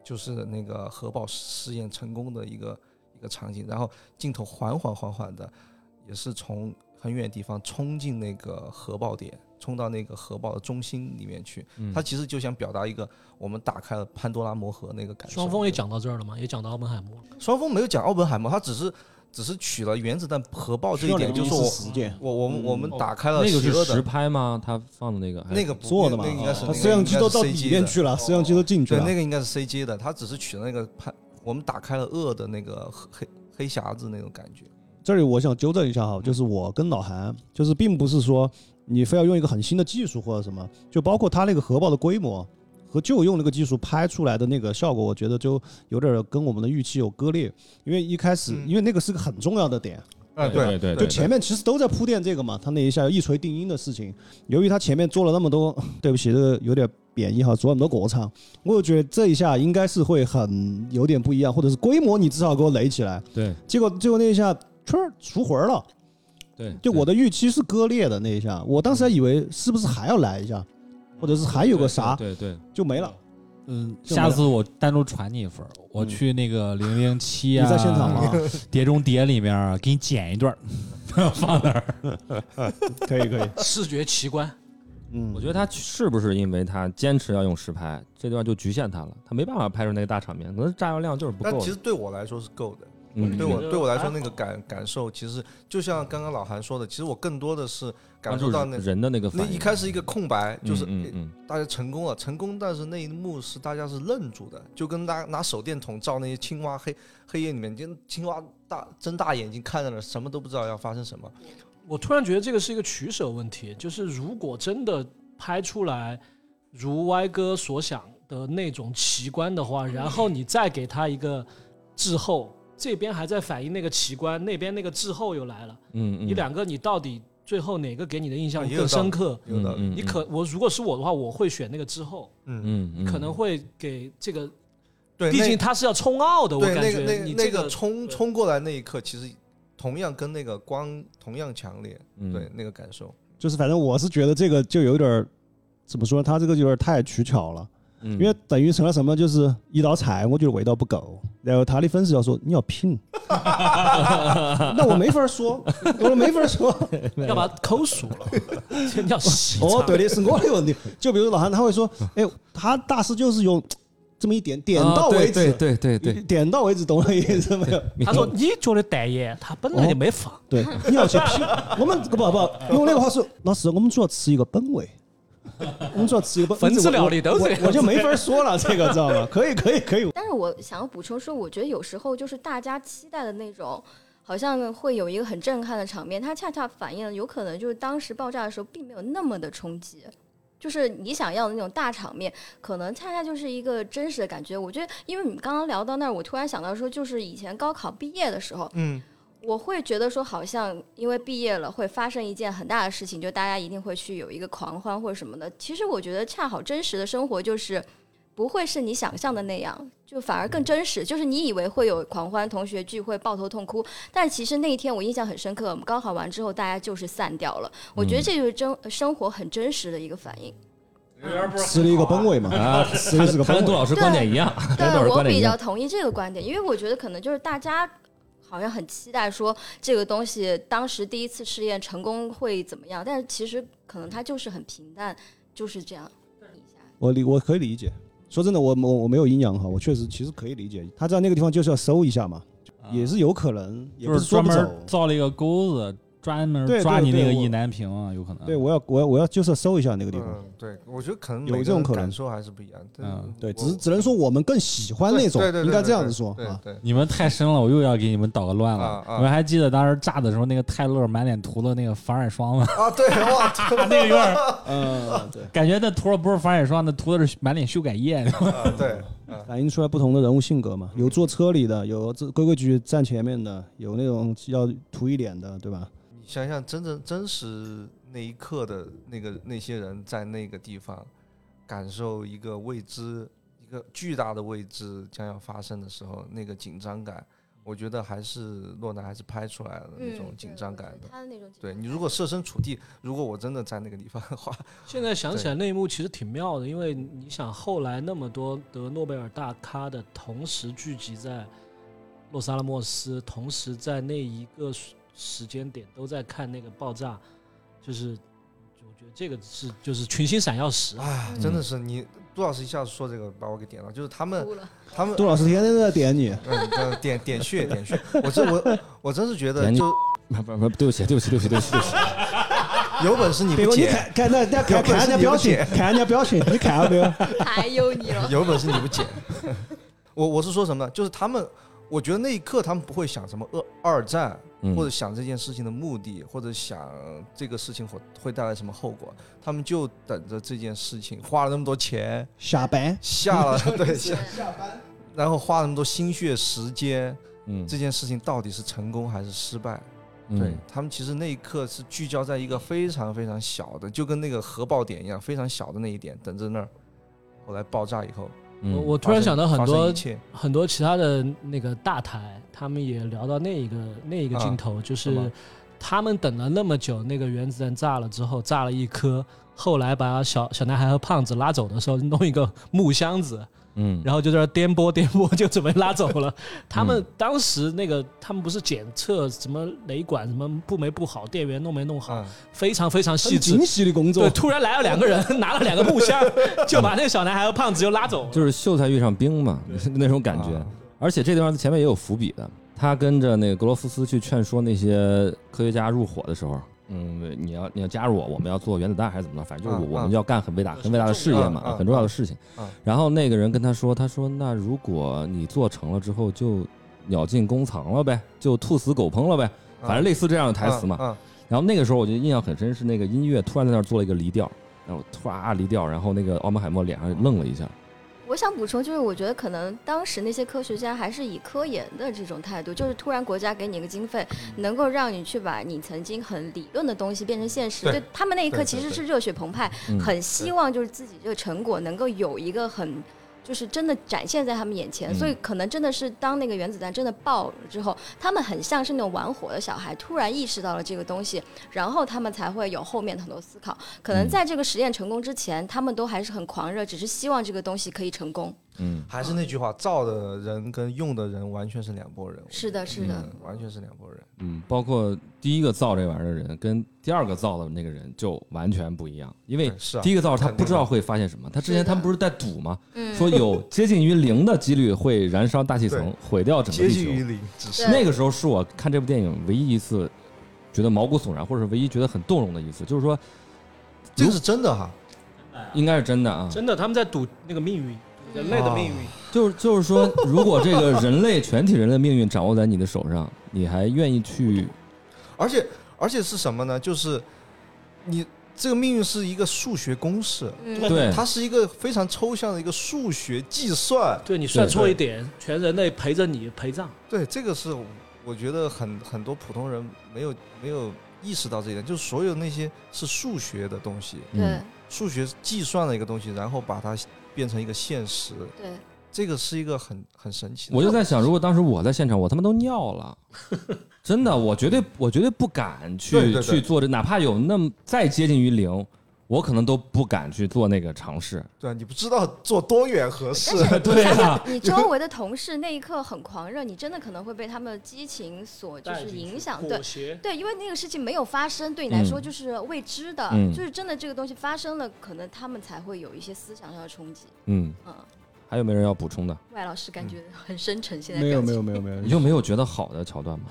[SPEAKER 1] 就是那个核爆试验成功的一个一个场景。然后镜头缓缓缓缓的，也是从很远的地方冲进那个核爆点，冲到那个核爆的中心里面去。
[SPEAKER 2] 嗯
[SPEAKER 1] 它其实就想表达一个我们打开了潘多拉魔盒那个感受。
[SPEAKER 6] 双峰也讲到这儿了吗？也讲到奥本海默了。
[SPEAKER 1] 双峰没有讲奥本海默，他只是只是取了原子弹核爆这
[SPEAKER 3] 需
[SPEAKER 1] 一
[SPEAKER 3] 要
[SPEAKER 1] 点，就
[SPEAKER 3] 两
[SPEAKER 1] 是
[SPEAKER 3] 个
[SPEAKER 1] 我
[SPEAKER 3] 实践。
[SPEAKER 1] 我我们我们
[SPEAKER 2] 哦
[SPEAKER 1] 打开了
[SPEAKER 2] 那个是
[SPEAKER 1] 呃邪恶
[SPEAKER 2] 实
[SPEAKER 1] 的
[SPEAKER 2] 拍吗？他放的那个还
[SPEAKER 1] 那个不
[SPEAKER 3] 哎做的嘛
[SPEAKER 1] 那个应该是
[SPEAKER 3] 他摄像机都到里面去了，摄像机都进去
[SPEAKER 1] 对，
[SPEAKER 3] 了。
[SPEAKER 1] 那个应该是 CG 的，他只是取了那个潘，我们打开了恶的那个黑黑匣子那种感觉。
[SPEAKER 3] 这里我想纠正一下哈，就是我跟老韩，就是并不是说你非要用一个很新的技术或者什么，就包括它那个核爆的规模和旧用那个技术拍出来的那个效果，我觉得就有点跟我们的预期有割裂。因为一开始，
[SPEAKER 1] 嗯
[SPEAKER 3] 因为那个是个很重要的点，
[SPEAKER 1] 啊，
[SPEAKER 2] 对对对
[SPEAKER 3] 就前面其实都在铺垫这个嘛，他那一下一锤定音的事情，由于他前面做了那么多， [laughs] 对不起，这个有点贬义哈，做了那么多国产，我就觉得这一下应该是会很有点不一样，或者是规模你至少给我垒起来。
[SPEAKER 2] 对
[SPEAKER 3] 结果结果那一下，圈儿赎魂了，
[SPEAKER 2] 对，
[SPEAKER 3] 就我的预期是割裂的那一下，我当时还以为是不是还要来一下，或者是还有个啥，
[SPEAKER 2] 对对，
[SPEAKER 3] 就没了。
[SPEAKER 8] 嗯，
[SPEAKER 3] 就
[SPEAKER 8] 下
[SPEAKER 3] 没了
[SPEAKER 8] 次我单独传你一份儿，我
[SPEAKER 3] 嗯
[SPEAKER 8] 去那个零零七
[SPEAKER 3] 你
[SPEAKER 2] 哎
[SPEAKER 8] 啊，
[SPEAKER 3] 在现场吗？
[SPEAKER 8] 碟中谍里面啊给你剪一段儿 [laughs] 放那儿。
[SPEAKER 3] 可以可以，
[SPEAKER 6] 视觉奇观，
[SPEAKER 3] 嗯，
[SPEAKER 2] 我觉得他是不是因为他坚持要用实拍，这段就局限他了，他没办法拍出那个大场面，可能炸药量就是不
[SPEAKER 1] 但
[SPEAKER 2] 够
[SPEAKER 1] 其。实对我来说是够的，
[SPEAKER 2] 嗯，
[SPEAKER 1] 对
[SPEAKER 9] 觉
[SPEAKER 1] 我
[SPEAKER 9] 得
[SPEAKER 1] 对我来
[SPEAKER 9] 还
[SPEAKER 1] 说
[SPEAKER 9] 好
[SPEAKER 1] 那个感感受，其实就像刚刚老韩说的，其实我更多的是感
[SPEAKER 2] 关
[SPEAKER 1] 受
[SPEAKER 2] 注
[SPEAKER 1] 到那
[SPEAKER 2] 人的那个
[SPEAKER 1] 那
[SPEAKER 2] 反应，
[SPEAKER 1] 一开始一个空白，就是哎
[SPEAKER 2] 嗯
[SPEAKER 1] 诶
[SPEAKER 2] 嗯
[SPEAKER 1] 大家成功了，成功，但是那一幕是大家是愣住的，就跟拿拿手电筒照那些青蛙黑黑夜里面，就青蛙大睁大眼睛看着那，什么都不知道要发生什么。
[SPEAKER 6] 我突然觉得这个是一个取舍问题，就是如果真的拍出来如歪哥所想的那种奇观的话，然后你再给他一个滞后，这边还在反映那个奇观，那边那个滞后又来了，
[SPEAKER 2] 嗯嗯，
[SPEAKER 6] 你两个你到底最后哪个给你的印
[SPEAKER 1] 啊
[SPEAKER 6] 象
[SPEAKER 1] 也有
[SPEAKER 6] 更
[SPEAKER 1] 道理
[SPEAKER 6] 深刻？
[SPEAKER 1] 有的，
[SPEAKER 2] 嗯
[SPEAKER 6] 你可我如果是我的话，我会选那个之后，
[SPEAKER 1] 嗯，
[SPEAKER 2] 嗯嗯
[SPEAKER 6] 可能会给这个，
[SPEAKER 1] 对，
[SPEAKER 6] 毕
[SPEAKER 1] 那
[SPEAKER 6] 竟他是要冲奥的，我
[SPEAKER 1] 对
[SPEAKER 6] 感
[SPEAKER 1] 那个那
[SPEAKER 6] 觉
[SPEAKER 1] 个
[SPEAKER 6] 你
[SPEAKER 1] 那
[SPEAKER 6] 这
[SPEAKER 1] 个冲
[SPEAKER 6] 对
[SPEAKER 1] 冲过来那一刻，其实同样跟那个光同样强烈，
[SPEAKER 2] 嗯
[SPEAKER 1] 对那个感受。
[SPEAKER 3] [laughs] 就是反正我是觉得这个就有点儿怎么说，他这个有点太取巧了。
[SPEAKER 2] 嗯
[SPEAKER 3] 因为等于成了什么，就是一道菜，我觉得味道不够。然后他的粉丝要说你
[SPEAKER 6] [laughs]
[SPEAKER 3] 要品，那我没法说，我没法
[SPEAKER 6] [laughs]
[SPEAKER 3] 说。
[SPEAKER 6] 要把抠熟了， [laughs] 这叫洗
[SPEAKER 3] [laughs] 哦，
[SPEAKER 6] 肠
[SPEAKER 3] 对的，是我的问题。就比如老韩，他会说，哎，他大师就是用这么一点点到为
[SPEAKER 6] 啊
[SPEAKER 3] 止，
[SPEAKER 2] 啊对
[SPEAKER 1] [laughs]
[SPEAKER 2] 对对对，
[SPEAKER 3] [laughs] 点到为止，懂了意思没有？
[SPEAKER 6] 他说你觉得淡耶，他本来就没放。
[SPEAKER 3] 对， [laughs] 你要去品。我们不不，用那个话说，老师，我们主要吃一个本味。我们主要吃一个本
[SPEAKER 6] 粉丝料理都这
[SPEAKER 3] 我
[SPEAKER 6] 样
[SPEAKER 3] 我就没法说了，这个知道吗？可以，可以，
[SPEAKER 6] [laughs]
[SPEAKER 3] 可以。
[SPEAKER 4] 但是我想要补充说，我觉得有时候就是大家期待的那种，好像会有一个很震撼的场面，它恰恰反映了有可能就是当时爆炸的时候并没有那么的冲击。就是你想要的那种大场面，可能恰恰就是一个真实的感觉。我觉得，因为你刚刚聊到那儿，我突然想到说，就是以前高考毕业的时候，
[SPEAKER 1] 嗯，
[SPEAKER 4] 我会觉得说，好像因为毕业了会发生一件很大的事情，就大家一定会去有一个狂欢或者什么的。其实我觉得，恰好真实的生活就是不会是你想象的那样，就反
[SPEAKER 1] 嗯
[SPEAKER 4] 而更真实。就是你以为会有狂欢、同学聚会、抱头痛哭，但其实那一天我印象很深刻。我们高考完之后，大家就是散掉了。我
[SPEAKER 1] 嗯
[SPEAKER 4] 觉得这就是真生活很真实的一个反
[SPEAKER 1] [laughs]
[SPEAKER 4] 应。
[SPEAKER 3] 吃了一个本味嘛，
[SPEAKER 2] 啊，
[SPEAKER 3] 吃了一个
[SPEAKER 2] 他
[SPEAKER 3] 本
[SPEAKER 2] 跟杜。
[SPEAKER 3] 味
[SPEAKER 2] 老师观点一样，
[SPEAKER 8] [laughs]
[SPEAKER 2] 跟杜老
[SPEAKER 4] 对
[SPEAKER 2] 师
[SPEAKER 4] 我
[SPEAKER 2] 观点
[SPEAKER 4] 比
[SPEAKER 2] 一
[SPEAKER 4] 较
[SPEAKER 2] 样，
[SPEAKER 4] 同意这个观点，因为我觉得可能就是大家好像很期待说这个东西当时第一次试验成功会怎么样，但是其实可能它就是很平淡，就是这样。
[SPEAKER 3] 我理我可以理解。说真的，我我我没有阴阳哈，我确实其实可以理解。他在那个地方就是要搜一下嘛，也是有可能，也
[SPEAKER 8] 啊就
[SPEAKER 3] 不
[SPEAKER 8] 是
[SPEAKER 3] 是说
[SPEAKER 8] 专
[SPEAKER 3] 不
[SPEAKER 8] 门
[SPEAKER 3] 走。
[SPEAKER 8] 造了一个钩子，专门
[SPEAKER 3] 对
[SPEAKER 8] 抓
[SPEAKER 3] 对
[SPEAKER 8] 你那
[SPEAKER 3] 对
[SPEAKER 8] 个
[SPEAKER 3] 我
[SPEAKER 8] 意难平啊，有可能。
[SPEAKER 3] 对，我要我要我要就是要搜一下那个地方。
[SPEAKER 1] 嗯，对，我觉得可能
[SPEAKER 3] 有
[SPEAKER 1] 每个
[SPEAKER 3] 这种
[SPEAKER 1] 人
[SPEAKER 3] 可能
[SPEAKER 1] 感受还是不一样。但是
[SPEAKER 8] 嗯
[SPEAKER 3] 对，
[SPEAKER 1] 我
[SPEAKER 3] 只只能说我们更喜欢那种
[SPEAKER 1] 对对，对
[SPEAKER 3] 应该
[SPEAKER 1] 对
[SPEAKER 3] 这样
[SPEAKER 1] 对
[SPEAKER 3] 子说
[SPEAKER 1] 对
[SPEAKER 3] 啊。
[SPEAKER 1] 对，
[SPEAKER 8] 你们太深了，我又要给你们捣个乱了。
[SPEAKER 1] 啊啊
[SPEAKER 8] 你们还记得当时炸的时候，那个泰勒满脸涂了那个防晒霜吗？
[SPEAKER 1] 啊，对，哇，啊
[SPEAKER 8] 那个有
[SPEAKER 1] [laughs]
[SPEAKER 8] 点儿
[SPEAKER 3] 嗯，对，
[SPEAKER 8] [laughs] 感觉那涂了不是防晒霜，那涂的是满脸修改液。
[SPEAKER 1] 啊对，
[SPEAKER 3] 反映出来不同的人物性格嘛，有坐车里的，有这规规矩矩站前面的，有那种要涂一脸的，对吧？
[SPEAKER 1] 你想想真正真实那一刻的那个那些人在那个地方，感受一个未知、一个巨大的未知将要发生的时候，那个紧张感，我觉得还是诺兰还是拍出来了
[SPEAKER 4] 嗯
[SPEAKER 1] 那种紧张感的。
[SPEAKER 4] 他的那种紧张
[SPEAKER 1] 对
[SPEAKER 4] 感
[SPEAKER 1] 你如果设身处地，如果我真的在那个地方的话，
[SPEAKER 6] 现在想起来那一幕其实挺妙的，因为你想后来那么多得诺贝尔大咖的同时聚集在洛萨拉莫斯，同时在那一个时时间点都在看那个爆炸，就是我觉得这个是就是群星闪耀时，
[SPEAKER 1] 啊，
[SPEAKER 4] 嗯
[SPEAKER 1] 真的是你杜老师一下子说这个把我给点了，就是他们
[SPEAKER 4] 哭了， [laughs]
[SPEAKER 1] 他们
[SPEAKER 3] 杜老师天天都在点你，
[SPEAKER 1] 嗯这点点穴点穴，我这我我真是觉得
[SPEAKER 2] 点你
[SPEAKER 1] 就
[SPEAKER 2] 不不不，对不起，对不起，对不起，对不起，对不起，
[SPEAKER 1] 有本事你
[SPEAKER 3] 别
[SPEAKER 1] 不
[SPEAKER 3] 我你
[SPEAKER 1] 解，
[SPEAKER 3] 砍砍那那砍砍人家标群，砍人家标群，你砍了没有？ [laughs]
[SPEAKER 4] 太有你
[SPEAKER 1] [laughs]
[SPEAKER 4] 了。
[SPEAKER 1] 有本事你不剪。我我是说什么呢？就是他们，我觉得那一刻他们不会想什么二二战，
[SPEAKER 2] 嗯
[SPEAKER 1] 或者想这件事情的目的，或者想这个事情会会带来什么后果，他们就等着这件事情花了那么多钱，
[SPEAKER 3] 下班
[SPEAKER 1] 下
[SPEAKER 6] [laughs]
[SPEAKER 1] 了对
[SPEAKER 4] 是
[SPEAKER 1] 下，然后花了那么多心血时间，
[SPEAKER 2] 嗯，
[SPEAKER 1] 这件事情到底是成功还是失败？
[SPEAKER 2] 嗯
[SPEAKER 1] 对他们其实那一刻是聚焦在一个非常非常小的，就跟那个核爆点一样，非常小的那一点，等着那儿后来爆炸以后，
[SPEAKER 2] 嗯
[SPEAKER 6] 我我突然
[SPEAKER 1] 发生
[SPEAKER 6] 想到很
[SPEAKER 1] 发生
[SPEAKER 6] 多
[SPEAKER 1] 一切
[SPEAKER 6] 很多其他的那个大台，他们也聊到那一个那一个镜头，就
[SPEAKER 1] 什么
[SPEAKER 6] 是他们等了那么久，那个原子弹炸了之后，炸了一颗，后来把小小男孩和胖子拉走的时候，弄一个木箱子，
[SPEAKER 2] 嗯，
[SPEAKER 6] 然后就在那儿颠簸颠簸，就准备拉走了。他们当时那个他们不是检测什么雷管什么布没布好，电源弄没弄好，
[SPEAKER 1] 嗯
[SPEAKER 6] 非常非常细
[SPEAKER 3] 很
[SPEAKER 6] 致
[SPEAKER 3] 精。细的工
[SPEAKER 6] 对，
[SPEAKER 3] 作，
[SPEAKER 6] 突然来了两个人， [laughs] 拿了两个木箱，就把那个小男孩和胖子就拉走了。
[SPEAKER 2] 就是秀才遇上兵嘛， [laughs] 那种感觉
[SPEAKER 1] 啊。
[SPEAKER 2] 而且这地方前面也有伏笔的，他跟着那个格罗夫斯去劝说那些科学家入伙的时候，嗯，你要你要加入我，我们要做原子弹还是怎么着？反正啊就是
[SPEAKER 1] 嗯
[SPEAKER 2] 我
[SPEAKER 1] 嗯
[SPEAKER 2] 我们要干很伟大、很伟大的事业嘛
[SPEAKER 1] 嗯，嗯
[SPEAKER 2] 很重要的事情
[SPEAKER 1] 嗯。
[SPEAKER 2] 然后那个人跟他说，他说那如果你做成了之后，就鸟尽弓藏了呗，就兔死狗烹了呗，反
[SPEAKER 1] 啊
[SPEAKER 2] 正类似这样的台词嘛。
[SPEAKER 1] 嗯，
[SPEAKER 2] 然后那个时候我就印象很深，是那个音乐突然在那儿做了一个离调，然后突然啊离调，然后那个奥本海默脸上愣了一下。
[SPEAKER 4] 我想补充，就是我觉得可能当时那些科学家还是以科研的这种态度，就是突然国家给你一个经费，
[SPEAKER 1] 嗯
[SPEAKER 4] 能够让你去把你曾经很理论的东西变成现实。
[SPEAKER 1] 对
[SPEAKER 4] 就他们那一刻
[SPEAKER 1] 对对
[SPEAKER 4] 其实
[SPEAKER 1] 对
[SPEAKER 4] 是热血澎湃，
[SPEAKER 2] 嗯
[SPEAKER 4] 很希望就是自己这个成果能够有一个很。就是真的展现在他们眼前，
[SPEAKER 2] 嗯
[SPEAKER 4] 所以可能真的是当那个原子弹真的爆了之后，他们很像是那种玩火的小孩，突然意识到了这个东西，然后他们才会有后面的很多思考。可能
[SPEAKER 2] 嗯
[SPEAKER 4] 在这个实验成功之前，他们都还是很狂热，只是希望这个东西可以成功。
[SPEAKER 2] 嗯
[SPEAKER 1] 还是那句话，造的人跟用的人完全是两拨人。我
[SPEAKER 4] 是的，是
[SPEAKER 1] 觉
[SPEAKER 4] 的
[SPEAKER 1] 得，，嗯，完全是两拨人。
[SPEAKER 2] 嗯，包括第一个造这玩意儿的人跟第二个造的那个人就完全不一样，因为
[SPEAKER 1] 对是啊
[SPEAKER 2] 第一个造他
[SPEAKER 1] 肯定
[SPEAKER 2] 不知道会发现什么，他之前他们不是在赌吗？
[SPEAKER 4] 嗯，
[SPEAKER 2] 说有接近于零的几率会燃烧大气层，毁掉整个
[SPEAKER 1] 接
[SPEAKER 2] 地
[SPEAKER 1] 近于
[SPEAKER 2] 球。
[SPEAKER 1] 零，只是
[SPEAKER 4] 对
[SPEAKER 2] 那个时候是我看这部电影唯一一次觉得毛骨悚然，或者是唯一觉得很动容的一次，就是说
[SPEAKER 1] 这个是真的哈。
[SPEAKER 2] 应该是真的啊，
[SPEAKER 6] 真的，他们在赌那个命运，人类的命运。
[SPEAKER 2] 就是就是说，如果这个人类全体人类命运掌握在你的手上，你还愿意去？
[SPEAKER 1] 而且而且是什么呢？就是你这个命运是一个数学公式，
[SPEAKER 4] 嗯，
[SPEAKER 2] 对，
[SPEAKER 1] 它是一个非常抽象的一个数学计算。
[SPEAKER 6] 对你算错一点，全人类陪着你陪葬。
[SPEAKER 1] 对，这个是我觉得很很多普通人没有没有意识到这一点，就是所有那些是数学的东西，
[SPEAKER 4] 对
[SPEAKER 2] 嗯，
[SPEAKER 1] 数学计算的一个东西，然后把它变成一个现实，
[SPEAKER 4] 对，
[SPEAKER 1] 这个是一个很很神奇的。
[SPEAKER 2] 我就在想，如果当时我在现场，我他妈都尿了，真的，我绝对我绝对不敢
[SPEAKER 1] 对
[SPEAKER 2] 去
[SPEAKER 1] 对对
[SPEAKER 2] 去做这，哪怕有那么再接近于零，我可能都不敢去做那个尝试。
[SPEAKER 1] 对，啊你不知道坐多远合适。
[SPEAKER 2] 对啊，
[SPEAKER 4] 你周围的同事那一刻很狂热，你真的可能会被他们的激情所就是影响，对
[SPEAKER 6] 裹。挟。
[SPEAKER 4] 对，因为那个事情没有发生，对你来说
[SPEAKER 2] 嗯
[SPEAKER 4] 就是未知的，
[SPEAKER 2] 嗯
[SPEAKER 4] 就是真的这个东西发生了，可能他们才会有一些思想上的冲击。
[SPEAKER 2] 嗯，
[SPEAKER 4] 嗯，
[SPEAKER 2] 还有没有人要补充的？
[SPEAKER 4] 外老师感觉
[SPEAKER 2] 嗯
[SPEAKER 4] 很深沉，现在
[SPEAKER 3] 没有
[SPEAKER 4] 表
[SPEAKER 3] 没
[SPEAKER 4] 情
[SPEAKER 3] 有没有
[SPEAKER 2] [laughs]
[SPEAKER 3] 没有
[SPEAKER 2] 你，就没有觉得好的桥段吗？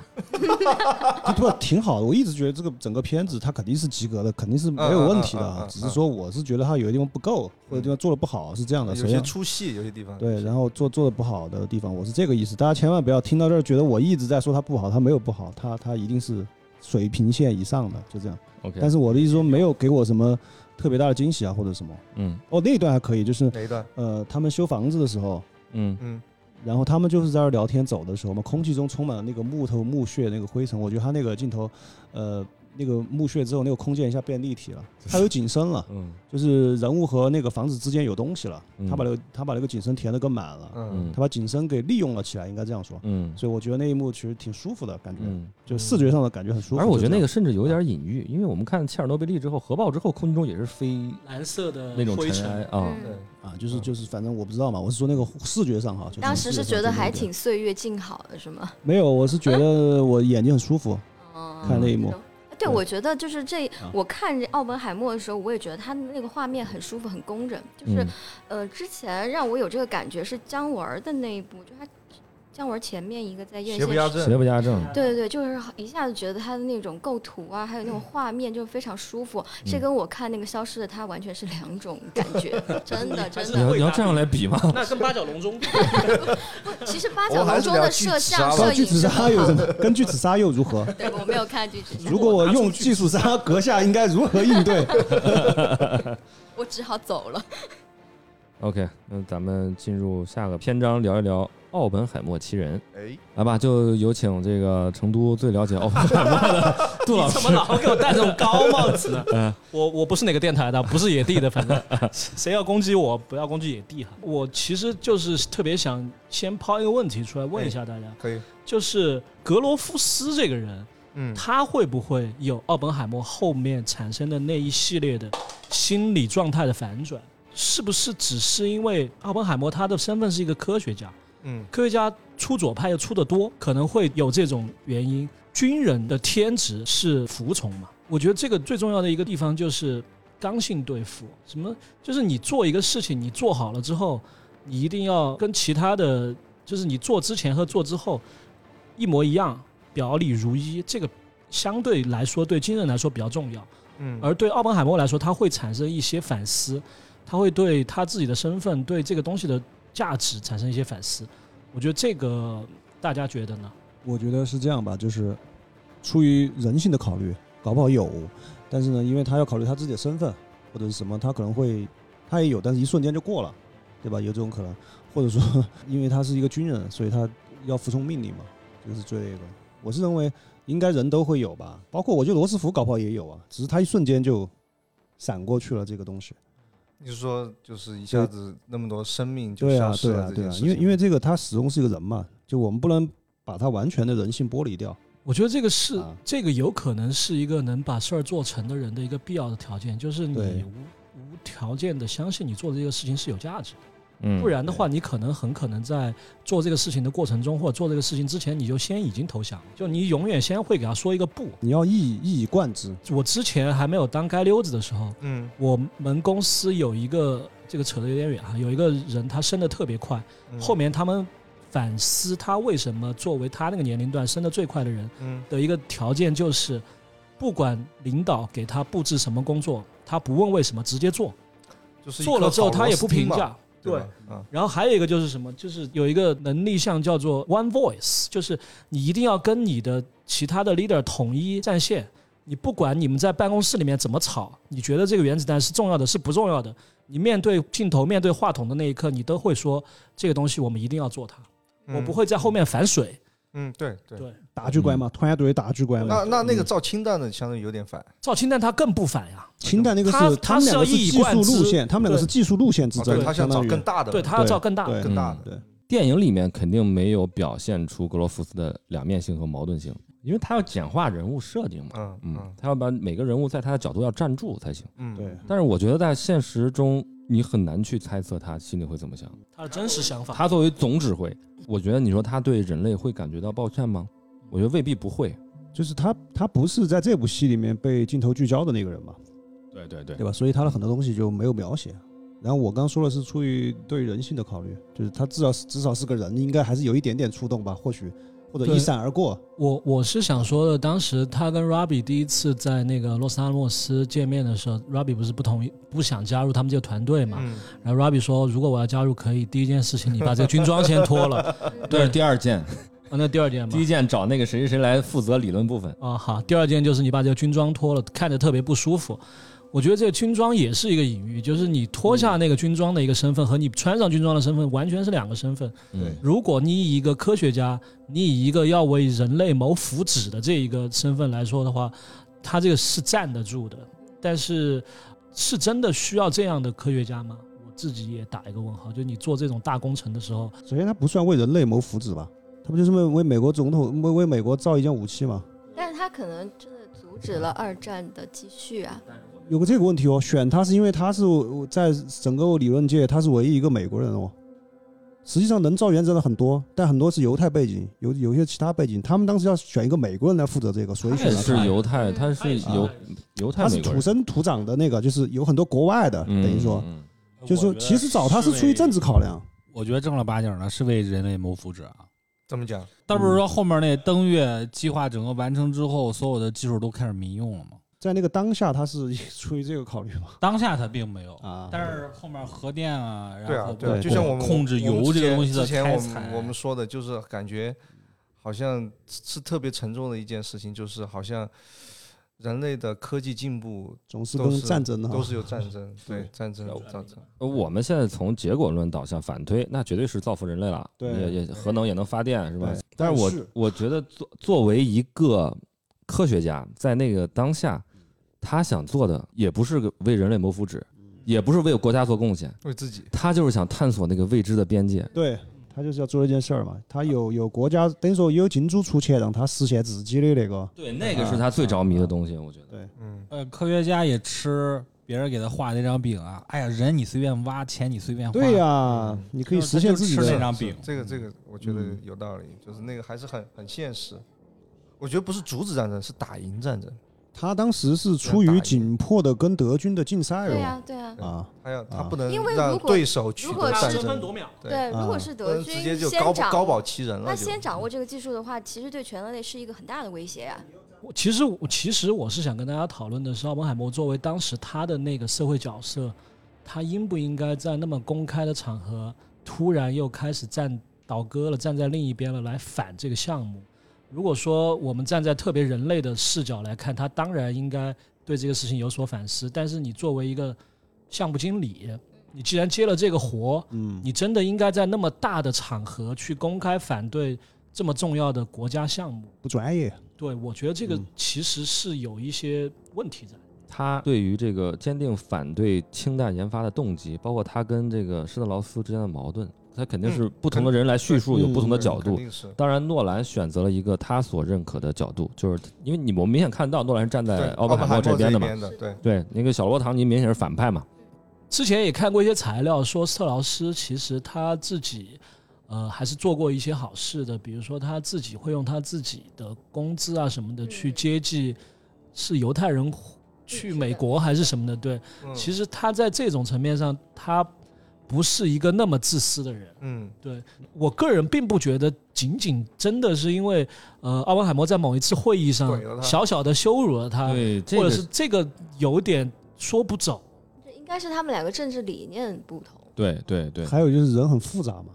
[SPEAKER 3] 啊不挺好的。我一直觉得这个整个片子它肯定是及格的，肯定是没有问题的
[SPEAKER 1] 嗯嗯嗯嗯
[SPEAKER 3] 啊
[SPEAKER 1] 嗯。
[SPEAKER 3] 只是说我是觉得它有些地方不够，或者地方做的不好，是这样的。首
[SPEAKER 1] [laughs] 有些
[SPEAKER 3] 先
[SPEAKER 1] 出啊戏，有些地方
[SPEAKER 3] 对，然后做做的不好的地方，我是这个意思。大家千万不要听到这儿觉得我一直在说它不好，它没有不好，它它一定是水平线以上的，就这样。
[SPEAKER 2] OK，
[SPEAKER 3] 但是我的意思说没有给我什么特别大的惊喜啊，或者什么。
[SPEAKER 2] 嗯
[SPEAKER 3] 哦，那一段还可以，就是
[SPEAKER 1] 哪一段？
[SPEAKER 3] 呃，他们修房子的时候，
[SPEAKER 2] 嗯
[SPEAKER 1] 嗯，
[SPEAKER 3] 然后他们就是在那儿聊天，走的时候嘛，空气中充满了那个木头、木屑、那个灰尘。我觉得他那个镜头，呃，那个墓穴之后，那个空间一下变立体了，它有
[SPEAKER 2] [laughs]
[SPEAKER 3] 景深了，
[SPEAKER 2] 嗯
[SPEAKER 3] 就是人物和那个房子之间有东西了
[SPEAKER 2] 嗯，
[SPEAKER 3] 他把那个他把那个景深填得更满了，
[SPEAKER 1] 嗯
[SPEAKER 2] 嗯
[SPEAKER 3] 他把景深给利用了起来，应该这样说。
[SPEAKER 2] 嗯
[SPEAKER 3] 所以我觉得那一幕其实挺舒服的感觉，
[SPEAKER 2] 嗯。
[SPEAKER 3] 就视觉上的感觉很嗯舒服。
[SPEAKER 2] 而我觉得那
[SPEAKER 3] 就
[SPEAKER 2] 个甚至有一点隐喻，因为我们看切尔诺贝利之后，核爆之后，空气中也是飞
[SPEAKER 6] 蓝色的
[SPEAKER 2] 那种
[SPEAKER 6] 灰
[SPEAKER 2] 尘埃
[SPEAKER 6] 尘，
[SPEAKER 2] 啊，
[SPEAKER 4] 嗯
[SPEAKER 1] 对，
[SPEAKER 3] 这样啊，就是就是，反正我不知道嘛，我是说那个视觉上哈，就是
[SPEAKER 4] 当时
[SPEAKER 3] 视
[SPEAKER 4] 是
[SPEAKER 3] 觉
[SPEAKER 4] 觉
[SPEAKER 3] 上
[SPEAKER 4] 得
[SPEAKER 3] 这
[SPEAKER 4] 还
[SPEAKER 3] 一点
[SPEAKER 4] 挺岁月静好的，是吗？
[SPEAKER 3] 没有，我是觉得我眼睛很舒服，
[SPEAKER 4] 哦
[SPEAKER 3] 看那一幕嗯啊
[SPEAKER 4] 懂对，
[SPEAKER 3] 对
[SPEAKER 4] 我觉得就是这，我看这奥本海默的时候，我也觉得他那个画面很舒服，很工整。就是、
[SPEAKER 2] 嗯
[SPEAKER 4] 呃，之前让我有这个感觉是姜文儿的那一部，就他姜文儿前面一个在院
[SPEAKER 1] 邪
[SPEAKER 4] 线
[SPEAKER 1] 不压
[SPEAKER 4] 上
[SPEAKER 1] 正，
[SPEAKER 2] 邪不压正，
[SPEAKER 4] 对对对，就是一下子觉得他的那种构图啊，还有
[SPEAKER 3] 嗯
[SPEAKER 4] 那种画面，就非常舒服。这
[SPEAKER 2] 嗯
[SPEAKER 4] 跟我看那个《消失的她》完全是两种感觉，真
[SPEAKER 1] [laughs]
[SPEAKER 4] 的真
[SPEAKER 2] 你
[SPEAKER 4] 的
[SPEAKER 2] 要。
[SPEAKER 6] 会
[SPEAKER 2] 你要
[SPEAKER 6] 打
[SPEAKER 2] 这样来比
[SPEAKER 6] [laughs]
[SPEAKER 2] 吗？
[SPEAKER 6] 那跟八角
[SPEAKER 2] [laughs]
[SPEAKER 6] 笼中比，
[SPEAKER 4] 其实八
[SPEAKER 1] 我
[SPEAKER 4] 角
[SPEAKER 1] 还
[SPEAKER 4] 笼
[SPEAKER 1] 是
[SPEAKER 4] 中
[SPEAKER 1] 聊啊
[SPEAKER 4] 的
[SPEAKER 1] 巨
[SPEAKER 4] 摄
[SPEAKER 1] 齿鲨
[SPEAKER 4] 像、
[SPEAKER 1] 吧
[SPEAKER 4] 摄
[SPEAKER 3] 巨
[SPEAKER 4] 影
[SPEAKER 3] 齿
[SPEAKER 4] 是
[SPEAKER 3] 鲨
[SPEAKER 4] 很
[SPEAKER 3] 又
[SPEAKER 4] 好
[SPEAKER 3] 怎
[SPEAKER 4] 的。
[SPEAKER 3] 么？跟巨齿鲨又如何？
[SPEAKER 4] 对，我没有看巨齿
[SPEAKER 3] [laughs]
[SPEAKER 4] 鲨，
[SPEAKER 3] 如果我用巨齿鲨阁下，应该如何应对？
[SPEAKER 4] 我只好走了。
[SPEAKER 2] OK，那咱们进入下个篇章，聊一聊奥本海默奇人。
[SPEAKER 1] 哎，
[SPEAKER 2] 来吧，就有请这个成都最了解奥本海默的杜老
[SPEAKER 6] 你
[SPEAKER 2] 师
[SPEAKER 6] 怎。么老给我戴这种高帽子呢？
[SPEAKER 2] 啊 [laughs] 嗯
[SPEAKER 6] 我我不是哪个电台的，不是野地的，反
[SPEAKER 2] [laughs]
[SPEAKER 6] 正谁要攻击我，不要攻击野地哈。我其实就是特别想先抛一个问题出来问一下大
[SPEAKER 2] 哎
[SPEAKER 6] 家，
[SPEAKER 1] 可以，
[SPEAKER 6] 就是格罗夫斯这个人，
[SPEAKER 1] 嗯，
[SPEAKER 6] 他会不会有奥本海默后面产生的那一系列的心理状态的反转？是不是只是因为奥本海默他的身份是一个科学家，
[SPEAKER 1] 嗯，
[SPEAKER 6] 科学家出左派又出得多，可能会有这种原因。军人的天职是服从嘛？我觉得这个最重要的一个地方就是刚性对付。什么？就是你做一个事情，你做好了之后，你一定要跟其他的，就是你做之前和做之后一模一样，表里如一。这个相对来说对军人来说比较重要。
[SPEAKER 1] 嗯，
[SPEAKER 6] 而对奥本海默来说，他会产生一些反思，他会对他自己的身份、对这个东西的价值产生一些反思。我觉得这个大家觉得呢？
[SPEAKER 3] [laughs] 我觉得是这样吧，就是出于人性的考虑，搞不好有，但是呢，因为他要考虑他自己的身份或者是什么，他可能会他也有，但是一瞬间就过了，对吧？有这种可能，或者说 [laughs] 因为他是一个军人，所以他要服从命令嘛，这个是最那个。我是认为应该人都会有吧，包括我觉得罗斯福搞不好也有啊，只是他一瞬间就闪过去了这个东西。
[SPEAKER 1] 你是说就是一下子那么多生命就
[SPEAKER 3] 对
[SPEAKER 1] 消
[SPEAKER 3] 啊，
[SPEAKER 1] 失
[SPEAKER 3] 对
[SPEAKER 1] 了
[SPEAKER 3] 啊
[SPEAKER 1] 这，
[SPEAKER 3] 对
[SPEAKER 1] 件
[SPEAKER 3] 啊
[SPEAKER 1] 事，情
[SPEAKER 3] 因为因为这个他始终是一个人嘛，就我们不能把他完全的人性剥离掉。
[SPEAKER 6] 我觉得这个是、
[SPEAKER 3] 啊
[SPEAKER 6] 这个有可能是一个能把事儿做成的人的一个必要的条件，就是你
[SPEAKER 3] 对
[SPEAKER 6] 无无条件的相信你做的这个事情是有价值的，
[SPEAKER 2] 嗯，
[SPEAKER 6] [laughs] 不然的话，你可能很可能在做这个事情的过程中，或者做这个事情之前，你就先已经投降了，就你永远先会给他说一个不。
[SPEAKER 3] 你要一以一以贯之，
[SPEAKER 6] 我之前还没有当街溜子的时候，
[SPEAKER 1] 嗯
[SPEAKER 6] 我们公司有一个，这个扯得有点远啊，有一个人他升的特别快，
[SPEAKER 1] 嗯
[SPEAKER 6] 后面他们反思他为什么作为他那个年龄段升的最快的人
[SPEAKER 1] 嗯
[SPEAKER 6] 的一个条件就是，不管领导给他布置什么工作，他不问为什么直接做，
[SPEAKER 1] 就是一
[SPEAKER 6] 做了
[SPEAKER 1] 颗
[SPEAKER 6] 之后
[SPEAKER 1] 烤
[SPEAKER 6] 他
[SPEAKER 1] 螺
[SPEAKER 6] 也
[SPEAKER 1] 丝
[SPEAKER 6] 不
[SPEAKER 1] 钉
[SPEAKER 6] 评
[SPEAKER 1] 嘛，
[SPEAKER 6] 价。
[SPEAKER 1] 对
[SPEAKER 6] 对
[SPEAKER 1] 吧，啊，
[SPEAKER 6] 然后还有一个就是什么，就是有一个能力项叫做 One Voice，就是你一定要跟你的其他的 leader 统一战线。你不管你们在办公室里面怎么吵，你觉得这个原子弹是重要的，是不重要的，你面对镜头、面对话筒的那一刻，你都会说这个东西我们一定要做它，我不
[SPEAKER 1] 嗯，
[SPEAKER 6] 会在后面反水。
[SPEAKER 1] 嗯，对对。
[SPEAKER 6] 对，
[SPEAKER 3] 打巨怪嘛，突然对打巨怪嘛
[SPEAKER 1] 嗯那。那那个照氢弹的相当于有点反，
[SPEAKER 6] 赵清淡他更不反呀，
[SPEAKER 3] 氢弹那个
[SPEAKER 6] 他
[SPEAKER 3] 是
[SPEAKER 6] 他
[SPEAKER 3] 们
[SPEAKER 6] 是
[SPEAKER 3] 两
[SPEAKER 6] 要
[SPEAKER 3] 个是
[SPEAKER 6] 一以
[SPEAKER 3] 技
[SPEAKER 6] 贯
[SPEAKER 3] 术路
[SPEAKER 6] 之
[SPEAKER 3] 线，他们两个是技术路线之
[SPEAKER 1] 啊
[SPEAKER 3] 争
[SPEAKER 1] 对，他想
[SPEAKER 3] 相
[SPEAKER 1] 找
[SPEAKER 3] 当于
[SPEAKER 1] 更大的，
[SPEAKER 6] 对他要
[SPEAKER 3] 对
[SPEAKER 6] 造更大。
[SPEAKER 3] 对
[SPEAKER 1] 更大的，
[SPEAKER 3] 对
[SPEAKER 2] 电影里面肯定没有表现出格罗夫斯的两面性和矛盾性，因为他要简化人物设定嘛。
[SPEAKER 1] 嗯
[SPEAKER 2] 嗯
[SPEAKER 1] 嗯，
[SPEAKER 2] 他要把每个人物在他的角度要站住才行。
[SPEAKER 1] 嗯，
[SPEAKER 3] 对
[SPEAKER 2] 但是我觉得在现实中，你很难去猜测他心里会怎么想。
[SPEAKER 6] 他的真实想法，
[SPEAKER 2] 他作为总指挥，我觉得你说他对人类会感觉到抱歉吗？我觉得未必不会。
[SPEAKER 3] 就是他他不是在这部戏里面被镜头聚焦的那个人嘛，
[SPEAKER 2] 对对对
[SPEAKER 3] 对吧？所以他的很多东西就没有描写。然后我刚说的是出于对人性的考虑，就是他至少是至少是个人，应该还是有一点点触动吧，或许或者
[SPEAKER 6] 对
[SPEAKER 3] 一闪而过。
[SPEAKER 6] 我我是想说的，当时他跟 Robbie 第一次在那个洛杉矶洛斯见面的时候，Robbie 不是不同意，不想加入他们这个团队嘛？
[SPEAKER 1] 嗯，
[SPEAKER 6] 然后 Robbie 说，如果我要加入，可以第一件事情你把这个军装先脱了， [laughs] 啊
[SPEAKER 2] 这是第二件，
[SPEAKER 6] 那第二件嘛
[SPEAKER 2] 第一。件找那个谁谁谁来负责理论部分。
[SPEAKER 6] 啊、好，第二件就是你把这个军装脱了，看着特别不舒服。我觉得这个军装也是一个隐喻，就是你脱下那个军装的一个身份和你穿上军装的身份完全是两个身份。
[SPEAKER 2] 对
[SPEAKER 6] 如果你以一个科学家，你以一个要为人类谋福祉的这一个身份来说的话，他这个是站得住的，但是是真的需要这样的科学家吗？我自己也打一个问号。就你做这种大工程的时候，
[SPEAKER 3] 首先，他不算为人类谋福祉吧？他不就是为为美国总统为为美国造一件武器吗？
[SPEAKER 4] 但是他可能真的阻止了二战的继续啊。
[SPEAKER 3] 有个这个问题哦，选他是因为他是我在整个理论界他是唯一一个美国人哦。实际上能造原子弹的很多，但很多是犹太背景，有有一些其他背景，他们当时要选一个美国人来负责这个，所以
[SPEAKER 2] 他
[SPEAKER 3] 选
[SPEAKER 2] 也
[SPEAKER 3] 了
[SPEAKER 2] 是犹太，
[SPEAKER 4] 嗯
[SPEAKER 2] 他是啊犹犹太
[SPEAKER 3] 他是
[SPEAKER 2] 美国
[SPEAKER 3] 土
[SPEAKER 2] 人，
[SPEAKER 3] 生土长的那个，就是有很多国外的，等于说，
[SPEAKER 2] 嗯，
[SPEAKER 3] [laughs] 就是说其实找他是出于政治考量，
[SPEAKER 8] 我觉得正儿八经的是为人类谋福祉啊。
[SPEAKER 1] 怎么讲？
[SPEAKER 8] 倒不是说后面那登月计划整个完成之后，所有的技术都开始民用了嘛？
[SPEAKER 3] 在那个当下他是出于这个考虑嘛？
[SPEAKER 8] 当下它并没有，
[SPEAKER 3] 啊，
[SPEAKER 8] 但是后面核电啊，
[SPEAKER 1] 对
[SPEAKER 8] 然
[SPEAKER 1] 啊
[SPEAKER 8] 后，
[SPEAKER 1] 对啊，
[SPEAKER 3] 对
[SPEAKER 1] 就像我们
[SPEAKER 8] 控制油这个东西的
[SPEAKER 1] 之前
[SPEAKER 8] 开
[SPEAKER 1] 我
[SPEAKER 8] 采
[SPEAKER 1] 们，我们说的就是感觉好像是特别沉重的一件事情，就是好像人类的科技进步
[SPEAKER 3] 总是
[SPEAKER 1] 都
[SPEAKER 3] 跟
[SPEAKER 1] 是
[SPEAKER 3] 战争的哈
[SPEAKER 1] 都是有战
[SPEAKER 8] [laughs]
[SPEAKER 1] 争，对战争造成。
[SPEAKER 2] 呃我们现在从结果论导向反推，那绝对是造福人类了，
[SPEAKER 3] 对
[SPEAKER 2] 也也核能也能发电是吧
[SPEAKER 3] 对？
[SPEAKER 2] 但是我
[SPEAKER 3] 但是
[SPEAKER 2] 我觉得作作为一个科学家，在那个当下，他想做的也不是个为人类谋福祉，也不是为国家做贡献，
[SPEAKER 1] 为自己，
[SPEAKER 2] 他就是想探索那个未知的边界。
[SPEAKER 3] 对他就是要做一件事儿嘛，他有有国家等于说有金主出钱让他实现自己的那个，
[SPEAKER 2] 对，那个是他最着迷的东西，我觉得。
[SPEAKER 1] 嗯，
[SPEAKER 8] 呃，科学家也吃别人给他画的那张饼啊。哎呀，人你随便挖，钱你随便花。
[SPEAKER 3] 对呀、
[SPEAKER 1] 嗯
[SPEAKER 3] 你可以
[SPEAKER 8] 就是
[SPEAKER 3] 实现
[SPEAKER 8] 就
[SPEAKER 3] 自己
[SPEAKER 8] 吃那
[SPEAKER 3] 的
[SPEAKER 8] 张
[SPEAKER 1] 是啊
[SPEAKER 8] 饼
[SPEAKER 1] 这个这个我觉得
[SPEAKER 3] 嗯
[SPEAKER 1] 有道理，就是那个还是很很现实。我觉得不是阻止战争，是打赢战争。
[SPEAKER 3] 他当时是出于紧迫的跟德军的竞
[SPEAKER 1] 哎
[SPEAKER 3] 赛
[SPEAKER 4] 对
[SPEAKER 3] 哦
[SPEAKER 4] 呀，对呀。
[SPEAKER 3] 啊，
[SPEAKER 1] 他要他
[SPEAKER 3] 啊
[SPEAKER 1] 不能
[SPEAKER 4] 因为如
[SPEAKER 1] 让
[SPEAKER 4] 果
[SPEAKER 1] 对手取
[SPEAKER 4] 如
[SPEAKER 1] 得
[SPEAKER 4] 果
[SPEAKER 1] 战
[SPEAKER 4] 是
[SPEAKER 1] 争，
[SPEAKER 6] 秒，
[SPEAKER 1] 对
[SPEAKER 4] 对，如果
[SPEAKER 3] 啊
[SPEAKER 4] 是
[SPEAKER 1] 不
[SPEAKER 4] 德
[SPEAKER 1] 能直接
[SPEAKER 4] 军
[SPEAKER 1] 就
[SPEAKER 4] 先
[SPEAKER 1] 高
[SPEAKER 4] 掌
[SPEAKER 1] 高保其人了
[SPEAKER 4] 他
[SPEAKER 1] 就。嗯
[SPEAKER 4] 先掌握这个技术的话，其实对全人类是一个很大的威胁呀、
[SPEAKER 6] 我其实我其实我是想跟大家讨论的是，奥本海默作为当时他的那个社会角色，他应不应该在那么公开的场合，突然又开始站倒戈了，站在另一边了，来反这个项目？如果说我们站在特别人类的视角来看，他当然应该对这个事情有所反思。但是你作为一个项目经理，你既然接了这个活，
[SPEAKER 3] 嗯，
[SPEAKER 6] 你真的应该在那么大的场合去公开反对这么重要的国家项目。
[SPEAKER 3] 不专业，
[SPEAKER 6] 对，我觉得这个
[SPEAKER 3] 嗯
[SPEAKER 6] 其实是有一些问题在。
[SPEAKER 2] 他对于这个坚定反对氢弹研发的动机，包括他跟这个施特劳斯之间的矛盾，他肯定是不同的人来叙述，
[SPEAKER 3] 嗯
[SPEAKER 2] 有不同的
[SPEAKER 1] 对
[SPEAKER 2] 角
[SPEAKER 1] 肯
[SPEAKER 2] 度。
[SPEAKER 1] 定是。
[SPEAKER 2] 当然，诺兰选择了一个他所认可的角度，就是因为你我们明显看到诺兰是站
[SPEAKER 1] 对
[SPEAKER 2] 在，奥
[SPEAKER 1] 奥
[SPEAKER 2] 本
[SPEAKER 1] 本
[SPEAKER 2] 海默
[SPEAKER 1] 这
[SPEAKER 2] 这边的嘛。
[SPEAKER 1] 边的，对，
[SPEAKER 2] 对，那个小罗伯唐尼明显是反派嘛。
[SPEAKER 6] 之前也看过一些材料，说斯特劳斯其实他自己，呃，还是做过一些好事的，比如说他自己会用他自己的工资啊什么的去
[SPEAKER 4] 嗯
[SPEAKER 6] 接济，是犹太人去
[SPEAKER 4] 是
[SPEAKER 6] 美
[SPEAKER 4] 的
[SPEAKER 6] 国还是什么的？对，
[SPEAKER 1] 嗯
[SPEAKER 6] 其实他在这种层面上，他不是一个那么自私的人。
[SPEAKER 1] 嗯，
[SPEAKER 6] 我个人并不觉得仅仅真的是因为，呃，奥本海默在某一次会议上
[SPEAKER 1] 怼了他
[SPEAKER 6] 小小的羞辱了他，
[SPEAKER 2] 对，这
[SPEAKER 6] 或
[SPEAKER 2] 个
[SPEAKER 6] 者是这个有点说不走。
[SPEAKER 4] 这应该是他们两个政治理念不同。
[SPEAKER 2] 对对对，
[SPEAKER 3] 还有就是人很复杂嘛，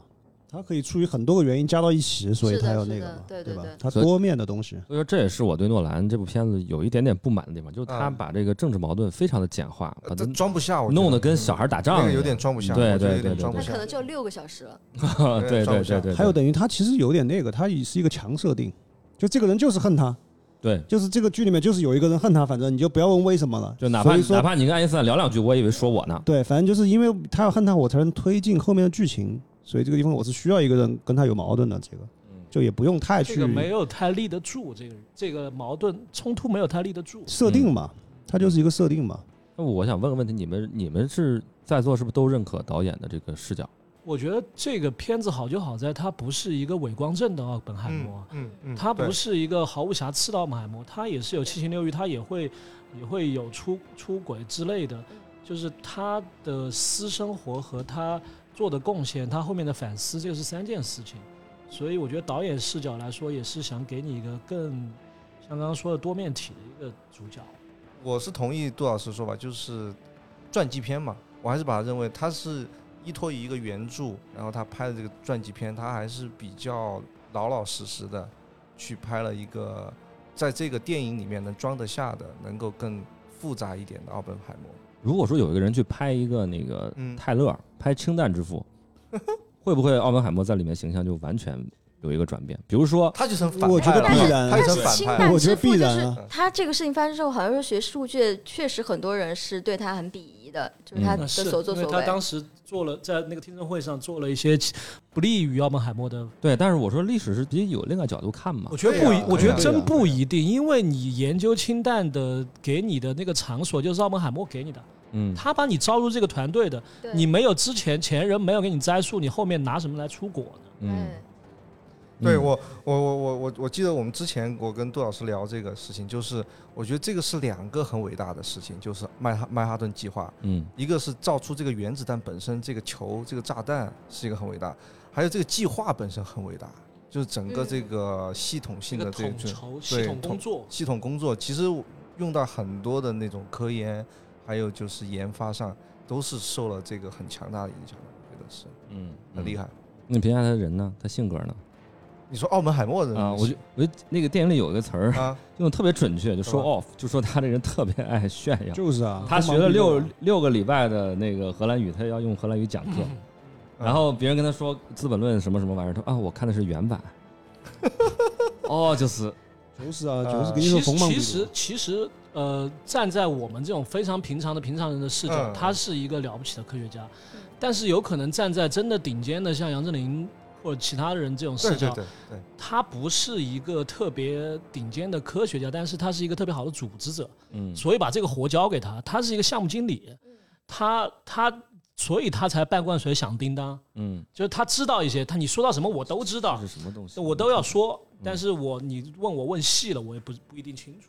[SPEAKER 3] 他可以出于很多个原因加到一起，所以
[SPEAKER 4] 是的
[SPEAKER 3] 他要
[SPEAKER 4] 是
[SPEAKER 3] 那个
[SPEAKER 4] 的
[SPEAKER 3] 嘛，
[SPEAKER 4] 对对
[SPEAKER 3] 吧
[SPEAKER 4] 对？
[SPEAKER 3] 他
[SPEAKER 2] 所以
[SPEAKER 3] 多面的东西，
[SPEAKER 2] 所以说这也是我对诺兰这部片子有一点点不满的地方，就是他
[SPEAKER 1] 嗯呃
[SPEAKER 2] 把这个政治矛盾非常的简化，把它
[SPEAKER 1] 这装不下，我觉
[SPEAKER 2] 弄得跟小孩打仗
[SPEAKER 1] 那个
[SPEAKER 2] 一
[SPEAKER 1] 有
[SPEAKER 2] 样
[SPEAKER 1] 点装不下，
[SPEAKER 2] 对
[SPEAKER 1] 我觉得
[SPEAKER 2] 对
[SPEAKER 1] 有
[SPEAKER 2] 对
[SPEAKER 1] 点
[SPEAKER 2] 对
[SPEAKER 1] 装不啊
[SPEAKER 4] 那
[SPEAKER 1] 下
[SPEAKER 4] 可。能就六个小时了，
[SPEAKER 2] [laughs] 对
[SPEAKER 1] 装
[SPEAKER 2] 对
[SPEAKER 1] 不下
[SPEAKER 2] 对对，
[SPEAKER 3] 还有等于他其实有点那个，他也是一个强设定，就这个人就是恨他，
[SPEAKER 2] 对，
[SPEAKER 3] 就是这个剧里面就是有一个人恨他，反正你就不要问为什么了，
[SPEAKER 2] 就哪怕
[SPEAKER 3] 所以说
[SPEAKER 2] 哪怕你跟爱因斯坦聊两句，我以为说我呢。
[SPEAKER 3] 对，反正就是因为他要恨他，我才能推进后面的剧情。所以这个地方我是需要一个人跟他有矛盾的，这个
[SPEAKER 6] 嗯
[SPEAKER 3] 就也不用太
[SPEAKER 6] 这
[SPEAKER 3] 去
[SPEAKER 6] 个没有太立得住，这个这个矛盾冲突没有太立得住。
[SPEAKER 3] 设定嘛，它就是一个设定嘛。
[SPEAKER 2] 那我想问个问题，你们你们是在座是不是都认可导演的这个视角？
[SPEAKER 6] 我觉得这个片子好就好在它不是一个伪光正的奥本海默啊
[SPEAKER 1] 嗯，嗯嗯，
[SPEAKER 6] 它不
[SPEAKER 1] 对
[SPEAKER 6] 是一个毫无瑕疵的奥本海默，它也是有七情六欲，它也会也会有出出轨之类的，
[SPEAKER 4] 嗯
[SPEAKER 6] 就是他的私生活和他做的贡献，他后面的反思，这个是三件事情。所以我觉得导演视角来说，也是想给你一个更像刚刚说的多面体的一个主角。
[SPEAKER 1] 我是同意杜老师说法，就是传记片嘛，我还是把它认为它是依托于一个原著，然后他拍的这个传记片，他还是比较老老实实的去拍了一个在这个电影里面能装得下的，能够更复杂一点的奥本海默。
[SPEAKER 2] 如果说有一个人去拍一个那个
[SPEAKER 1] 嗯 [laughs]
[SPEAKER 2] 泰勒拍《氢弹之父》，会不会奥本海默在里面形象就完全有一个转变。比如说，
[SPEAKER 1] 他就成反
[SPEAKER 3] 我觉
[SPEAKER 1] 派
[SPEAKER 3] 得
[SPEAKER 1] 了，
[SPEAKER 4] 但
[SPEAKER 3] 必
[SPEAKER 4] 是
[SPEAKER 1] 他就是
[SPEAKER 3] 然啊
[SPEAKER 4] 但
[SPEAKER 1] 成反
[SPEAKER 4] 清
[SPEAKER 1] 派
[SPEAKER 4] 淡
[SPEAKER 1] 了。
[SPEAKER 3] 我觉
[SPEAKER 4] 之
[SPEAKER 3] 得
[SPEAKER 4] 父
[SPEAKER 3] 必
[SPEAKER 4] 就
[SPEAKER 3] 然
[SPEAKER 4] 是
[SPEAKER 3] 啊
[SPEAKER 4] 他这个事情发生之后，好像说学术界确实很多人是对他很鄙夷的，就是他
[SPEAKER 2] 嗯
[SPEAKER 4] 的
[SPEAKER 6] 那是
[SPEAKER 4] 所作
[SPEAKER 6] 因
[SPEAKER 4] 所
[SPEAKER 6] 为他
[SPEAKER 4] 为。
[SPEAKER 6] 当时做了在那个听证会上做了一些不利于奥本海默的，
[SPEAKER 2] 对，但是我说历史是得有另个角度看嘛
[SPEAKER 6] 我。觉得不一，
[SPEAKER 1] 对啊
[SPEAKER 6] 我觉
[SPEAKER 1] 对
[SPEAKER 6] 得
[SPEAKER 1] 啊
[SPEAKER 6] 真不
[SPEAKER 1] 对啊
[SPEAKER 6] 一定，因为你研究氢弹的给你的那个场所就是奥本海默给你的，
[SPEAKER 2] 嗯，
[SPEAKER 6] 他把你招入这个团队的，
[SPEAKER 4] 对
[SPEAKER 6] 你没有之前前人没有给你栽树，你后面拿什么来出果呢？
[SPEAKER 2] 嗯，
[SPEAKER 4] 哎
[SPEAKER 1] 对我，我我我我我记得我们之前我跟杜老师聊这个事情，就是我觉得这个是两个很伟大的事情，就是曼哈曼哈顿计划，
[SPEAKER 2] 嗯
[SPEAKER 1] 一个是造出这个原子弹本身，这个球这个炸弹是一个很伟大，还有这个计划本身很伟大，就是整个
[SPEAKER 4] 嗯
[SPEAKER 1] 这个系统性的这
[SPEAKER 6] 统
[SPEAKER 1] 这
[SPEAKER 6] 筹系
[SPEAKER 1] 对
[SPEAKER 6] 统工
[SPEAKER 1] 统
[SPEAKER 6] 作，
[SPEAKER 1] 系统工作，其实用到很多的那种科研，还有就是研发上，都是受了这个很强大的影响的，我觉得是
[SPEAKER 2] 嗯，
[SPEAKER 1] 很厉
[SPEAKER 2] 害。
[SPEAKER 1] 害。
[SPEAKER 2] 那你评价他人呢？他性格呢？
[SPEAKER 1] 你说澳门海默人
[SPEAKER 2] 啊，我就我就那个电影里有一
[SPEAKER 1] [laughs]
[SPEAKER 2] 个词儿
[SPEAKER 1] 啊，
[SPEAKER 2] 用的特别准确，就说
[SPEAKER 1] 是吧
[SPEAKER 2] off，就说他这人特别爱炫耀。
[SPEAKER 3] 就是啊，
[SPEAKER 2] 他
[SPEAKER 3] 锋
[SPEAKER 2] 学
[SPEAKER 3] 芒
[SPEAKER 2] 了
[SPEAKER 3] 毕露
[SPEAKER 2] 六
[SPEAKER 3] 啊
[SPEAKER 2] 六个礼拜的那个荷兰语，他要用荷兰语讲课， [laughs] 然
[SPEAKER 1] 啊
[SPEAKER 2] 后别人跟他说《资本论》什么什么玩意儿，他说啊，我看的是原版。哦，就是，
[SPEAKER 3] 就是啊，
[SPEAKER 1] 呃
[SPEAKER 3] 就是跟你说
[SPEAKER 6] 其
[SPEAKER 3] 锋
[SPEAKER 6] 实
[SPEAKER 3] 芒毕
[SPEAKER 6] 其
[SPEAKER 3] 露
[SPEAKER 6] 实其实呃，站在我们这种非常平常的平常人的视角，
[SPEAKER 1] 嗯
[SPEAKER 6] 他是一个了不起的科学家
[SPEAKER 4] 嗯，
[SPEAKER 6] 但是有可能站在真的顶尖的像杨振宁或者其他人这种视
[SPEAKER 1] 对对
[SPEAKER 6] 角，
[SPEAKER 1] 对对，
[SPEAKER 6] 他不是一个特别顶尖的科学家，但是他是一个特别好的组织者，
[SPEAKER 2] 嗯，
[SPEAKER 6] 所以把这个活交给他，他是一个项目经理，他他所以他才半罐水响叮当，
[SPEAKER 2] 嗯，
[SPEAKER 6] 就是他知道一些，他你说到什么我都知道
[SPEAKER 2] 这，是嗯什么东西？
[SPEAKER 6] 啊我都要。说，但是我你问我问细了，我也不不一定清楚。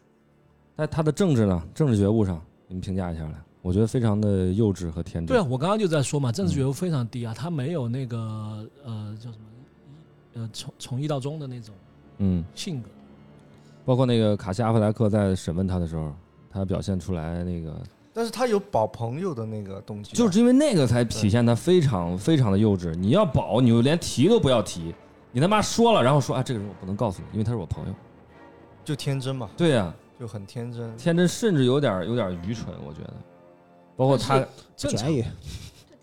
[SPEAKER 2] 那他的政治呢？政治觉悟上，你们评价一下来。我觉得非常的幼稚和天真。
[SPEAKER 6] 对啊，我刚刚就在说嘛，
[SPEAKER 2] 嗯
[SPEAKER 6] 政治觉悟非常低啊，他没有那个呃叫什么一呃从从一到终的那种
[SPEAKER 2] 嗯，
[SPEAKER 6] 性格。
[SPEAKER 2] 包括那个卡西阿弗莱克在审问他的时候，他表现出来那个，
[SPEAKER 1] 但是他有保朋友的那个动机啊，
[SPEAKER 2] 就是因为那个才体现他非常非常的幼稚。你要保，你就连提都不要提，你他妈说了，然后说啊，这个人我不能告诉你，因为他是我朋友。
[SPEAKER 1] 就天真嘛，
[SPEAKER 2] 对呀、
[SPEAKER 1] 就很天真。
[SPEAKER 2] 天真，甚至有点儿有点儿愚蠢，我觉得。包括他，
[SPEAKER 6] 正常
[SPEAKER 3] 转眼，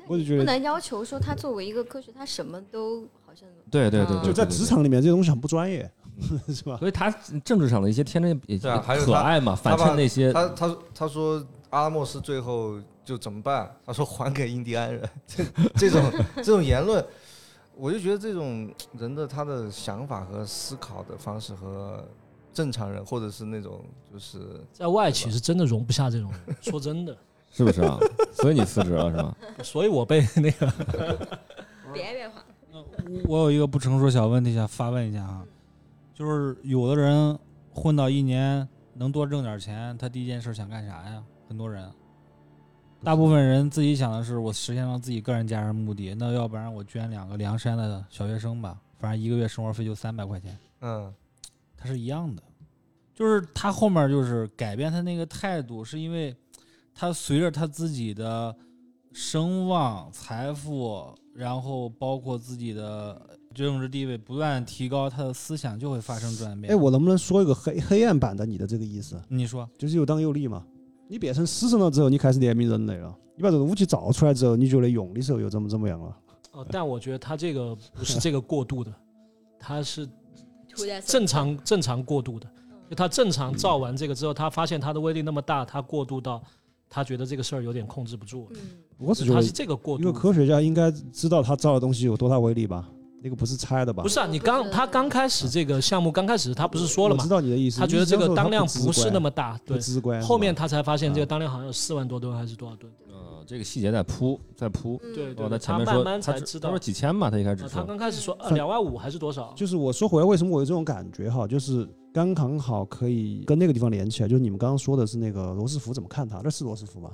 [SPEAKER 3] 我就觉
[SPEAKER 4] 不
[SPEAKER 3] 得
[SPEAKER 4] 能要求说他作为一个科学，他什么都好像
[SPEAKER 2] 对对对对，
[SPEAKER 4] 啊
[SPEAKER 3] 就在
[SPEAKER 2] 对
[SPEAKER 3] 职，场里面这东西很不专业，
[SPEAKER 6] 嗯
[SPEAKER 3] [laughs] 是吧
[SPEAKER 2] 对？所以他政治上的一些天真也
[SPEAKER 1] 对啊还有
[SPEAKER 2] 可
[SPEAKER 1] 他
[SPEAKER 2] 爱嘛，反
[SPEAKER 1] 把
[SPEAKER 2] 衬
[SPEAKER 1] [laughs]
[SPEAKER 2] 那些，
[SPEAKER 1] 他他他说阿拉莫斯最后就怎么办？他说还给印第安人， [laughs] 这这种 [laughs] 这种言论，我就觉得这种人的他的想法和思考的方式和正常人或者是那种就是
[SPEAKER 6] 在外企是真的容不下这种人，说
[SPEAKER 2] [laughs]
[SPEAKER 6] 真的，
[SPEAKER 2] 是不是啊？所以你辞职了是吧？
[SPEAKER 6] 所以我被那个
[SPEAKER 4] 别别话，
[SPEAKER 8] 我有一个不成熟小问题想发问一下哈，就是有的人混到一年能多挣点钱，他第一件事想干啥呀？很多人，大部分人自己想的是我实现了自己个人价值目的，那要不然我捐两个梁山的小学生吧，反正一个月生活费就三百块钱，
[SPEAKER 1] 嗯
[SPEAKER 8] 他是一样的。就是他后面就是改变他那个态度，是因为他随着他自己的声望、财富，然后包括自己的政治地位不断提高，他的思想就会发生转变。
[SPEAKER 3] 哎，我能不能说一个黑黑暗版的你的这个意思？
[SPEAKER 8] 你说，
[SPEAKER 3] 就是又当又立嘛。你变成私生了之后，你开始怜悯人类了。你把这个武器造出来之后，你觉得用的时候又怎么怎么样了？
[SPEAKER 6] 哦，但我觉得他这个不是这个过度的，他是
[SPEAKER 4] 涂在
[SPEAKER 6] 正常正常过渡的，就他正
[SPEAKER 3] 嗯
[SPEAKER 6] 常造完这个之后，他发现他的威力那么大，他过渡到他觉得这个事儿有点控制不住了，
[SPEAKER 4] 嗯，
[SPEAKER 3] 我只觉
[SPEAKER 6] 他
[SPEAKER 3] 得
[SPEAKER 6] 是这个过
[SPEAKER 3] 一个
[SPEAKER 6] 渡。
[SPEAKER 3] 科学家应该知道他造的东西有多大威力吧？那个不是猜的吧？
[SPEAKER 6] 不是啊，你
[SPEAKER 4] 我
[SPEAKER 6] 刚
[SPEAKER 4] 不是
[SPEAKER 6] 他刚开始这个项目刚开始，他不是说了
[SPEAKER 3] 我
[SPEAKER 6] 嘛
[SPEAKER 3] 知，道你的意思。
[SPEAKER 6] 他觉得这个当量
[SPEAKER 3] 不
[SPEAKER 6] 不是那么大，对
[SPEAKER 3] 不，直观。
[SPEAKER 6] 后面
[SPEAKER 3] 是吧
[SPEAKER 6] 他才发
[SPEAKER 3] 嗯
[SPEAKER 6] 现这个当量好像有四万多吨还是多少吨，
[SPEAKER 2] 呃，这个细节在铺，在铺。
[SPEAKER 4] 嗯
[SPEAKER 6] 对
[SPEAKER 1] 哦
[SPEAKER 2] 包括他前
[SPEAKER 6] 他
[SPEAKER 2] 面
[SPEAKER 6] 慢
[SPEAKER 2] 说
[SPEAKER 6] 慢
[SPEAKER 2] 他
[SPEAKER 6] 才
[SPEAKER 2] 只
[SPEAKER 6] 知
[SPEAKER 2] 他
[SPEAKER 6] 道
[SPEAKER 2] 说。几千嘛，他一开始
[SPEAKER 6] 呃他
[SPEAKER 2] 说，
[SPEAKER 6] 刚开始说
[SPEAKER 3] 反
[SPEAKER 6] 两万五还是多少？
[SPEAKER 3] 就是我说回来，为什么我有这种感觉哈？就是刚刚好可以跟那个地方连起来。就是你们刚刚说的是那个罗斯福怎么看他？那是罗斯福吧？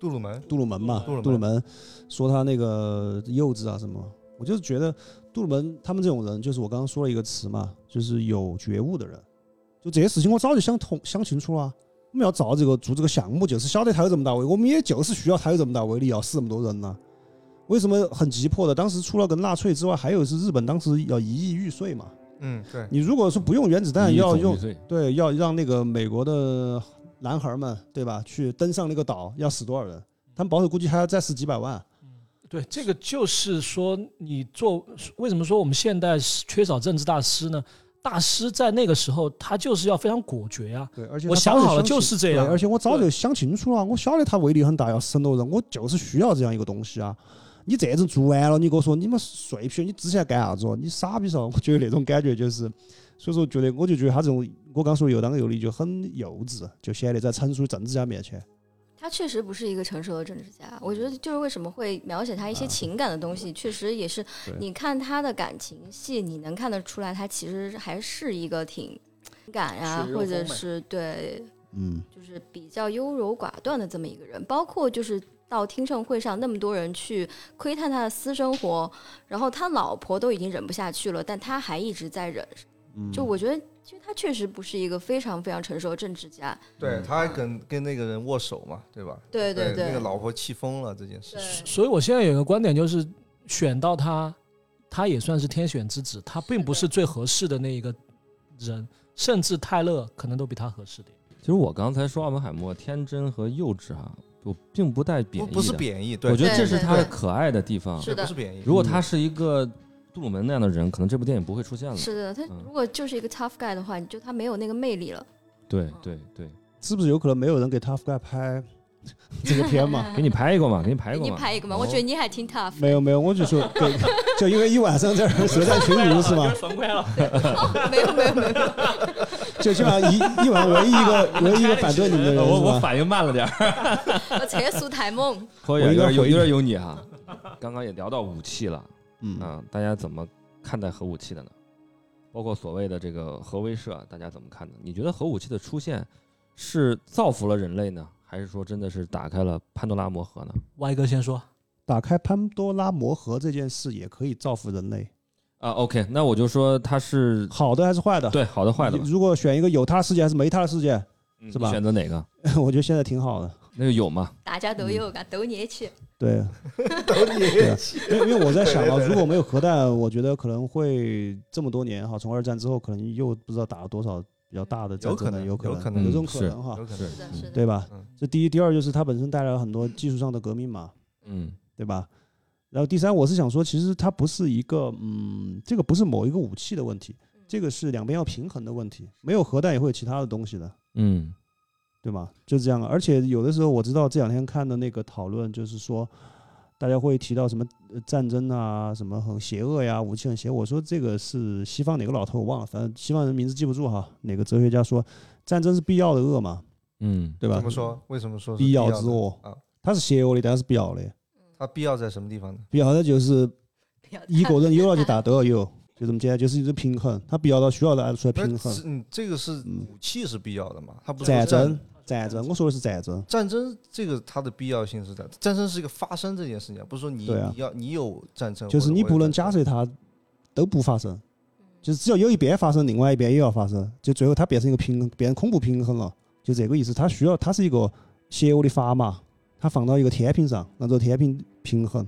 [SPEAKER 1] 杜鲁门，
[SPEAKER 3] 杜鲁门嘛，
[SPEAKER 1] 杜鲁门
[SPEAKER 3] 杜鲁门说他那个幼稚啊什么，我就是觉得杜鲁门他们这种人，就是我刚刚说了一个词嘛，就是有觉悟的人。就这些事情，我早就想通想清楚了啊。我们要造这个做这个项目，就是晓得他有这么大威，我们也就是需要他有这么大威力，要死这么多人呢、啊为什么很急迫的？当时除了跟纳粹之外，还有是日本当时要一亿玉碎嘛。
[SPEAKER 1] 嗯对，
[SPEAKER 3] 你如果说不用原子弹，
[SPEAKER 2] 一
[SPEAKER 3] 要
[SPEAKER 2] 种
[SPEAKER 3] 用
[SPEAKER 2] 玉碎
[SPEAKER 3] 对，要让那个美国的男孩儿们，对吧，去登上那个岛，要死多少人？他们保守估计还要再死几百万。
[SPEAKER 9] 对，这个就是说，你做为什么说我们现代缺少政治大师呢？大师在那个时候，他就是要非常果决啊。
[SPEAKER 3] 对，而且
[SPEAKER 9] 我
[SPEAKER 3] 他
[SPEAKER 9] 想
[SPEAKER 3] 早
[SPEAKER 9] 好了
[SPEAKER 3] 就
[SPEAKER 9] 就
[SPEAKER 3] 相
[SPEAKER 9] 是
[SPEAKER 3] 信
[SPEAKER 9] 这样
[SPEAKER 3] 对而且我早就想清楚了，我晓得他威力很大，要深斗人，我就是需要这样一个东西啊。你这阵做完了，你跟我说你们碎皮，你之前干啥子哦？你傻逼嗦！我觉得那种感觉就是，所以说觉得我就觉得他这种，我刚说又当又立就很幼稚，就显得在成熟政治家面前，
[SPEAKER 4] 他确实不是一个成熟的政治家，我觉得就是为什么会描写他一些情感的东西，确实也是
[SPEAKER 3] 对
[SPEAKER 4] 你看他的感情戏，你能看得出来，他其实还是一个挺情感啊
[SPEAKER 1] 血，肉
[SPEAKER 4] 或者
[SPEAKER 1] 丰满
[SPEAKER 4] 是对，
[SPEAKER 3] 嗯，
[SPEAKER 4] 就是比较优柔寡断的这么一个人，包括就是。到听证会上，那么多人去窥探他的私生活，然后他老婆都已经忍不下去了，但他还一直在忍。
[SPEAKER 9] 嗯
[SPEAKER 4] 就
[SPEAKER 3] 嗯
[SPEAKER 4] 我觉得，其实他确实不是一个非常非常成熟的政治家。
[SPEAKER 2] 嗯
[SPEAKER 1] 对，他还跟跟那个人握手嘛，对吧？
[SPEAKER 4] 对对
[SPEAKER 1] 那个老婆气疯了这件事
[SPEAKER 4] 对。
[SPEAKER 9] 所以我现在有一个观点就是，选到他，他也算是天选之子，他并不是最合适的那一个人，甚至泰勒可能都比他合适点。
[SPEAKER 2] 其实我刚才说奥本海默天真和幼稚哈、我并不带贬
[SPEAKER 1] 不
[SPEAKER 2] 义的，
[SPEAKER 1] 不是贬义，对，
[SPEAKER 2] 我觉得
[SPEAKER 4] 对
[SPEAKER 2] 这是
[SPEAKER 4] 对
[SPEAKER 2] 他的
[SPEAKER 4] 对
[SPEAKER 2] 可爱的地方。
[SPEAKER 4] 是的
[SPEAKER 1] 不是贬义。
[SPEAKER 2] 如果他是一个杜鲁门那样的人，可能这部电影不会出现了。
[SPEAKER 4] 是的，他
[SPEAKER 2] 嗯
[SPEAKER 4] 如果就是一个 tough guy 的话，你就他没有那个魅力了。
[SPEAKER 2] 对对对，
[SPEAKER 3] 是不是有可能没有人给他盖拍 [laughs] 这个片嘛？
[SPEAKER 2] 给你拍一个嘛，给你拍
[SPEAKER 4] 给
[SPEAKER 2] 一个
[SPEAKER 4] 你
[SPEAKER 2] 嘛。哦
[SPEAKER 4] 拍一个嘛，我觉得你还挺 tough。 [laughs]
[SPEAKER 3] 没有没有，我就说对，就因为一晚上在那儿舌战群儒
[SPEAKER 2] [laughs]
[SPEAKER 3] 是吗？
[SPEAKER 9] 爽快了，
[SPEAKER 4] 哦，没有没有没有没有，
[SPEAKER 3] 就基本上一一晚上唯一一
[SPEAKER 2] [laughs]
[SPEAKER 3] 个唯一一个反对你的人
[SPEAKER 2] 我
[SPEAKER 3] 是
[SPEAKER 2] 我
[SPEAKER 3] 吧？嗯
[SPEAKER 2] 反应慢了点儿，
[SPEAKER 4] 我才苏台梦。
[SPEAKER 2] 可以
[SPEAKER 3] 我
[SPEAKER 2] 有
[SPEAKER 3] 应该
[SPEAKER 2] 点有
[SPEAKER 3] 回
[SPEAKER 2] 有点有你哈。 [laughs] 刚刚也聊到武器了，
[SPEAKER 3] 嗯
[SPEAKER 2] 啊，大家怎么看待核武器的呢？包括所谓的这个核威慑，大家怎么看呢？你觉得核武器的出现是造福了人类呢，还是说真的是打开了潘多拉魔盒呢？
[SPEAKER 9] 歪哥先说，
[SPEAKER 3] 打开潘多拉魔盒这件事也可以造福人类，
[SPEAKER 2] 啊，OK，那我就说它是
[SPEAKER 3] 好的还是坏的？，
[SPEAKER 2] 对好的坏的吧，
[SPEAKER 3] 如果选一个有他世界还是没他的世界， [laughs]
[SPEAKER 2] 嗯
[SPEAKER 3] 是吧
[SPEAKER 2] 你选择哪个？
[SPEAKER 3] 我觉得现在挺好的。
[SPEAKER 2] 那个有吗？
[SPEAKER 4] 大家都
[SPEAKER 2] 嗯
[SPEAKER 4] 有啊，都捏去。
[SPEAKER 3] [laughs] 对，
[SPEAKER 1] 对
[SPEAKER 3] 因为因为我在想啊，
[SPEAKER 1] 对对对
[SPEAKER 3] 如果没有核弹，我觉得可能会这么多年哈，从二战之后可能又不知道打了多少比较大的战争了，
[SPEAKER 1] 有
[SPEAKER 3] 有
[SPEAKER 1] 可能
[SPEAKER 3] 能
[SPEAKER 1] 有可
[SPEAKER 2] 能
[SPEAKER 3] 有这种
[SPEAKER 2] 嗯
[SPEAKER 3] 可
[SPEAKER 2] 是
[SPEAKER 3] 能哈
[SPEAKER 1] 有，可能
[SPEAKER 2] 是
[SPEAKER 4] 是的，是的。
[SPEAKER 3] 对吧
[SPEAKER 1] 嗯？
[SPEAKER 3] 这第一，第二就是它本身带来了很多技术上的革命嘛，
[SPEAKER 2] 嗯
[SPEAKER 3] 对吧？然后第三，我是想说，其实它不是一个，嗯，这个不是某一个武器的问题，这个是两边要平衡的问题。没有核弹也会有其他的东西的，
[SPEAKER 2] 嗯
[SPEAKER 3] 对吧？就这样啊。而且有的时候我知道这两天看的那个讨论，就是说大家会提到什么呃战争啊，什么很邪恶呀，武器很邪恶。我说这个是西方哪个老头我忘了，反正西方人名字记不住哈。哪个哲学家说战争是必要的恶嘛，
[SPEAKER 2] 嗯，
[SPEAKER 3] 对吧
[SPEAKER 1] 怎？么说？为什么说是
[SPEAKER 3] 必要
[SPEAKER 1] 要
[SPEAKER 3] 之恶
[SPEAKER 1] 的啊？
[SPEAKER 3] 它是邪恶的，但是必要的。
[SPEAKER 1] 它必要在什么地方呢？
[SPEAKER 3] 必要的就是
[SPEAKER 4] 不要
[SPEAKER 3] 一个
[SPEAKER 4] 看 [laughs]
[SPEAKER 3] 人有了就大家都要有，就这么简单，就是一种平衡。它必要到需要的拿出来
[SPEAKER 1] 不
[SPEAKER 3] 平衡
[SPEAKER 1] 是，。嗯，这个是
[SPEAKER 3] 嗯
[SPEAKER 1] 武器是必要的嘛？它不是说
[SPEAKER 3] 战争，战争，我说的是战
[SPEAKER 9] 呃
[SPEAKER 3] 争。
[SPEAKER 1] 战争这个它的必要性是在战争是一个发生这件事情啊，不是说你、
[SPEAKER 3] 对啊
[SPEAKER 1] 你要你有战争，
[SPEAKER 3] 就
[SPEAKER 1] 或
[SPEAKER 3] 是
[SPEAKER 1] 者
[SPEAKER 3] 你
[SPEAKER 1] 我有
[SPEAKER 3] 不能
[SPEAKER 1] 战
[SPEAKER 3] 假
[SPEAKER 1] 争
[SPEAKER 3] 设它都不发生，就是只要有一边发生，另外一边也要发生，就最后它变成一个平衡，变成恐怖平衡了，就这个意思。它需要，它是一个邪恶的砝码，它放到一个天平上，让这个天平平衡，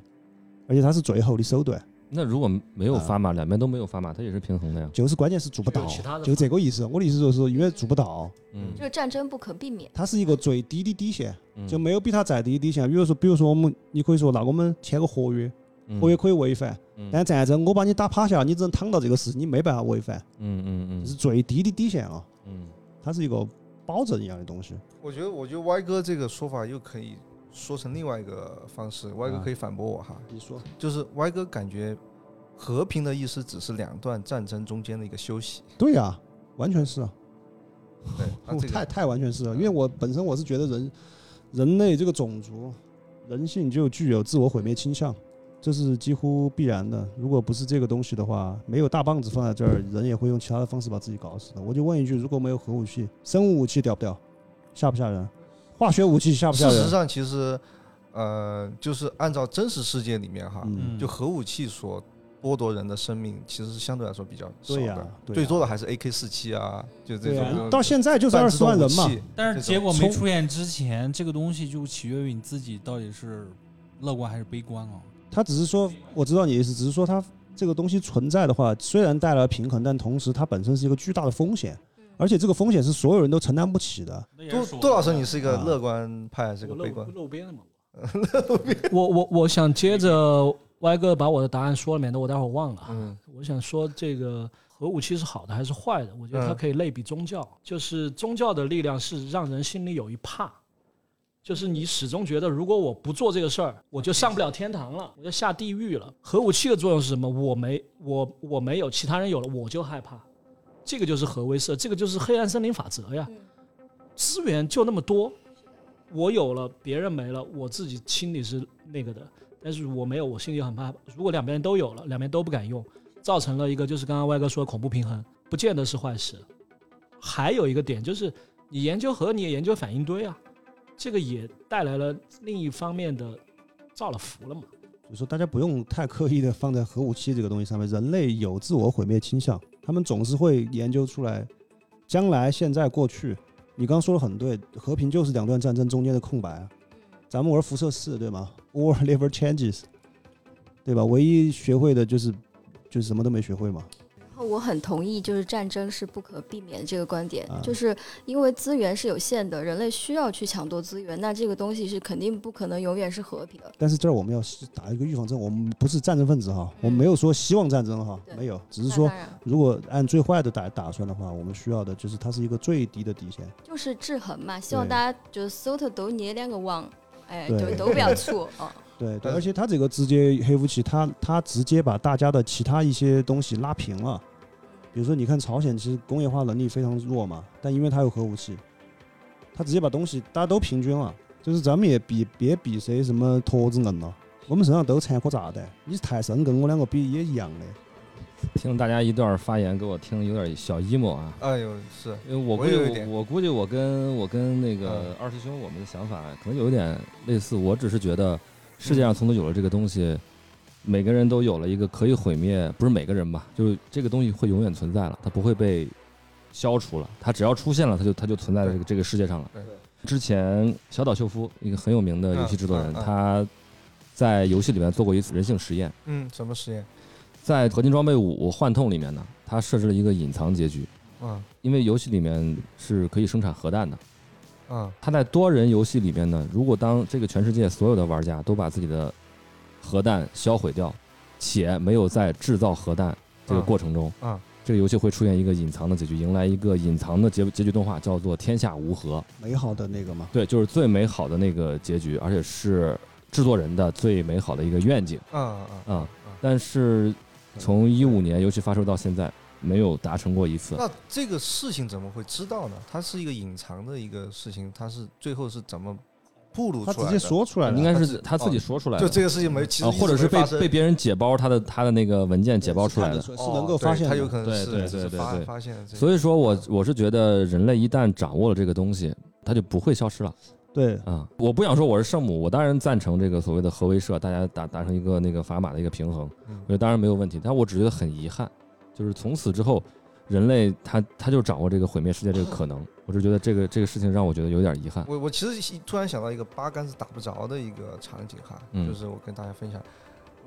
[SPEAKER 3] 而且它是最后的手段，
[SPEAKER 2] 那如果没有砝码，两边都没有砝码，它也是平衡的呀。
[SPEAKER 3] 就是关键是做不到
[SPEAKER 9] 就有其他的，
[SPEAKER 3] 就这个意思。我的意思就是说，因为做不到，
[SPEAKER 2] 嗯
[SPEAKER 4] 这，个战争不可避免。
[SPEAKER 3] 它是一个最低的底线，
[SPEAKER 2] 嗯
[SPEAKER 3] 就没有比它再低的底线。比如说，比如说我们，你可以说，那我们签个合约，
[SPEAKER 2] 嗯
[SPEAKER 3] 合约可以违反，
[SPEAKER 2] 嗯
[SPEAKER 3] 但战争我把你打趴下，你只能躺到这个事，你没办法违反，
[SPEAKER 2] 嗯嗯
[SPEAKER 3] 这是
[SPEAKER 2] 嗯
[SPEAKER 3] 最低的底线了。
[SPEAKER 2] 嗯，
[SPEAKER 3] 它是一个保证一样的东西。
[SPEAKER 1] 我觉得，我觉得歪哥这个说法又可以说成另外一个方式，歪哥
[SPEAKER 3] 啊
[SPEAKER 1] 可以反驳我哈，
[SPEAKER 3] 你说，
[SPEAKER 1] 就是歪哥感觉和平的意思只是两段战争中间的一个休息，
[SPEAKER 3] 对呀、完全是啊，
[SPEAKER 1] 对，那
[SPEAKER 3] 我
[SPEAKER 1] 这
[SPEAKER 3] [laughs] 太
[SPEAKER 1] 个嗯
[SPEAKER 3] 太完全是了、因为我本身我是觉得人人类这个种族人性就具有自我毁灭倾向，这是几乎必然的。如果不是这个东西的话，没有大棒子放在这儿，人也会用其他的方式把自己搞死的。我就问一句，如果没有核武器，生物武器屌不屌？吓不吓人？化学武器吓不吓
[SPEAKER 1] 事
[SPEAKER 3] 人？
[SPEAKER 1] 实上其实，呃，就是按照真实世界里面哈，
[SPEAKER 3] 嗯，
[SPEAKER 1] 就核武器所剥夺人的生命，其实是相对来说比较少
[SPEAKER 3] 对呀、
[SPEAKER 1] 的，
[SPEAKER 3] 对呀
[SPEAKER 1] 最多的还是 AK 四七啊，就这
[SPEAKER 3] 对呀、
[SPEAKER 1] 种
[SPEAKER 3] 到现在就是二十万人嘛，，
[SPEAKER 8] 但是结果
[SPEAKER 1] 这
[SPEAKER 8] 没
[SPEAKER 1] 种
[SPEAKER 8] 出现之前，这个东西就取决于你自己到底是乐观还是悲观了。
[SPEAKER 3] 他只是说，我知道你的意思，只是说它这个东西存在的话，虽然带来了平衡，但同时它本身是一个巨大的风险，而且这个风险是所有人都承担不起的。啊
[SPEAKER 1] 杜杜老师，你是一个乐观派还是个
[SPEAKER 9] 我
[SPEAKER 1] 悲
[SPEAKER 9] 露
[SPEAKER 1] 观？ [laughs]
[SPEAKER 9] 露边了嘛？我我我想接着歪哥把我的答案说了，免得我待会儿忘了啊。
[SPEAKER 1] 嗯
[SPEAKER 9] 我想说这个核武器是好的还是坏的？我觉得它
[SPEAKER 1] 嗯
[SPEAKER 9] 可以类比宗教，就是宗教的力量是让人心里有一怕，就是你始终觉得如果我不做这个事儿，我就上不了天堂了，我就下地狱了。核武器的作用是什么？我没我我没有，其他人有了我就害怕，这个就是核威慑，这个就是黑暗森林法则呀
[SPEAKER 4] 嗯，
[SPEAKER 9] 资源就那么多。我有了，别人没了，我自己心里是那个的，但是我没有，我心里很怕。如果两边都有了，两边都不敢用，造成了一个就是刚刚歪哥说的恐怖平衡，不见得是坏事。还有一个点就是，你研究核，你也研究反应堆啊，这个也带来了另一方面的造了福了嘛。
[SPEAKER 3] 就说大家不用太刻意的放在核武器这个东西上面，人类有自我毁灭倾向，他们总是会研究出来将来、现在、过去。你刚刚说的很对，和平就是两段战争中间的空白啊。咱们玩辐射四对吗？War never changes，对吧？唯一学会的就是就是什么都没学会嘛。
[SPEAKER 4] 然后我很同意，就是战争是不可避免这个观点
[SPEAKER 3] 啊，
[SPEAKER 4] 就是因为资源是有限的，人类需要去抢夺资源，那这个东西是肯定不可能永远是和平的。
[SPEAKER 3] 但是这儿我们要打一个预防针，我们不是战争分子哈，我们没有说希望战争哈，
[SPEAKER 4] 对
[SPEAKER 3] 没有，只是
[SPEAKER 4] 那
[SPEAKER 3] 说
[SPEAKER 4] 当然啊
[SPEAKER 3] 如果按最坏的打打算的话，我们需要的就是它是一个最低的底线。
[SPEAKER 4] 就是制衡嘛，希望
[SPEAKER 3] 对
[SPEAKER 4] 大家就是手头都捏两个网，哎，
[SPEAKER 3] 对
[SPEAKER 4] 就都不要错哦。
[SPEAKER 3] 对对，
[SPEAKER 1] 但
[SPEAKER 3] 而且他这个直接黑武器，他他直接把大家的其他一些东西拉平了。比如说，你看朝鲜其实工业化能力非常弱嘛，但因为它有核武器，他直接把东西大家都平均了，就是咱们也比别比谁什么坨子硬了，我们身上都掺颗炸弹，你泰神跟我两个比也一样的。
[SPEAKER 2] 听大家一段发言，给我听有点小 emo 啊。
[SPEAKER 1] 哎呦，是
[SPEAKER 2] 因为我
[SPEAKER 1] 我
[SPEAKER 2] 估计
[SPEAKER 1] 有一
[SPEAKER 2] 我
[SPEAKER 1] 点嗯
[SPEAKER 2] 我估计我跟我跟那个二师兄我们的想法可能有一点类似，我只是觉得
[SPEAKER 1] 嗯
[SPEAKER 2] 世界上从此有了这个东西，每个人都有了一个可以毁灭，不是每个人吧，就是这个东西会永远存在了，它不会被消除了，它只要出现了，它就它就存在在这个这个世界上了
[SPEAKER 1] 对。
[SPEAKER 2] 之前小岛秀夫一个很有名的游戏制作人，
[SPEAKER 1] 嗯嗯嗯
[SPEAKER 2] 他在游戏里面做过一次人性实验，
[SPEAKER 1] 嗯，什么实验？
[SPEAKER 2] 在《合金装备五：幻痛》里面呢，他设置了一个隐藏结局。
[SPEAKER 1] 嗯
[SPEAKER 2] 因为游戏里面是可以生产核弹的。
[SPEAKER 1] 嗯
[SPEAKER 2] 它在多人游戏里面呢，如果当这个全世界所有的玩家都把自己的核弹销毁掉，且没有在制造核弹这个过啊程中，
[SPEAKER 1] 嗯嗯
[SPEAKER 2] 这个游戏会出现一个隐藏的结局，迎来一个隐藏的结结局动画，叫做《天下无核》。
[SPEAKER 3] 美好的那个嘛，
[SPEAKER 2] 对，就是最美好的那个结局，而且是制作人的最美好的一个愿景。
[SPEAKER 1] 嗯嗯
[SPEAKER 2] 啊
[SPEAKER 1] 嗯
[SPEAKER 2] 但是从一五年游戏发售到现在，没有达成过一次。
[SPEAKER 1] 那这个事情怎么会知道呢？它是一个隐藏的一个事情，它是最后是怎么暴露
[SPEAKER 3] 他
[SPEAKER 1] 出来
[SPEAKER 3] 直
[SPEAKER 1] 的？
[SPEAKER 3] 接说出来了
[SPEAKER 2] 应。该
[SPEAKER 1] 他
[SPEAKER 2] 是
[SPEAKER 1] 自
[SPEAKER 2] 他自己
[SPEAKER 1] 哦
[SPEAKER 2] 说出来的，
[SPEAKER 1] 就这个事情没，其实
[SPEAKER 2] 啊，
[SPEAKER 1] 一直
[SPEAKER 2] 或者是
[SPEAKER 1] 没
[SPEAKER 2] 被
[SPEAKER 1] 发生
[SPEAKER 2] 被别人解包他的他的那个文件解包出来的。
[SPEAKER 3] 是
[SPEAKER 1] 哦
[SPEAKER 3] 能够发
[SPEAKER 1] 对
[SPEAKER 3] 现
[SPEAKER 1] 他
[SPEAKER 3] 的。
[SPEAKER 1] 有可能
[SPEAKER 2] 对
[SPEAKER 1] 是
[SPEAKER 2] 对
[SPEAKER 1] 是
[SPEAKER 2] 对对
[SPEAKER 1] 发
[SPEAKER 2] 对
[SPEAKER 1] 发现了这个，
[SPEAKER 2] 所以说我我是觉得人类一旦掌握了这个东西，它就不会消失了
[SPEAKER 3] 对，
[SPEAKER 2] 啊！我不想说我是圣母，我当然赞成这个所谓的核威慑，大家达达成一个那个砝码的一个平衡，
[SPEAKER 1] 嗯
[SPEAKER 2] 我觉得当然没有问题。但我只觉得很遗憾，就是从此之后，人类他他就掌握这个毁灭世界这个可能。我是觉得这个这个事情让我觉得有点遗憾。
[SPEAKER 1] [laughs] 我我其实一突然想到一个八竿子打不着的一个场景哈，
[SPEAKER 2] 嗯
[SPEAKER 1] 就是我跟大家分享，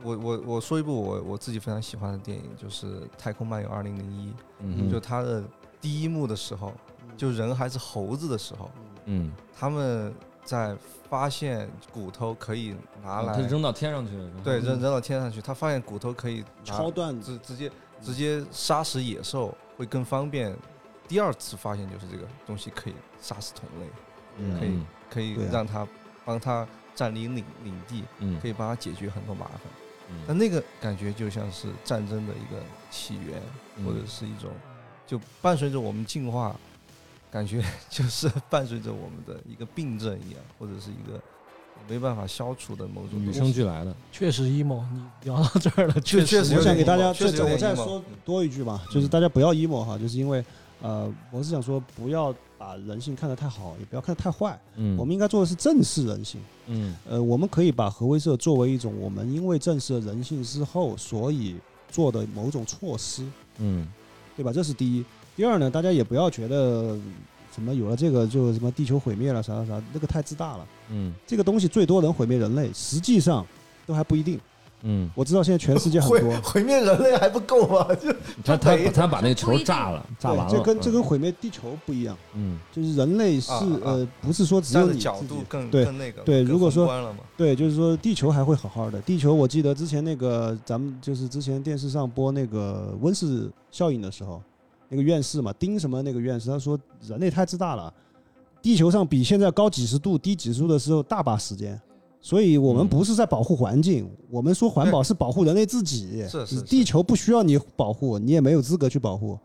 [SPEAKER 1] 我我我说一部我我自己非常喜欢的电影，就是《太空漫游二零零一》，
[SPEAKER 2] 嗯
[SPEAKER 1] 就
[SPEAKER 2] 哼
[SPEAKER 1] 它的第一幕的时候，就人还是猴子的时候，
[SPEAKER 2] 嗯，
[SPEAKER 1] 他们在发现骨头可以拿
[SPEAKER 2] 啊
[SPEAKER 1] 来，
[SPEAKER 2] 他嗯扔嗯到天上去，
[SPEAKER 1] 对，扔扔到天上去，他发现骨头可以拿
[SPEAKER 3] 超段子
[SPEAKER 1] 直直接直接杀死野兽会更方便。第二次发现就是这个东西可以杀死同类。
[SPEAKER 2] 嗯
[SPEAKER 1] 可以可以
[SPEAKER 3] 对啊
[SPEAKER 1] 让他帮他占领领领地，
[SPEAKER 2] 嗯
[SPEAKER 1] 可以帮他解决很多麻烦。
[SPEAKER 2] 嗯
[SPEAKER 1] 但那个感觉就像是战争的一个起源，
[SPEAKER 2] 嗯
[SPEAKER 1] 或者是一种就伴随着我们进化，感觉 [laughs] 就是伴随着我们的一个病症一样，或者是一个没办法消除的某种
[SPEAKER 2] 嗯与
[SPEAKER 1] 东
[SPEAKER 2] 生
[SPEAKER 1] 西。
[SPEAKER 2] 俱来的。
[SPEAKER 9] 确实 emo，你聊到这儿了，
[SPEAKER 1] 确
[SPEAKER 9] 确
[SPEAKER 1] 确实有
[SPEAKER 3] 我想
[SPEAKER 1] 点
[SPEAKER 3] 给大
[SPEAKER 1] emo，
[SPEAKER 3] 家
[SPEAKER 1] 确
[SPEAKER 3] 再
[SPEAKER 1] 实有
[SPEAKER 3] 再我
[SPEAKER 1] 点
[SPEAKER 3] 再
[SPEAKER 1] emo 嗯
[SPEAKER 3] 说多一句嘛，就是大家不要 emo 哈，就是因为呃，我是想说不要把人性看得太好，也不要看得太坏，
[SPEAKER 2] 嗯，
[SPEAKER 3] 我们应该做的是正视人性。
[SPEAKER 2] 嗯
[SPEAKER 3] 呃，我们可以把核威慑作为一种我们因为正视了人性之后，所以做的某种措施，
[SPEAKER 2] 嗯
[SPEAKER 3] 对吧？这是第一。第二呢，大家也不要觉得什么有了这个就什么地球毁灭了啥啥啥，那个太自大了。
[SPEAKER 2] 嗯
[SPEAKER 3] 这个东西最多能毁灭人类，实际上都还不一定。
[SPEAKER 2] 嗯，
[SPEAKER 3] 我知道现在全世界很
[SPEAKER 1] 毁
[SPEAKER 3] 多，
[SPEAKER 1] 毁灭人类还不够吗？就
[SPEAKER 2] 嗯他他
[SPEAKER 1] 没
[SPEAKER 2] 他把那个球炸了，炸
[SPEAKER 3] 对
[SPEAKER 2] 完了，
[SPEAKER 3] 这跟这跟毁灭地球不一样，
[SPEAKER 2] 嗯
[SPEAKER 3] 嗯就是人类是
[SPEAKER 1] 啊啊
[SPEAKER 3] 呃，不是说只
[SPEAKER 1] 站
[SPEAKER 3] 有
[SPEAKER 1] 的
[SPEAKER 3] 你
[SPEAKER 1] 角
[SPEAKER 3] 自己
[SPEAKER 1] 度更
[SPEAKER 3] 对
[SPEAKER 1] 更那个，
[SPEAKER 3] 对
[SPEAKER 1] 更
[SPEAKER 3] 如果说
[SPEAKER 1] 宏观了嘛，
[SPEAKER 3] 对，就是说地球还会好好的。地球，我记得之前那个咱们就是之前电视上播那个温室效应的时候，那个院士嘛，丁什么那个院士，他说人类太自大了，地球上比现在高几十度、低几十度的时候大把时间。所以我们
[SPEAKER 2] 嗯
[SPEAKER 3] 不是在保护环境，我们说环保
[SPEAKER 1] 对
[SPEAKER 3] 是保护人类自己。
[SPEAKER 1] 是是是
[SPEAKER 3] 地球不需要你保护，你也没有资格去保护，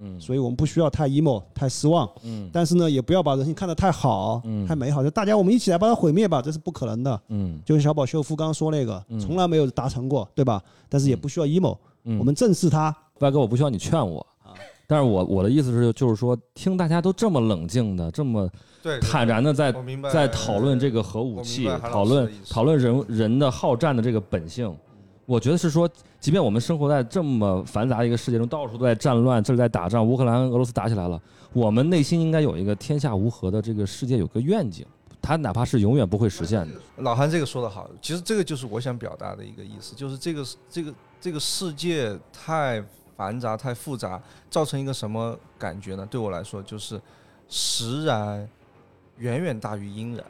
[SPEAKER 2] 嗯，
[SPEAKER 3] 所以我们不需要太 emo、太失望。
[SPEAKER 2] 以嗯
[SPEAKER 3] 但是呢，也不要把人性看得太好、
[SPEAKER 2] 嗯
[SPEAKER 3] 太美好，就大家我们一起来把它毁灭吧，这是不可能的。
[SPEAKER 2] 嗯
[SPEAKER 3] 就是小宝秀夫刚刚说那个，
[SPEAKER 2] 嗯
[SPEAKER 3] 从来没有达成过，对吧？但是也不需要 emo，、
[SPEAKER 2] 嗯，
[SPEAKER 3] 我们啊正视它。
[SPEAKER 2] 外哥，我不需要你劝我。啊但是我我的意思是，就是说，听大家都这么冷静的，这么
[SPEAKER 1] 对，对
[SPEAKER 2] 坦然的在
[SPEAKER 1] 我明白
[SPEAKER 2] 在讨论这个核武器
[SPEAKER 1] 我明白，韩老
[SPEAKER 2] 讨
[SPEAKER 1] 师的
[SPEAKER 2] 论
[SPEAKER 1] 意思嗯
[SPEAKER 2] 讨论人人的好战的这个本性。我觉得是说，即便我们生活在这么繁杂的一个世界中，到处都在战乱，这里在打仗，乌克兰、俄罗斯打起来了，我们内心应该有一个天下无核的这个世界有个愿景，它哪怕是永远不会实现的。
[SPEAKER 1] 老韩这个说的好，其实这个就是我想表达的一个意思，就是这个这个这个世界太繁杂太复杂，造成一个什么感觉呢？对我来说就是实然远远大于阴然，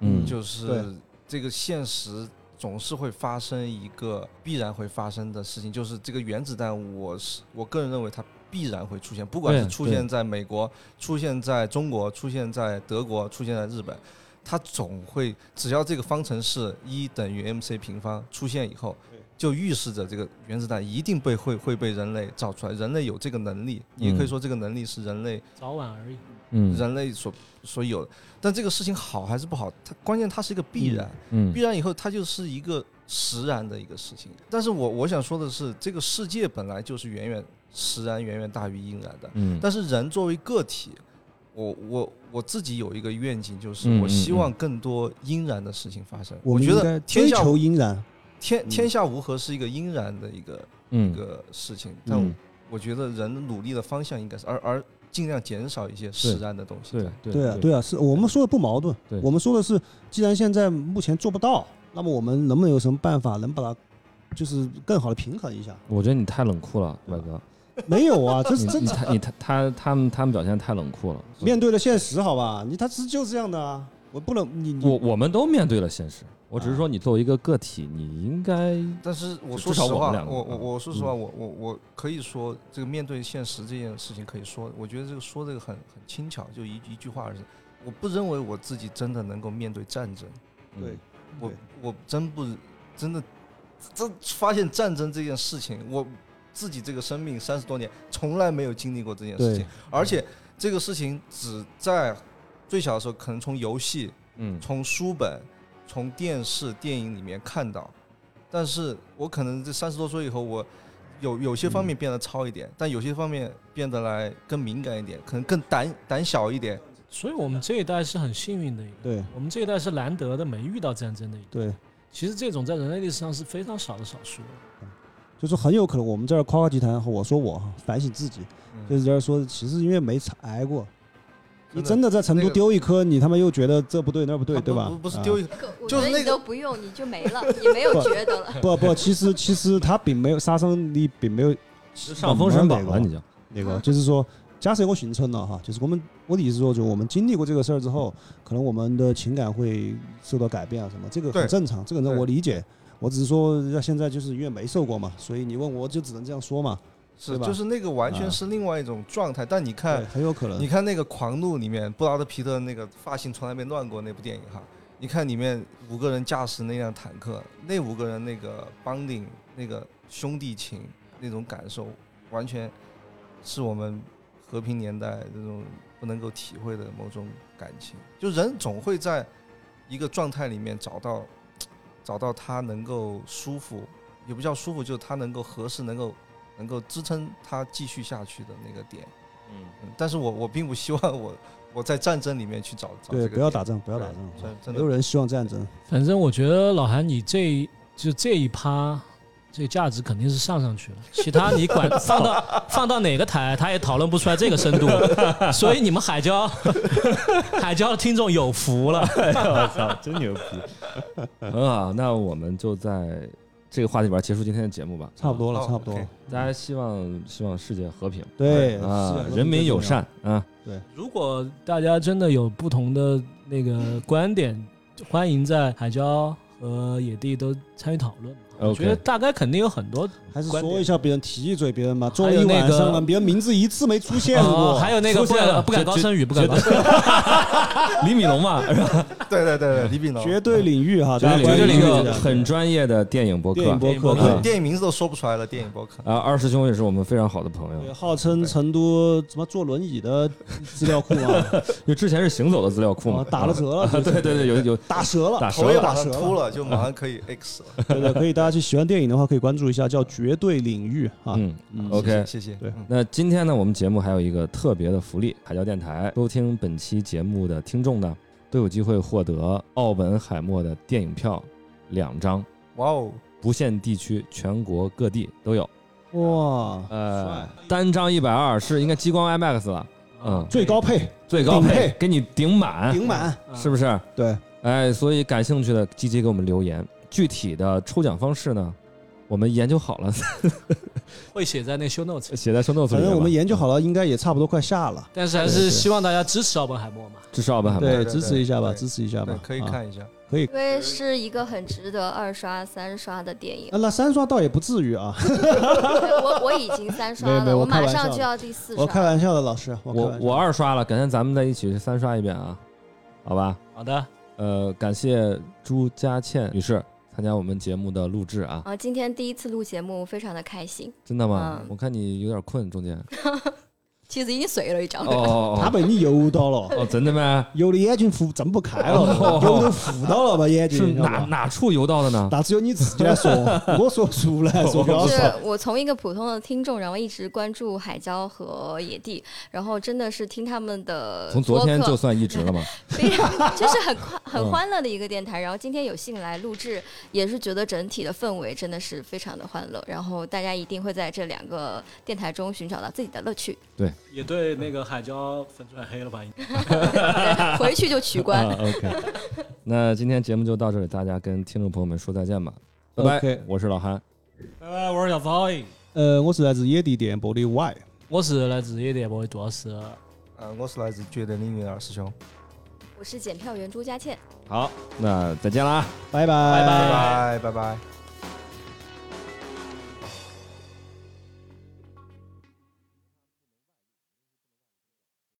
[SPEAKER 2] 嗯，
[SPEAKER 1] 就是
[SPEAKER 3] 对
[SPEAKER 1] 这个现实总是会发生一个必然会发生的事情，就是这个原子弹，我是我个人认为它必然会出现，不管
[SPEAKER 2] 对
[SPEAKER 1] 是出
[SPEAKER 2] 对
[SPEAKER 1] 现在美国、出现在中国、出现在德国、出现在日本，它总会只要这个方程式一等于 mc 平方出现以后。就预示着这个原子弹一定被会会被人类造出来，人类有这个能力，也可以
[SPEAKER 2] 嗯
[SPEAKER 1] 说这个能力是人类
[SPEAKER 9] 早晚而已。
[SPEAKER 2] 嗯
[SPEAKER 1] 人类所所有的。但这个事情好还是不好，它关键它是一个必然，
[SPEAKER 2] 嗯
[SPEAKER 1] 必然以后它就是一个实然的一个事情。但是我我想说的是，这个世界本来就是远远实然远远大于应然的。
[SPEAKER 2] 嗯
[SPEAKER 1] 但是人作为个体，我我我自己有一个愿景，就是
[SPEAKER 2] 嗯
[SPEAKER 1] 我
[SPEAKER 2] 嗯
[SPEAKER 1] 希
[SPEAKER 2] 嗯
[SPEAKER 1] 望更多应然的事情发生。我
[SPEAKER 3] 们
[SPEAKER 1] 觉
[SPEAKER 3] 应
[SPEAKER 1] 得
[SPEAKER 3] 该
[SPEAKER 1] 天
[SPEAKER 3] 追
[SPEAKER 1] 下
[SPEAKER 3] 求阴然，
[SPEAKER 1] 天天下无核是一个应然的一个一
[SPEAKER 2] 嗯
[SPEAKER 1] 个事情，但
[SPEAKER 2] 嗯，
[SPEAKER 1] 我觉得人努力的方向应该是，而而尽量减少一些实然的东西
[SPEAKER 2] 对
[SPEAKER 1] 在。
[SPEAKER 2] 对
[SPEAKER 3] 对啊，对啊，是我们说的不矛盾
[SPEAKER 2] 对，
[SPEAKER 3] 我们说的是，既然现在目前做不到，那么我们能不能有什么办法能把它，就是更好的平衡一下？
[SPEAKER 2] 我觉得你太冷酷了，外哥，
[SPEAKER 3] 没有啊，这是
[SPEAKER 2] 你
[SPEAKER 3] 真
[SPEAKER 2] 你太你他他他们他们表现太冷酷了。
[SPEAKER 3] 面对了现实，好吧？你他是就这样的啊，我不能你你
[SPEAKER 2] 我我们都面对了现实，我只是
[SPEAKER 3] 啊
[SPEAKER 2] 说你作为一个个体，你应该
[SPEAKER 1] 但是我
[SPEAKER 2] 至
[SPEAKER 1] 说实
[SPEAKER 2] 少我们
[SPEAKER 1] 话，
[SPEAKER 2] 两个
[SPEAKER 1] 我我
[SPEAKER 2] 嗯
[SPEAKER 1] 我说实话，我我我可以说，这个面对现实这件事情可以说，我觉得这个说这个很很轻巧，就一一句话而已。我不认为我自己真的能够面对战争，
[SPEAKER 3] 对
[SPEAKER 2] 嗯
[SPEAKER 1] 我
[SPEAKER 3] 对
[SPEAKER 1] 我真不真的这发现战争这件事情，我自己这个生命三十多年从来没有经历过这件事情
[SPEAKER 3] 对，
[SPEAKER 1] 而
[SPEAKER 2] 嗯
[SPEAKER 1] 且这个事情只在最小的时候，可能从游戏
[SPEAKER 2] 嗯
[SPEAKER 1] 从书本、从电视、电影里面看到，但是我可能这三十多岁以后，我有有些
[SPEAKER 3] 嗯
[SPEAKER 1] 方面变得糙一点，但有些方面变得来更敏感一点，可能更胆胆小一点。
[SPEAKER 9] 所以我们这一代是很幸运的一代，
[SPEAKER 3] 对
[SPEAKER 9] 我们这一代是难得的没遇到战争的一代。
[SPEAKER 3] 对，
[SPEAKER 9] 其实这种在人类历史上是非常少的少数。
[SPEAKER 3] 就说很有可能我们这儿夸夸其谈，我说我反省自己，就是在这儿说，其实因为没挨过，你真的在成
[SPEAKER 1] 那
[SPEAKER 3] 都
[SPEAKER 1] 个
[SPEAKER 3] 丢一颗，你他妈又觉得这不对那不
[SPEAKER 1] 啊
[SPEAKER 3] 对，
[SPEAKER 1] 不
[SPEAKER 3] 对吧？
[SPEAKER 1] 不不是
[SPEAKER 3] 啊
[SPEAKER 1] 丢一个，
[SPEAKER 4] 这个我
[SPEAKER 1] 就是
[SPEAKER 4] 觉得
[SPEAKER 1] 那
[SPEAKER 4] 你
[SPEAKER 1] 个
[SPEAKER 4] 都不用，你就没了，你
[SPEAKER 1] [laughs]
[SPEAKER 4] 没有觉得了。
[SPEAKER 3] 啊不不，其实其实他并没有杀伤力，并没有
[SPEAKER 2] 上封神榜了，你就
[SPEAKER 3] [laughs] 那个，就是说，假设有个寻春了哈，就是我们我的意思说，就我们经历过这个事儿之后，可能我们的情感会受到改变啊什么，这个
[SPEAKER 1] 对
[SPEAKER 3] 很正常，这个呢
[SPEAKER 1] 对
[SPEAKER 3] 我理解。我只是说，要现在就是因为没受过嘛，所以你问我就只能这样说嘛，
[SPEAKER 1] 是
[SPEAKER 3] 对吧
[SPEAKER 1] 就是那个完全
[SPEAKER 3] 啊
[SPEAKER 1] 是另外一种状态。但你
[SPEAKER 3] 对，
[SPEAKER 1] 看，
[SPEAKER 3] 很有可能
[SPEAKER 1] 哎你。看那个《狂怒》里面，布拉德皮特那个发型从来没乱过那部电影哈。你看里面五个人驾驶那辆坦克，那五个人那个 bonding 那个兄弟情那种感受，完全是我们和平年代这种不能够体会的某种感情。就人总会在一个状态里面找到找到他能够舒服，也不叫舒服，就是他能够合适，能够能够支撑他继续下去的那个点。嗯，但是我我并不希望我 [laughs] 我在战争里面去找找
[SPEAKER 3] 对，
[SPEAKER 1] 这个
[SPEAKER 3] 不要
[SPEAKER 1] 点
[SPEAKER 3] 打仗，不要打
[SPEAKER 1] 对
[SPEAKER 3] 仗，
[SPEAKER 1] 真
[SPEAKER 3] 没
[SPEAKER 1] 真
[SPEAKER 3] 有
[SPEAKER 1] 的
[SPEAKER 3] 人希望战争。
[SPEAKER 9] 反正我觉得老韩，你这就这一趴，这价值肯定是上上去了。其他你
[SPEAKER 2] [laughs]
[SPEAKER 9] 管放到放到哪个台，他也讨论不出来这个深度。所以你们海椒海椒的听众有
[SPEAKER 3] 哎
[SPEAKER 9] 福了。
[SPEAKER 2] [laughs] 我操，真牛逼！啊，那我们就在这个话题里边结束今天的节目吧。
[SPEAKER 3] 差不多了，
[SPEAKER 1] 哦
[SPEAKER 3] 差不多了
[SPEAKER 1] OK。
[SPEAKER 2] 大家希望希望世界和平，
[SPEAKER 3] 对世界
[SPEAKER 2] 啊
[SPEAKER 3] 和，平
[SPEAKER 2] 人民友
[SPEAKER 3] 最重
[SPEAKER 2] 善啊，
[SPEAKER 9] 如果大家真的有不同的那个观点，欢迎在海椒和野地都参与讨论。我
[SPEAKER 2] OK
[SPEAKER 9] 觉得大概肯定有很多
[SPEAKER 3] 还是
[SPEAKER 9] 观
[SPEAKER 3] 说
[SPEAKER 9] 点
[SPEAKER 3] 一下别人，提一嘴别人吧。
[SPEAKER 9] 还
[SPEAKER 3] 坐
[SPEAKER 9] 有
[SPEAKER 3] 一
[SPEAKER 9] 那
[SPEAKER 3] 晚
[SPEAKER 9] 个
[SPEAKER 3] 上了，别人名字一次没出现过。
[SPEAKER 9] 哦还有那个
[SPEAKER 2] 出
[SPEAKER 9] 不
[SPEAKER 2] 现了
[SPEAKER 9] 敢不敢
[SPEAKER 2] 绝
[SPEAKER 9] 高声语，不敢高声语。
[SPEAKER 2] [laughs]
[SPEAKER 9] [laughs]
[SPEAKER 2] 李米龙嘛，是吧
[SPEAKER 1] 对对对对，李炳龙，
[SPEAKER 3] 嗯绝对领域哈，大家
[SPEAKER 2] 绝对领
[SPEAKER 3] 关注
[SPEAKER 2] 域
[SPEAKER 3] 一下
[SPEAKER 2] 很专业的电影播
[SPEAKER 3] 电
[SPEAKER 2] 客
[SPEAKER 3] 影播
[SPEAKER 1] 我
[SPEAKER 3] 客
[SPEAKER 1] 们
[SPEAKER 3] 对
[SPEAKER 2] 啊
[SPEAKER 1] 电影名字都说不出来了，电影播客。
[SPEAKER 2] 啊，二师兄也是我们非常好的朋友
[SPEAKER 3] 对，，啊号称成都什么坐轮椅的资料库啊，
[SPEAKER 2] 因为之前是行走的资料库嘛
[SPEAKER 3] 啊，打了折了
[SPEAKER 2] 啊对对对，有有
[SPEAKER 3] 打折了，
[SPEAKER 2] 打折
[SPEAKER 1] 头也
[SPEAKER 2] 了
[SPEAKER 1] 马
[SPEAKER 3] 打
[SPEAKER 1] 上
[SPEAKER 3] 折
[SPEAKER 1] 秃
[SPEAKER 3] 了。嗯
[SPEAKER 1] 了，就马上可以 X 了。
[SPEAKER 3] 对对，可以，大家去喜欢电影的话，可以关注一下，叫《绝对领域》啊。
[SPEAKER 2] 嗯
[SPEAKER 3] 嗯
[SPEAKER 2] ，OK，
[SPEAKER 1] 谢谢。
[SPEAKER 3] 对
[SPEAKER 1] 嗯
[SPEAKER 2] 那今天呢，我们节目还有一个特别的福利，海椒电台收听本期节目的听众呢，都有机会获得奥本海默的电影票两张，
[SPEAKER 1] 哇哦，
[SPEAKER 2] 不限地区，全国各地都有。
[SPEAKER 3] 哇，
[SPEAKER 2] 呃
[SPEAKER 3] 帅，
[SPEAKER 2] 单张一百二是应该激光 IMAX 了，嗯，
[SPEAKER 3] 最高配
[SPEAKER 2] 最高
[SPEAKER 3] 顶
[SPEAKER 2] 配
[SPEAKER 3] 配
[SPEAKER 2] 给你顶满，
[SPEAKER 3] 顶满，
[SPEAKER 2] 是不是？
[SPEAKER 3] 对，
[SPEAKER 2] 哎，所以感兴趣的积极给我们留言。具体的抽奖方式呢，我们研究好了，
[SPEAKER 9] 会写在那 show notes，
[SPEAKER 2] 写在收 notes 里
[SPEAKER 3] 反
[SPEAKER 2] 面吧。嗯
[SPEAKER 3] 正我们研究好了，应该也差不多快下了。
[SPEAKER 9] 但是还
[SPEAKER 3] 对
[SPEAKER 9] 是
[SPEAKER 3] 对
[SPEAKER 9] 希望大家支持奥本海默嘛。
[SPEAKER 2] 支持奥本海默。
[SPEAKER 1] 对对对
[SPEAKER 3] 支持一下吧，
[SPEAKER 1] 对
[SPEAKER 3] 支持一下
[SPEAKER 1] 对
[SPEAKER 3] 吧，，
[SPEAKER 1] 可以
[SPEAKER 3] 啊，
[SPEAKER 1] 看一下。
[SPEAKER 3] 可以
[SPEAKER 4] 因。为是一个很值得二刷、三刷的电影
[SPEAKER 3] 啊。
[SPEAKER 4] [laughs]
[SPEAKER 3] 那三刷倒也不至于啊，
[SPEAKER 4] 我我已经三刷
[SPEAKER 3] 没有没
[SPEAKER 4] 了，
[SPEAKER 3] 有
[SPEAKER 4] 我
[SPEAKER 3] 我开
[SPEAKER 4] 马
[SPEAKER 3] 玩笑
[SPEAKER 4] 上
[SPEAKER 3] 的
[SPEAKER 4] 就要第四
[SPEAKER 3] 我开
[SPEAKER 4] 刷。
[SPEAKER 3] 玩笑的，老师，开
[SPEAKER 2] 我
[SPEAKER 3] 玩笑
[SPEAKER 2] 我二刷了，改天咱们再一起三刷一遍啊，好吧？
[SPEAKER 9] 好的，
[SPEAKER 2] 呃，感谢朱佳倩女士参加我们节目的录制啊，
[SPEAKER 4] 啊，今天第一次录节目，非常的开心。
[SPEAKER 2] 真的吗？
[SPEAKER 4] 嗯
[SPEAKER 2] 我看你有点困中间。
[SPEAKER 4] 其实已经随了一张
[SPEAKER 2] 哦，哦
[SPEAKER 3] 他
[SPEAKER 2] 哦
[SPEAKER 3] 被你游到了，
[SPEAKER 2] 哦，真的
[SPEAKER 3] [laughs]
[SPEAKER 2] 吗？
[SPEAKER 3] 有的眼睛扶睁不开
[SPEAKER 2] 哦
[SPEAKER 3] 了，有的扶到了吧眼睛，
[SPEAKER 2] 是
[SPEAKER 3] 你知道
[SPEAKER 2] 哪
[SPEAKER 3] 吧？
[SPEAKER 2] 哪处游到的呢？
[SPEAKER 3] 那只有你自己来说，我说不出来，说不了
[SPEAKER 4] 就是
[SPEAKER 3] 说。
[SPEAKER 4] 我从一个普通的听众，然后一直关注海椒和野地，然后真的是听他们的
[SPEAKER 2] 从昨天
[SPEAKER 4] 播客
[SPEAKER 2] 就算一直了嘛。
[SPEAKER 4] 非常就是很快
[SPEAKER 2] 嗯
[SPEAKER 4] 很欢乐的一个电台。然后今天有幸来录制，也是觉得整体的氛围真的是非常的欢乐。然后大家一定会在这两个电台中寻找到自己的乐趣，
[SPEAKER 9] 也对那个海椒粉出来黑了吧？
[SPEAKER 4] 回去就取关。 [laughs]
[SPEAKER 2] 啊 OK，那今天节目就到这里，大家跟听众朋友们说再见吧，拜拜。
[SPEAKER 3] OK
[SPEAKER 2] 我是老韩，
[SPEAKER 9] 拜拜，我是小曹，
[SPEAKER 3] 呃，我是来自野地电波的 Y，
[SPEAKER 9] 我是来自夜店波杜老师。
[SPEAKER 1] 呃，我是来自绝对领域的二师兄，
[SPEAKER 4] 我是检票员朱佳倩。
[SPEAKER 2] 好，那再见啦。
[SPEAKER 3] 拜拜
[SPEAKER 1] 拜拜拜拜。